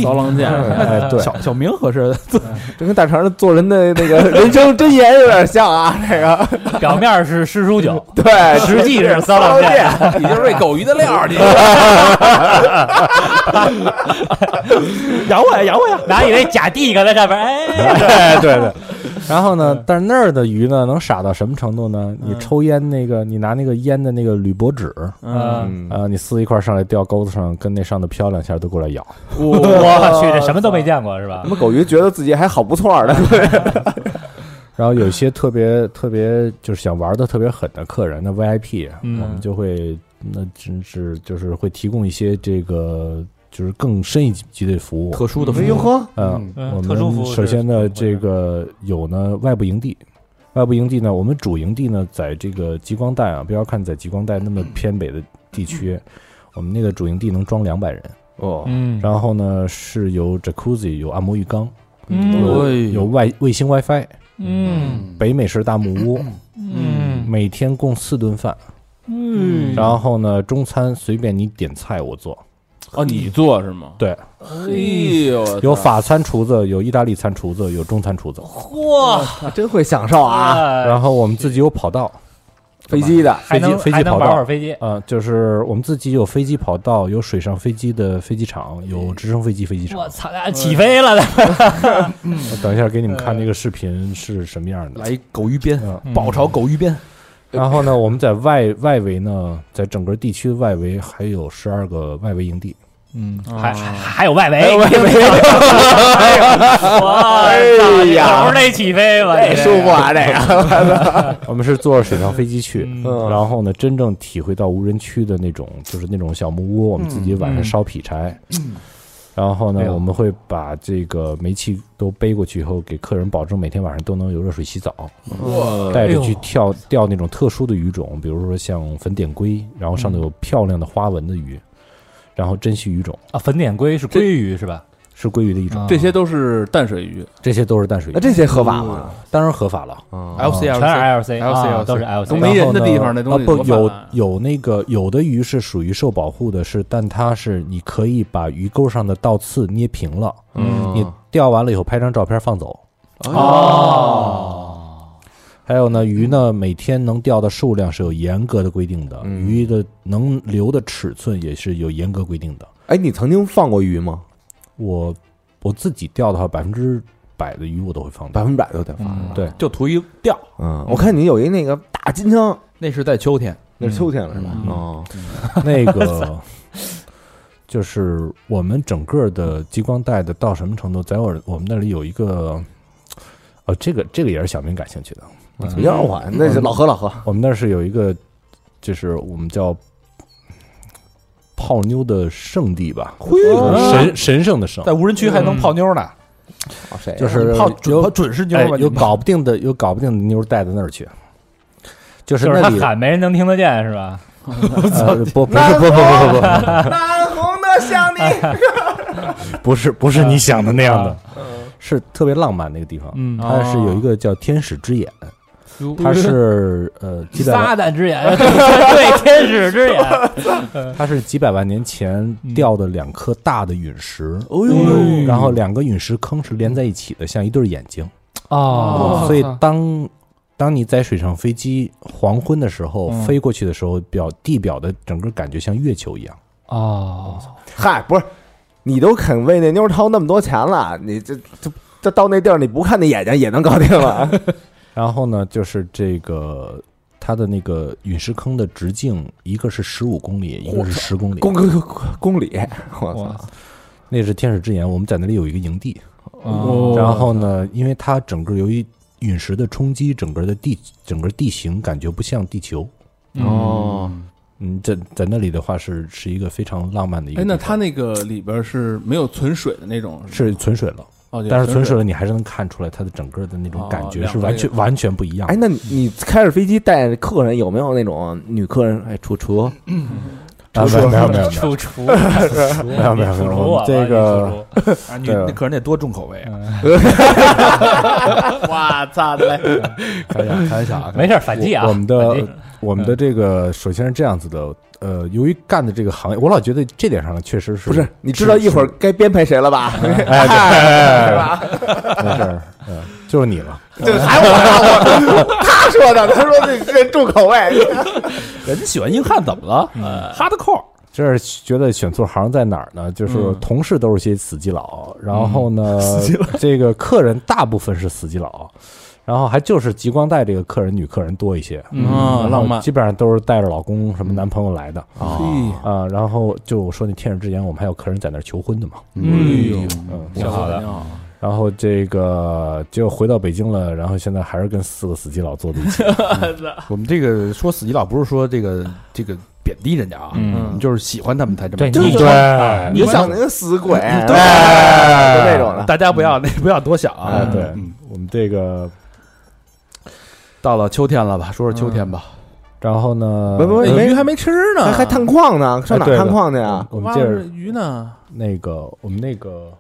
骚浪剑，
(laughs)
(laughs)
哎，对，
小小明合适，
这跟大肠做人的那个人生箴言有点像啊，这个
表面是诗书
(laughs)
酒，
对，
实际是骚浪
浪
剑。
你就是喂狗鱼的料儿，你
养我呀，养我呀！
(laughs) 拿你那假地搁在上面，哎，
哎，对对。然后呢，但是那儿的鱼呢，能傻到什么程度呢？你抽烟那个，你拿那个烟的那个铝箔纸，
嗯，
啊，你撕一块上来掉钩子上，跟那上头飘两下都过来咬。
我去，这什么都没见过是吧
他？们狗鱼觉得自己还好不错的，
然后有一些特别 (sighs) 特别就是想玩的特别狠的客人，那 VIP，、
嗯
我们就会那真是就是会提供一些这个就是更深一级的服务。
特殊的服
呦
务，
呵，
嗯，
嗯
我
特殊服务
们
是
首先
怎么
呢，
回事
这个有呢外部营地，外部营地呢，我们主营地呢在这个极光带啊，不要看在极光带那么偏北的地区，我们那个主营地能装两百人，
哦，
嗯
然后呢是有 jacuzzi，有按摩浴缸，
嗯
有外卫星 WiFi，
嗯
北美式大木屋，
嗯
每天供四顿饭，
嗯
然后呢，中餐随便你点菜我做，
哦，你做是吗？
对，
哎呦，我操
有法餐厨子，有意大利餐厨子，有中餐厨子，
嚯
真会享受啊，
啊，
然后我们自己有跑道，
飞机的，
还能
飞机飞机
还能
跑道
玩会儿飞机，
呃，就是我们自己有飞机跑道，有水上飞机的飞机场，有直升飞机飞机场
我。操，哎起飞了，
我等一下给你们看那个视频是什么样的。
来一狗鱼鞭，
嗯，
宝朝狗鱼鞭，
然后呢，我们在外外围呢，在整个地区的外围还有十二个外围营地，
嗯，还还有外围，外围，
哎呀
不是那起飞吧？
哎
太舒服啊，这个，
我们是坐水上飞机去，
嗯
然后呢，真正体会到无人区的那种，就是那种小木屋，我们自己晚上
嗯
烧劈柴，然后呢
哎，呦
我们会把这个煤气都背过去以后，给客人保证每天晚上都能有热水洗澡，带
哎
着去跳钓那种特殊的鱼种，比如说像粉点龟，然后上
嗯
头有漂亮的花纹的鱼，然后珍稀鱼种
啊，粉点龟是鲑鱼是吧？
是鲑鱼的一种，
啊
这些都是淡水鱼，
这些都是淡水鱼
那，
啊
这些合法吗？
当然合法了。
全是 LC 啊，都是 LC，
都没人的地方那
然
东
后
西
呢
多
啊不
泛
有
滥
有那个有的鱼是属于受保护的是，但它是你可以把鱼钩上的倒刺捏平了，
嗯
你钓完了以后拍张照片放走。啊
哦，
还有呢，鱼呢每天能钓的数量是有严格的规定的，
嗯
鱼的能留的尺寸也是有严格规定的。
哎，你曾经放过鱼吗？
我我自己钓的话，百分之百的鱼我都会放
百
掉。
分百都得放。
嗯
对
就图一钓。
嗯，我看你有一那个大金枪，
那是在秋天，
那是秋天了是吧？
嗯
哦，
那个就是我们整个的激光带的哦到什么程度，在我我们那里有一个，呃，这个这个也是小明感兴趣的。
不要我，那是老何老何，
我们那儿是有一个，就是我们叫泡妞的圣地吧，
啊
神神圣的圣，
在无人区还能泡妞呢，
哦谁呀
就是
泡
有
准准是妞
哎
吧？
有
你们
搞不定的有搞不定的妞儿带到那儿去，就是
就是他
那里
喊没人能听得见是吧？
呃不不是不不不不不
南红的想你，
(laughs) 不是不是你想的那样的，
嗯
是特别浪漫那个地方，
嗯哦
它是有一个叫天使之眼，它是呃几百
撒
万
旦之眼， (laughs) 对天使之眼，
它是几百万年前
嗯
掉的两颗大的陨石，
哎
嗯
呦
然后两个陨石坑是连在一起的，像一对眼睛。嗯
哦，
所以当当你在水上飞机黄昏的时候、
嗯
飞过去的时候，表地表的整个感觉像月球一样。
哦，
嗨，不是，你都肯为那妞儿掏那么多钱了，你这这这到那地儿你不看那眼睛也能搞定了，
然后呢，就是这个它的那个陨石坑的直径，一个是十五公里，一个是十公里。
公公公里，我操！
那是天使之眼，我们在那里有一个营地。
哦
然后呢，因为它整个由于陨石的冲击，整个的地整个地形感觉不像地球。
哦，
嗯，在在那里的话是是一个非常浪漫的一个
哎，
地方。
那它那个里边是没有存水的那种，
是存水了。
哦，
但是存水
水
了，你还是能看出来它的整个的那种感
哦
觉
两
是完
个
全完全不一样
哎，。那你你开着飞机带着客人有没有那种女客人？哎，楚楚，
啊，没有没有没有，
出厨，
没有没有没有我们这个
啊，女
对
那可是得多重口味啊！
哇操嘞！
开玩笑开玩笑啊，
没事儿反击啊，
我我们的我
嗯
们的这个首先是这样子的，呃，由于干的这个行业，我老觉得这点上呢确实是
不是，你知道一会儿该编排谁了吧？(laughs)
嗯哎，
是吧？
对，没事儿，嗯，就是你了，
这还我还我，他说的，他说这这重口味，
人家喜欢硬汉怎么了？哈德 core
这是觉得选错行在哪儿呢？
嗯
就是同事都是些死基佬，然后
嗯 (laughs)
呢，这个客人大部分是死基佬，然后还就是极光带这个客人女客人多一些，
啊，
然后
浪漫嗯
基本上都是带着老公什么男朋友来的
哎嘿
啊、然后就我说那天使之眼，我们还有客人在那儿求婚的嘛，
哎呦，
嗯，
挺好的，
然后这个结果回到北京了，然后现在还是跟四个死基佬坐在
(laughs)
一起，
我们这个说死基佬不是说这个这个贬低人家啊，嗯，就是喜欢他们才这么
对你
对
你想那个死鬼，对，就
哎
那种的。
大家不要那不要多想啊
啊，，对，我们这个，
到了秋天了吧？说说秋天吧，
然后呢，
不不，
鱼
没
还没吃呢，
还还探矿呢，上哪
哎对
儿
的
探矿去啊？
我们
挖
接
着
着
鱼呢，
那个我们那个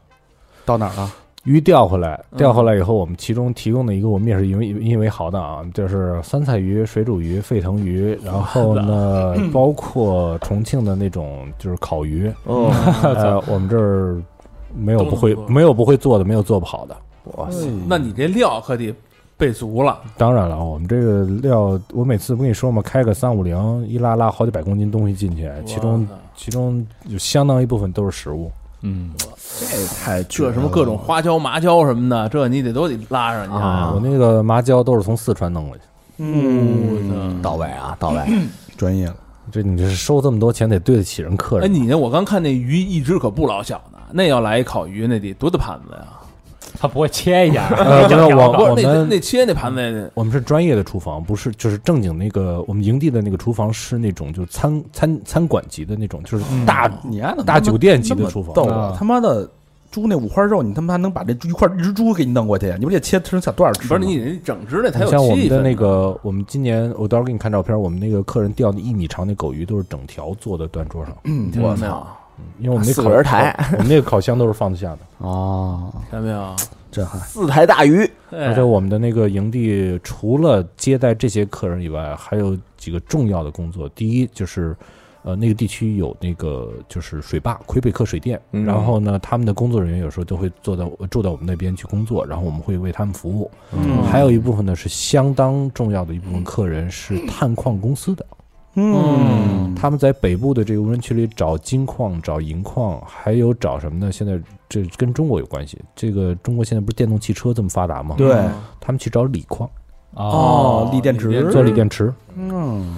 到哪儿了？
鱼钓回来，
嗯
钓回来以后，我们其中提供的一个，我们也是因为因为好的啊，就是酸菜鱼、水煮鱼、沸腾鱼，然后
(laughs)
呢，包括重庆的那种就是烤鱼， (laughs)
哦，
呃，我们这儿没有
都能
不会
做
没有不会做的，没有做不好的。
哇塞！
那你这料可得备足了，
当然了，我们这个料，我每次不跟你说嘛，开个三五零，一拉拉好几百公斤东西进去，其中
哇
其中有相当一部分都是食物。
嗯，
这太这什么各种花椒、麻椒什么的，这你得都得拉上，你看
啊
我那个麻椒都是从四川弄过去。
嗯，到位啊，到位！
专业了，
这你这收这么多钱，得对得起人客人。
哎，你那我刚看那鱼一只可不老小呢，那要来一烤鱼，那得多大盘子呀？
他不会切一下，
呃，不是我
不
我
是那
们
那切那盘子也得，
我们是专业的厨房，不是就是正经那个我们营地的那个厨房是那种就餐餐餐馆级的那种，就是
嗯
大、
你丫的
大酒店级的厨房
逗我他妈的猪那五花肉，你他妈还能把这一块一只猪给你弄过去？你不得切成小段儿吃
不
吗？
是你得整只那才
你
有
像我们
气
的
氛。
那个，我们今年我到时候给你看照片，我们那个客人钓的一米长那狗鱼都是整条坐在端桌上，
你嗯听见没有？
因为我们那
嗯四
烤
个人抬，
我们那个烤箱都是放得下的，
哦，
听见没有？
震撼，
嗯
四台大鱼，
而
哎
且，我们的那个营地除了接待这些客人以外，还有几个重要的工作。第一就是，呃，那个地区有那个就是水坝魁北克水电，
嗯
然后呢，他们的工作人员有时候都会坐到呃住到我们那边去工作，然后我们会为他们服务。
嗯
还有一部分呢是相当重要的一部分客人是探矿公司的，
嗯，
他们在北部的这个无人区里找金矿、找银矿，还有找什么呢？现在这跟中国有关系。这个中国现在不是电动汽车这么发达吗？
对
他们去找锂矿。
哦，锂电
锂电
池
池
做锂电池，嗯，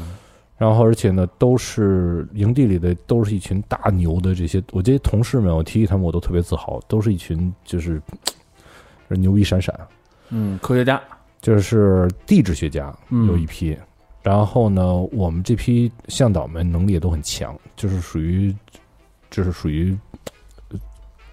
然后而且呢，都是营地里的都是一群大牛的这些，我这些同事们，我提起他们我都特别自豪，都是一群就是牛逼闪闪，啊
嗯，科学家
就是地质学家
嗯
有一批，然后呢，我们这批向导们能力也都很强，就是属于，就是属于，呃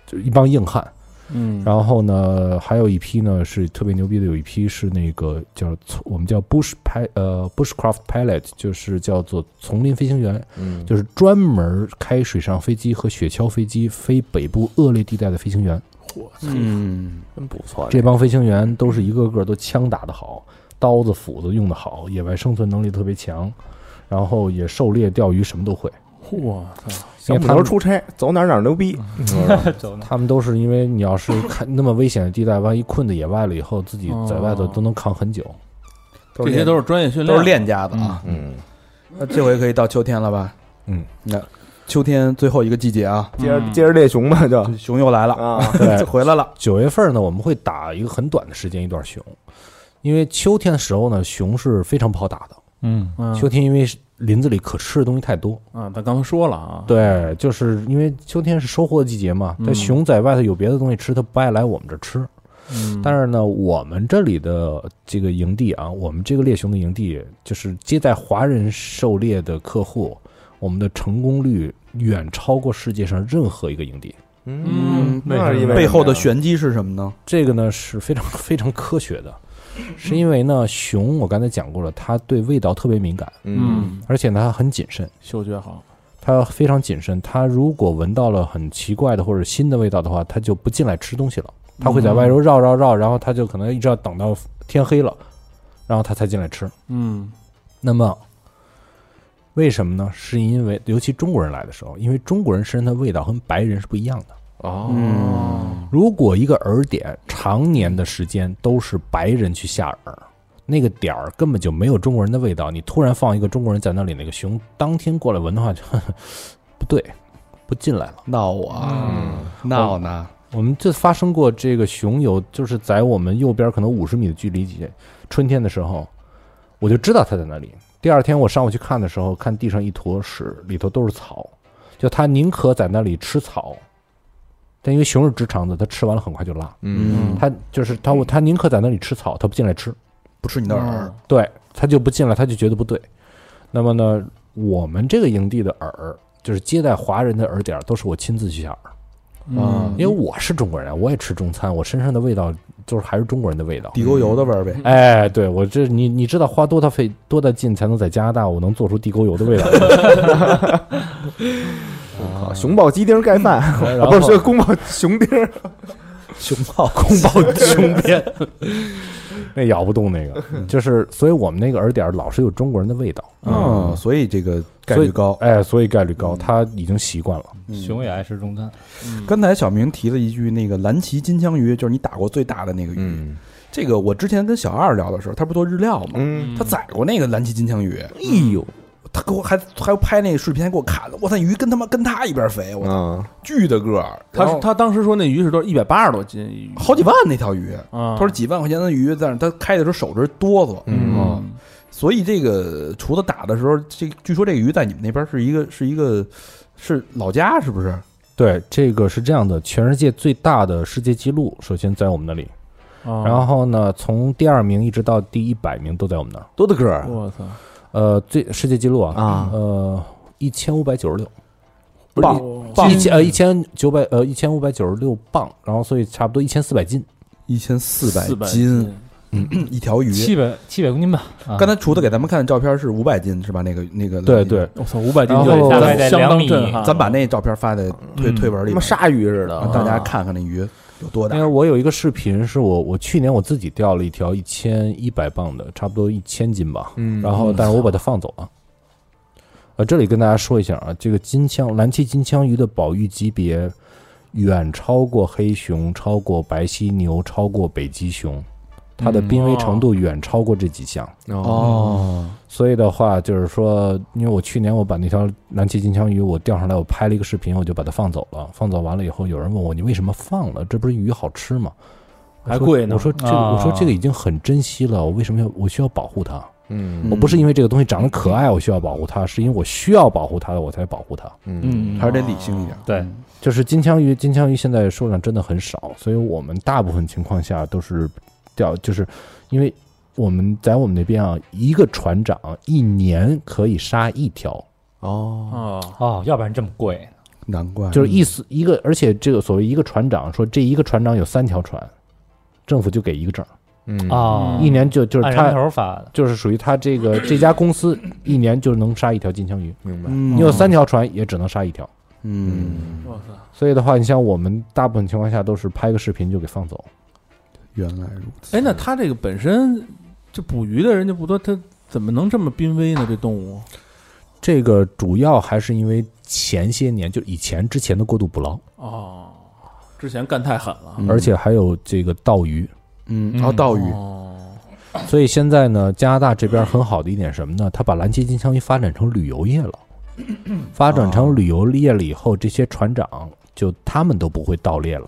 就一帮硬汉。
嗯
然后呢，还有一批呢是特别牛逼的，有一批是那个叫我们叫 bush 拍呃 bushcraft pilot，就是叫做丛林飞行员，
嗯
就是专门开水上飞机和雪橇飞机飞北部恶劣地带的飞行员。
嗯，
真不错，
啊这帮飞行员都是一个个都枪打得好，刀子斧子用得好，野外生存能力特别强，然后也狩猎钓鱼什么都会。
嚯，
小
因为
捕
他
头
们
出差，走哪儿哪儿牛逼，
他们都是因为你要是看那么危险的地带，万一困在野外了以后，自己在外头都能扛很久。
这些都是专业训练，
都是练家子啊。
嗯，
那这回可以到秋天了吧？
嗯，
那秋天最后一个季节啊，
接
嗯
着接着猎熊吧，就
熊又来了，
啊，
对，
回来了。
九月份呢，我们会打一个很短的时间一段熊，因为秋天的时候呢，熊是非常不好打的。
嗯，
嗯
秋天因为是林子里可吃的东西太多，
啊，咱刚才说了啊，
对，就是因为秋天是收获的季节嘛。但
嗯
熊在外头有别的东西吃，它不爱来我们这儿吃。
嗯，
但是呢，我们这里的这个营地啊，我们这个猎熊的营地，就是接待华人狩猎的客户，我们的成功率远超过世界上任何一个营地。
嗯
那是因为
背后的玄机是什么呢？
这个呢是非常非常科学的，是因为呢，熊我刚才讲过了，它对味道特别敏感，
嗯
嗯，
而且呢它很谨慎，
嗅觉好，
它非常谨慎。它如果闻到了很奇怪的或者新的味道的话，它就不进来吃东西了，它会在外头绕绕绕，然后它就可能一直要等到天黑了，然后它才进来吃。
嗯
那么。 (laughs) 为什么呢？是因为尤其中国人来的时候，因为中国人身上的味道和白人是不一样的。
哦
嗯，
如果一个饵点常年的时间都是白人去下饵，那个点儿根本就没有中国人的味道，你突然放一个中国人在那里，那个熊当天过来闻的话，就 (laughs) 不对，不进来了。
闹啊
嗯
闹呢，
我们就发生过这个熊有，就是在我们右边可能五十米的距离，春天的时候，我就知道它在那里。第二天我上午去看的时候，看地上一坨屎，里头都是草，就它宁可在那里吃草，但因为熊是直肠子，它吃完了很快就拉。
嗯
他就是他，他宁可在那里吃草，他不进来吃，
不吃你的饵，
对他就不进来，他就觉得不对。那么呢，我们这个营地的饵，就是接待华人的饵点儿，都是我亲自去下饵，
啊
因为我是中国人，我也吃中餐，我身上的味道就是还是中国人的味道。
地沟油的味儿呗。
哎，对我这你你知道花多大费多大劲才能在加拿大我能做出地沟油的味道吗？ (laughs)
哦
啊熊抱鸡丁盖饭，
然
啊，
(laughs)
后
不是宫保熊丁，
熊抱公抱胸边，那咬不动那 (laughs) 个，就是所以我们那个饵点儿老是有中国人的味道，
嗯，所以这个概率高。
哎，所以概率高，他已经习惯了。
熊也爱吃中餐，
刚才小明提了一句那个蓝鳍金枪鱼，就是你打过最大的那个鱼。这个我之前跟小二聊的时候，他不做日料吗？
嗯，
他宰过那个蓝鳍金枪鱼。哎呦，他给我还还拍那个视频，还给我看了，我那鱼跟他妈跟他一边肥，我
啊，
巨的个儿，
他
然
是
后
他当时说那鱼是多少一百八十多斤一鱼
好几万那条鱼，
啊，
他说几万块钱的鱼，但是他开的时候手直哆嗦，
嗯，
所以这个厨子打的时候，这据说这个鱼在你们那边是一个是一个是老家是不是？
对，这个是这样的，全世界最大的世界纪录，首先在我们那里，
啊，
然后呢，从第二名一直到第一百名都在我们那儿。
多大个儿？
我操，
呃，最世界纪录啊，
啊
呃，一千五百九十六
棒
磅，一千呃一千九百呃一千五百九十六磅，然后所以差不多一千四百斤。
一千四
四
百斤
斤，
一条鱼。
七百七百公斤吧。啊
刚才厨子给咱们看的照片是五百斤是吧？那个那个
对对，
我操，五百斤
然
就
后
得
大概在
相
两
当
米
震撼了，
咱把那照片发在推
嗯
推文
跟他
里
妈
边，
鲨鱼似的，
让大家看看那鱼有多大
因为。我有一个视频，是我我去年我自己钓了一条一千一百磅的，差不多一千斤吧。
嗯
然后，但是我把它放走了。呃，这里跟大家说一下啊，这个金枪蓝鳍金枪鱼的保育级别远超过黑熊，超过白犀牛，超过北极熊，它的濒危程度远超过这几项。
哦，
所以的话，就是说，因为我去年我把那条蓝鳍金枪鱼我钓上来，我拍了一个视频，我就把它放走了。放走完了以后，有人问我你为什么放了？这不是鱼好吃吗？我
还
说
贵呢
我说这个，
啊
我说这个已经很珍惜了，我为什么要我需要保护它？
嗯
我不是因为这个东西长得可爱，我需要保护它，是因为我需要保护它了，我才保护它。
嗯
嗯，
还是得理性一点。
对，
就是金枪鱼，金枪鱼现在数量真的很少，所以我们大部分情况下都是钓，就是因为我们在我们那边啊，一个船长一年可以杀一条，
哦，
哦，
哦，要不然这么贵，
难怪
就是一死一个，而且这个所谓一个船长说这一个船长有三条船，政府就给一个证儿，
嗯
哦
一年就就是
按人
他
头发的，
就是属于他这个这家公司一年就能杀一条金枪鱼，
明白。
嗯
你有三条船也只能杀一条，
嗯，
我操，
所以的话，你像我们大部分情况下都是拍个视频就给放走，
原来如此。
哎，那他这个本身这捕鱼的人就不多，他怎么能这么濒危呢？这动物
这个主要还是因为前些年就以前之前的过度捕捞，
哦，之前干太狠了，
嗯
而且还有这个盗鱼，
嗯，然后盗鱼，
哦，
所以现在呢，加拿大这边很好的一点是什么呢？它把蓝鳍金枪鱼发展成旅游业了，发展成旅游业了以后，这些船长就他们都不会盗猎了，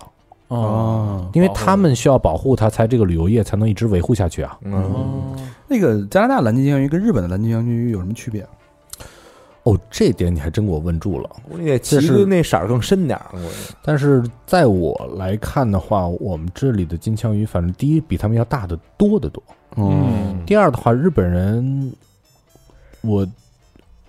哦，
因为他们需要保护它，才这个旅游业才能一直维护下去啊。
嗯，
那个加拿大蓝鳍金枪鱼跟日本的蓝鳍金枪鱼有什么区别？啊
哦，这点你还真给我问住了。
估计那旗子那色儿更深点儿了，我觉得
但是在我来看的话，我们这里的金枪鱼，反正第一比他们要大得多得多。
嗯
第二的话，日本人，我，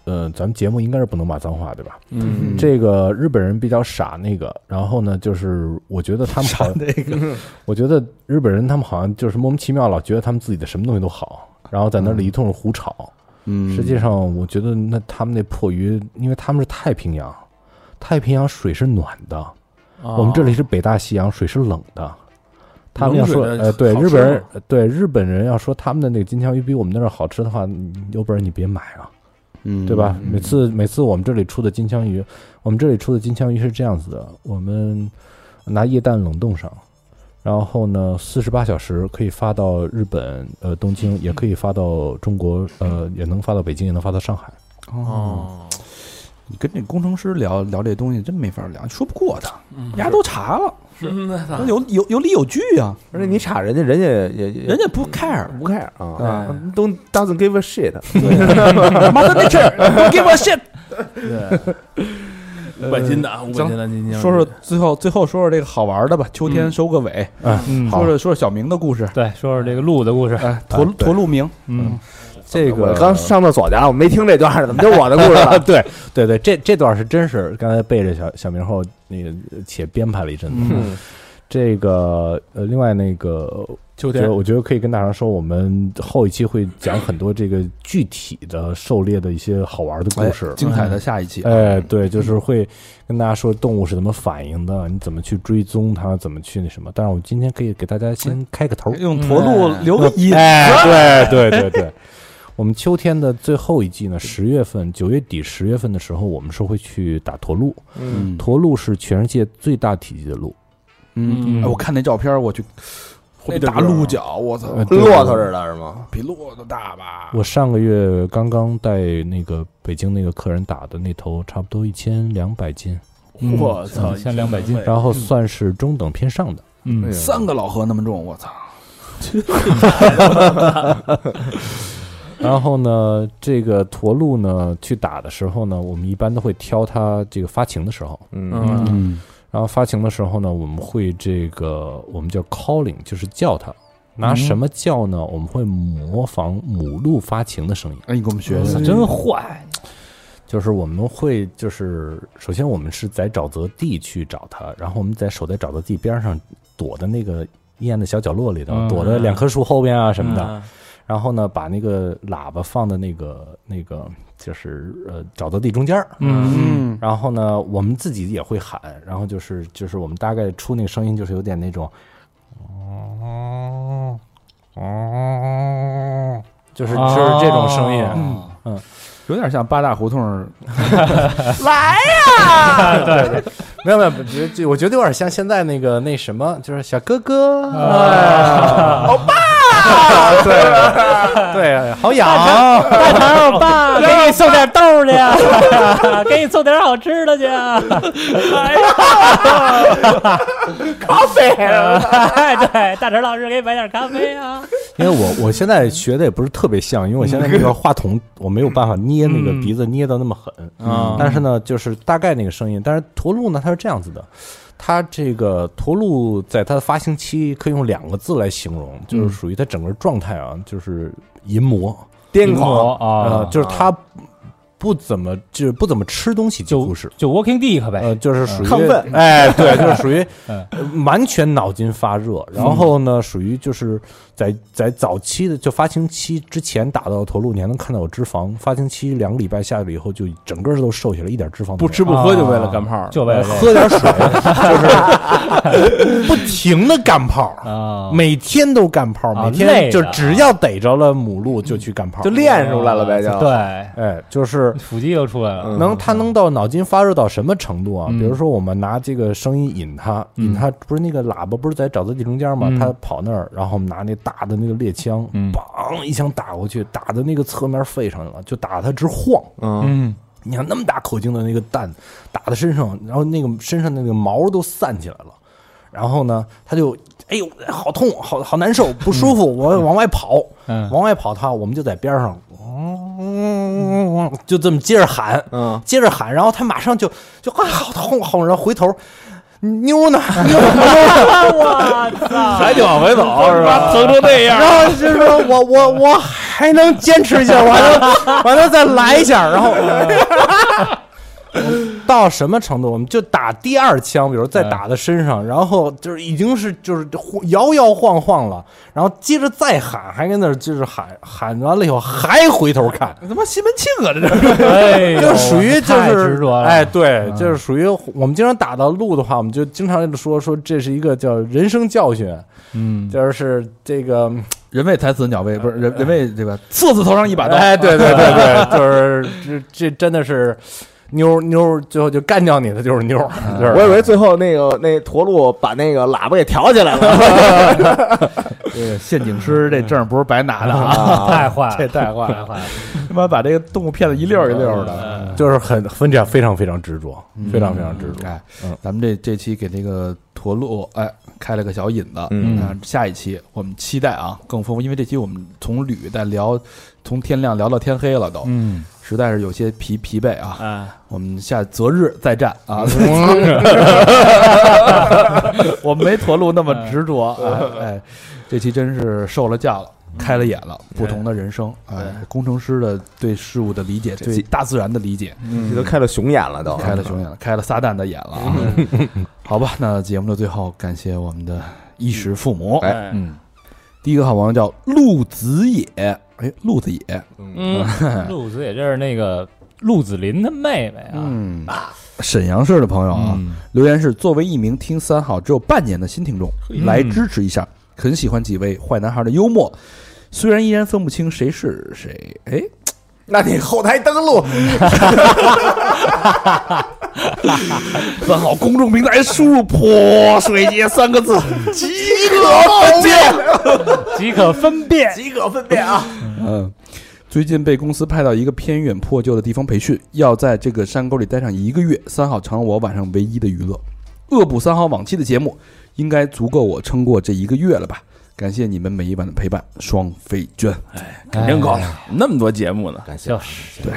呃，咱们节目应该是不能骂脏话对吧？
嗯，
这个日本人比较傻那个，然后呢，就是我觉得他们好，
那个
(laughs) 我觉得日本人他们好像就是莫名其妙老觉得他们自己的什么东西都好，然后在那里一通胡吵。
嗯
实际上，我觉得那他们那破鱼，因为他们是太平洋，太平洋水是暖的，
嗯啊
我们这里是北大西洋，水是冷的。他们要说，
冷水的
呃，对
好
日
吃
本人
吗，
呃对日本人要说他们的那个金枪鱼比我们那儿好吃的话，你有本事你别买啊，
嗯
对吧？每次每次我们这里出的金枪鱼，我们这里出的金枪鱼是这样子的：我们拿液氮冷冻上，然后呢，四十八小时可以发到日本呃东京，也可以发到中国呃，也能发到北京，也能发到上海。
哦，
哦，
你跟这工程师聊聊这东西真没法聊，说不过他，
嗯
人家都查了，
是那操
那有有有理有据啊，
啊而且你查人家，人家也也
人家不 care，
不 care 啊
啊
，don't doesn't give a shit。
妈的那事
(laughs)
儿，don't give a shit。
五百斤的啊，五百
行
斤的金枪鱼，
说说最后最后说说这个好玩的吧，秋天收个尾，
嗯
说说说说小明的故事，
对，说说这个鹿的故事，
哎，驼
对
驼鹿鸣，
嗯，
这
我
个
刚上厕所去啊，我没听这段儿，怎么就我的故事
啊，
了？
(laughs) 对对对，这这段是真是刚才背着小小明后那个且编排了一阵子。
嗯
(laughs) 这个呃，另外那个，
秋天
就我觉得可以跟大家说，我们后一期会讲很多这个具体的狩猎的一些好玩的故事
哎。精
嗯
彩的下一期，
哎，对，就是会跟大家说动物是怎么反应的，你怎么去追踪它，怎么去那什么。但是我今天可以给大家
哎
先开个头儿，
用驼鹿留个引，
(laughs) 哎，对对对对，我们秋天的最后一季呢，十月份、九月底、十月份的时候，我们是会去打驼鹿。
嗯，
驼鹿是全世界最大体积的鹿，
嗯，
嗯
哎我看那照片，我去，那大鹿角，我操，
哎
呃对
骆驼似的是吗？
比骆驼大
啊
吧？
我上个月刚刚带那个北京那个客人打的那头，差不多一千两百斤，
我操，
像200斤
然后算是中等偏上的。
嗯
哎，呦
三个老何那么重，我操！
然后呢，这个驼鹿呢，去打的时候呢，我们一般都会挑它这个发情的时候。
嗯
嗯，
嗯，
然后发情的时候呢，我们会这个我们叫 calling，就是叫它。拿什么叫呢？我们会模仿母鹿发情的声音，
哎，你给我们学学，
真坏，
就是我们会就是首先我们是在沼泽地去找它，然后我们在守在沼泽地边上躲的那个阴暗的小角落里头，
嗯
躲在两棵树后边啊什么的。
嗯，
然后呢，把那个喇叭放在那个那个就是呃沼泽地中间儿，
嗯，
嗯，
然后呢，我们自己也会喊，然后就是就是我们大概出那个声音，就是有点那种，就是就是这种声音。
哦
有点像八大胡同，
没有没有，我觉得这我觉得有点像现在那个那什么，就是小哥哥，
哎
欧巴，对对，好痒，
大肠，我爸给你送点豆儿去，给你送点好吃的去。哎呀，咖啡，哎，对，大陈老师给你买点咖啡啊。
因为我我现在学的也不是特别像，因为我现在那个话筒我没有办法捏那个
嗯啊
鼻子捏到那么狠，但是呢，就是大概那个声音。但是驼鹿呢，它是这样子的，它这个驼鹿在它的发行期可以用两个字来形容，
嗯
就是属于它整个状态啊，就是淫魔
癫狂，
呃
啊，
就是它不怎么就是不怎么吃东西，几乎是。
就 Walking Dick
呃，
呗，
就是属于
亢奋
哎，对，就是属于
(laughs) 嗯
完全脑筋发热，然后呢，属于就是在在早期的就发情期之前打到驼鹿，你还能看到有脂肪，发情期两个礼拜下去以后，就整个都瘦下来，一点脂肪都没有
不吃不喝就为了干炮，
啊就为了这
喝点水，就是不停的干炮，
个 (laughs) 啊，
每天都干炮，
啊
每天
累
就
的
只要逮着了母鹿就去干炮
就，练出来了呗，就
啊对，
哎，就是
腹肌都出来了，
能他能到脑筋发热到什么程度啊？
嗯
比如说我们拿这个声音引他，引他不是那个喇叭不是在沼泽地中间吗？
嗯
他跑那儿，然后我们拿那大的那个猎枪，
嗯
梆一枪打过去，打的那个侧面肺上了，就打他直晃。
嗯，
嗯，
你看那么大口径的那个弹打在身上，然后那个身上那个毛都散起来了，然后呢，他就哎呦好痛，好好难受，不舒服，我往外跑，
嗯
往外跑他，我们就在边上，嗯，就这么接着喊，
嗯，
接着喊，然后他马上就就啊好痛好，然后回头。妞
(laughs)
呢？妞呢？
还得往回 (laughs) 走是吧？疼成那样，
然后就是说我我我还能坚持一下，我还能我还能再来一下，然后。到什么程度？我们就打第二枪，比如再打在身上，然后就是已经是就是摇摇晃晃了，然后接着再喊，还跟那儿就是喊喊完了以后还回头看，
他妈西门庆啊，这是
哎呦，
(laughs) 就属于就
太执
是
着了，
哎，对，就是属于我们经常打到鹿的话，我们就经常说说这是一个叫人生教训，
嗯，
就是这个
人为财死鸟为不是人人为这个刺字头上一把刀，
哎，对对对对，就是这这真的是妞儿妞儿，最后就干掉你的就是妞儿，就是
我以为最后那个那驼鹿把那个喇叭给挑起来 (laughs) 了，
这个陷阱师这证不是白拿的啊，
太坏了，
这太坏
太
了，
坏了，
哎
他妈把这个动物骗得一溜儿一溜儿的。
就是很分这样非常非常执着，
嗯
非常非常执着。
哎
嗯，
咱们这这期给这个驼鹿哎开了个小引子，
嗯
那下一期我们期待啊更丰富，因为这期我们从捋带聊，从天亮聊到天黑了都，
嗯，
实在是有些疲疲惫啊。
啊，
我们下择日再战啊！我没驼鹿那么执着，哎，哎这期真是受了教了。开了眼了，不同的人生，哎，工程师的对事物的理解，
这
对
期
大自然的理解，
你都开了熊眼了都，
开了熊 (laughs) 眼了，开了撒旦的眼了啊！好吧，那节目的最后，感谢我们的衣食父母。
哎，
嗯，第一个好朋友叫陆子野，哎，陆子野，
嗯，
陆子也就是那个陆子霖的妹妹啊，
嗯，沈阳市的朋友啊，
嗯
留言是：作为一名听三好只有半年的新听众，来支持一下，很喜欢几位坏男孩的幽默，虽然依然分不清谁是谁。哎，
那你后台登 (laughs) 录
三好公众平台输入“泼水节”三个字，
即可分辨，
即可分辨，
即可分辨啊！
嗯，最近被公司派到一个偏远破旧的地方培训，要在这个山沟里待上一个月。三好成了我晚上唯一的娱乐，恶补三好往期的节目，应该足够我撑过这一个月了吧？感谢你们每一晚的陪伴，双飞娟。
肯定
哎
够了，那么多节目呢，
感谢，
就是对，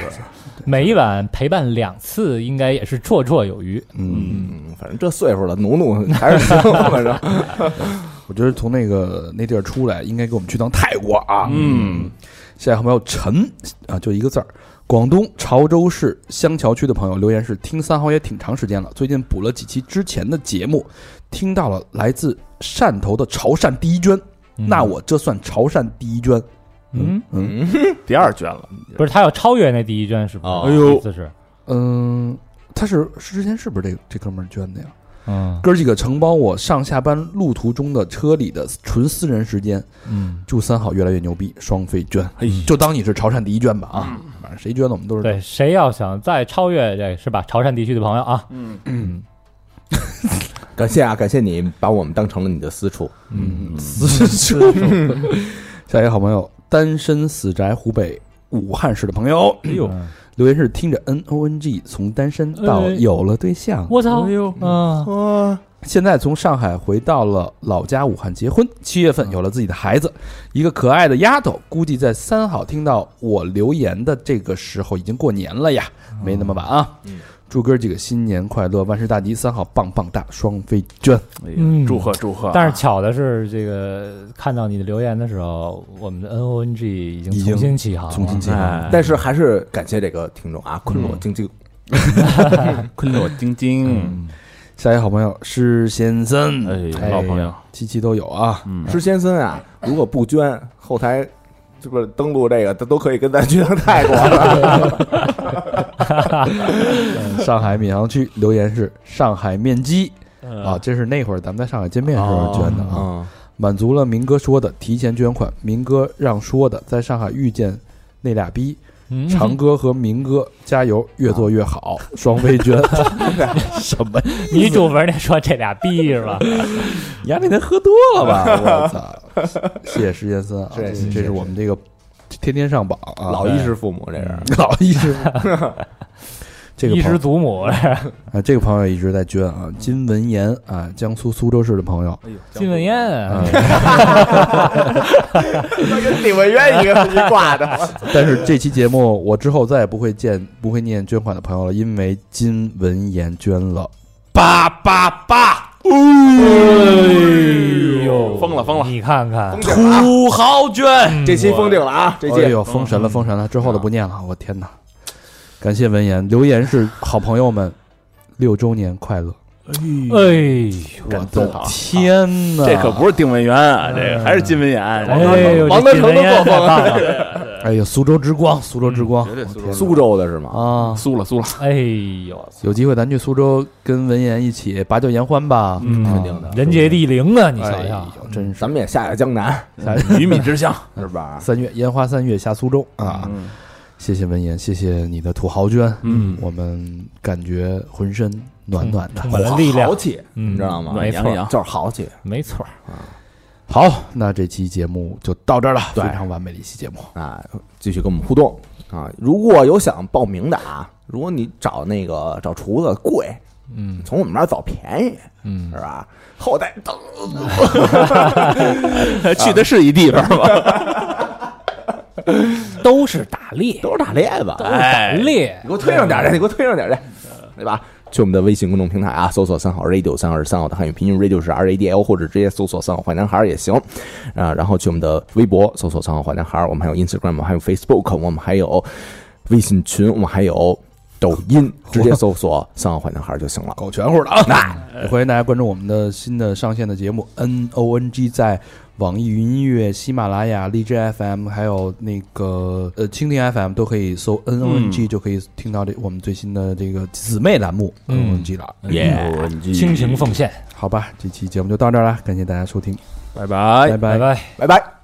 每一晚陪伴两次，应该也是绰绰有余。
嗯，反正这岁数了，努努 (laughs) 还是行，反 (laughs) 正
我觉得从那个那地儿出来，应该给我们去趟泰国啊。
嗯，
下一个朋友陈啊，就一个字儿。广东潮州市香桥区的朋友留言是：听三好也挺长时间了，最近补了几期之前的节目，听到了来自汕头的潮汕第一捐，那我这算潮汕第一捐。
嗯，
第二卷了，
不是，他要超越那第一卷是吧？
哦
哎呦，这是，
嗯，他是是之前是不是这这哥们儿捐的呀？
嗯
哥儿几个承包我上下班路途中的车里的纯私人时间，
嗯，
祝三好越来越牛逼，双飞捐，
哎呦
就当你是潮汕第一捐吧啊，反正谁捐的我们都是
对，谁要想再超越这是吧？潮汕地区的朋友啊，
感谢啊，感谢你把我们当成了你的私处，
嗯私处。下一个好朋友，单身死宅湖北武汉市的朋友，哎呦，留言是听着 N O N G 从单身到有了对象，
我操，哎呦，嗯，
现在从上海回到了老家武汉结婚，七月
嗯
份有了自己的孩子，一个可爱的丫头，估计在
嗯
三好听到我留言的这个时候已经过年了呀，没那么晚啊。祝哥几个新年快乐，万事大吉，三好棒棒哒，双飞娟。
哎呀
嗯
祝贺祝贺啊！
但是巧的是，这个看到你的留言的时候，我们的 N O N G 已经
已经
重新起航了，
重新
嗯
起航
哎
但是还是感谢这个听众啊，昆洛晶晶，
昆洛晶晶，
下一个好朋友施先生，
哎，老朋友，
七期都有啊，
嗯，
施先生啊，如果不捐，后台这不是登录这个，他都可以跟咱去趟泰国了。
(laughs) 上海闵行区留言是上海面基啊，这是那会儿咱们在上海见面时候捐的啊，
嗯，
满足了明哥说的提前捐款，明哥让说的在上海遇见那俩逼，
嗯
长哥和明哥加油，越做越好， (laughs) 双飞捐，什么？
女主文那说这俩逼是吧？
你丫那天喝多了吧？ (laughs) 我操！谢谢石先森啊，
是
这
是
这是
是
我们这个天天上榜啊，
老衣食父母这是。
(laughs) 老一直 (laughs) 这个
衣
朋
食祖母，
啊，这个朋友一直在捐啊，金文言啊，江苏苏州市的朋友，
金文彦啊，
跟李文渊一个一挂的。
但是这期节目我之后再也不会见 (laughs) 不会念捐款的朋友了，因为金文言捐了八八八
哎呦，
疯了疯了
你看看，
土豪捐，
这期啊封顶了啊！这
哎
期
呦，封
嗯
神了封神了，之后的不念了，我天哪！感谢文言，留言是好朋友们六周年快乐，
哎呦，
我
感动
的
啊！
天哪，
这可不是丁文元啊，这个还是金文彦，这
哎呦，
王德成都做
做
(laughs)
梦
了，
哎呀，苏州之光，苏州之光，
绝对苏州
我天
苏州的是吗？
啊
个，苏了苏了，
哎呦，
有机会咱去苏州跟文言一起把酒言欢吧。
嗯
啊
肯定的
人杰地灵啊，你
哎
想想，
呦，真是
咱们也下下江南
鱼米之乡，
是吧？
啊三月烟花三月下苏州啊！
嗯
谢谢文言，谢谢你的土豪捐，
嗯，
我们感觉浑身暖暖的
充。满了力量
豪，气，
嗯
你知道吗？
没
暖洋
错，
洋，
就是豪气。
没错，
好，那这期节目就到这儿了，非
对
常完美的一期节目。
啊，继续跟我们互动啊！如果有想报名的啊，如果你找那个找厨子贵，嗯，从我们那儿找便宜，嗯，是吧？后代等，
(laughs) 去的是一地方吧？
都是打猎，
都是打猎吧？
打
哎，
猎
你给我推上点儿去，你给我推上点儿去，
嗯
对吧？去我们的微信公众平台啊，搜索“三好 radio”，三好是三好的汉语拼音，radio 是 R A D L，或者直接搜索“三好坏男孩儿”也行啊。然后去我们的微博搜索“三好坏男孩儿”，我们还有 Instagram，我们还有 Facebook，我们还有微信群，我们还有抖音，直接搜索“三好坏男孩儿”就行了。
搞全乎了啊！也欢迎大家关注我们的新的上线的节目 N O N G，在网易云音乐、喜马拉雅、荔枝 FM，还有那个呃蜻蜓 FM 都可以搜 N O N
嗯
G，、就可以听到这我们最新的这个姊妹栏目
嗯
N O N G 了。
耶，
倾情奉献，
好吧，这期节目就到这儿了，感谢大家收听，
拜
拜
拜
拜拜。
拜拜。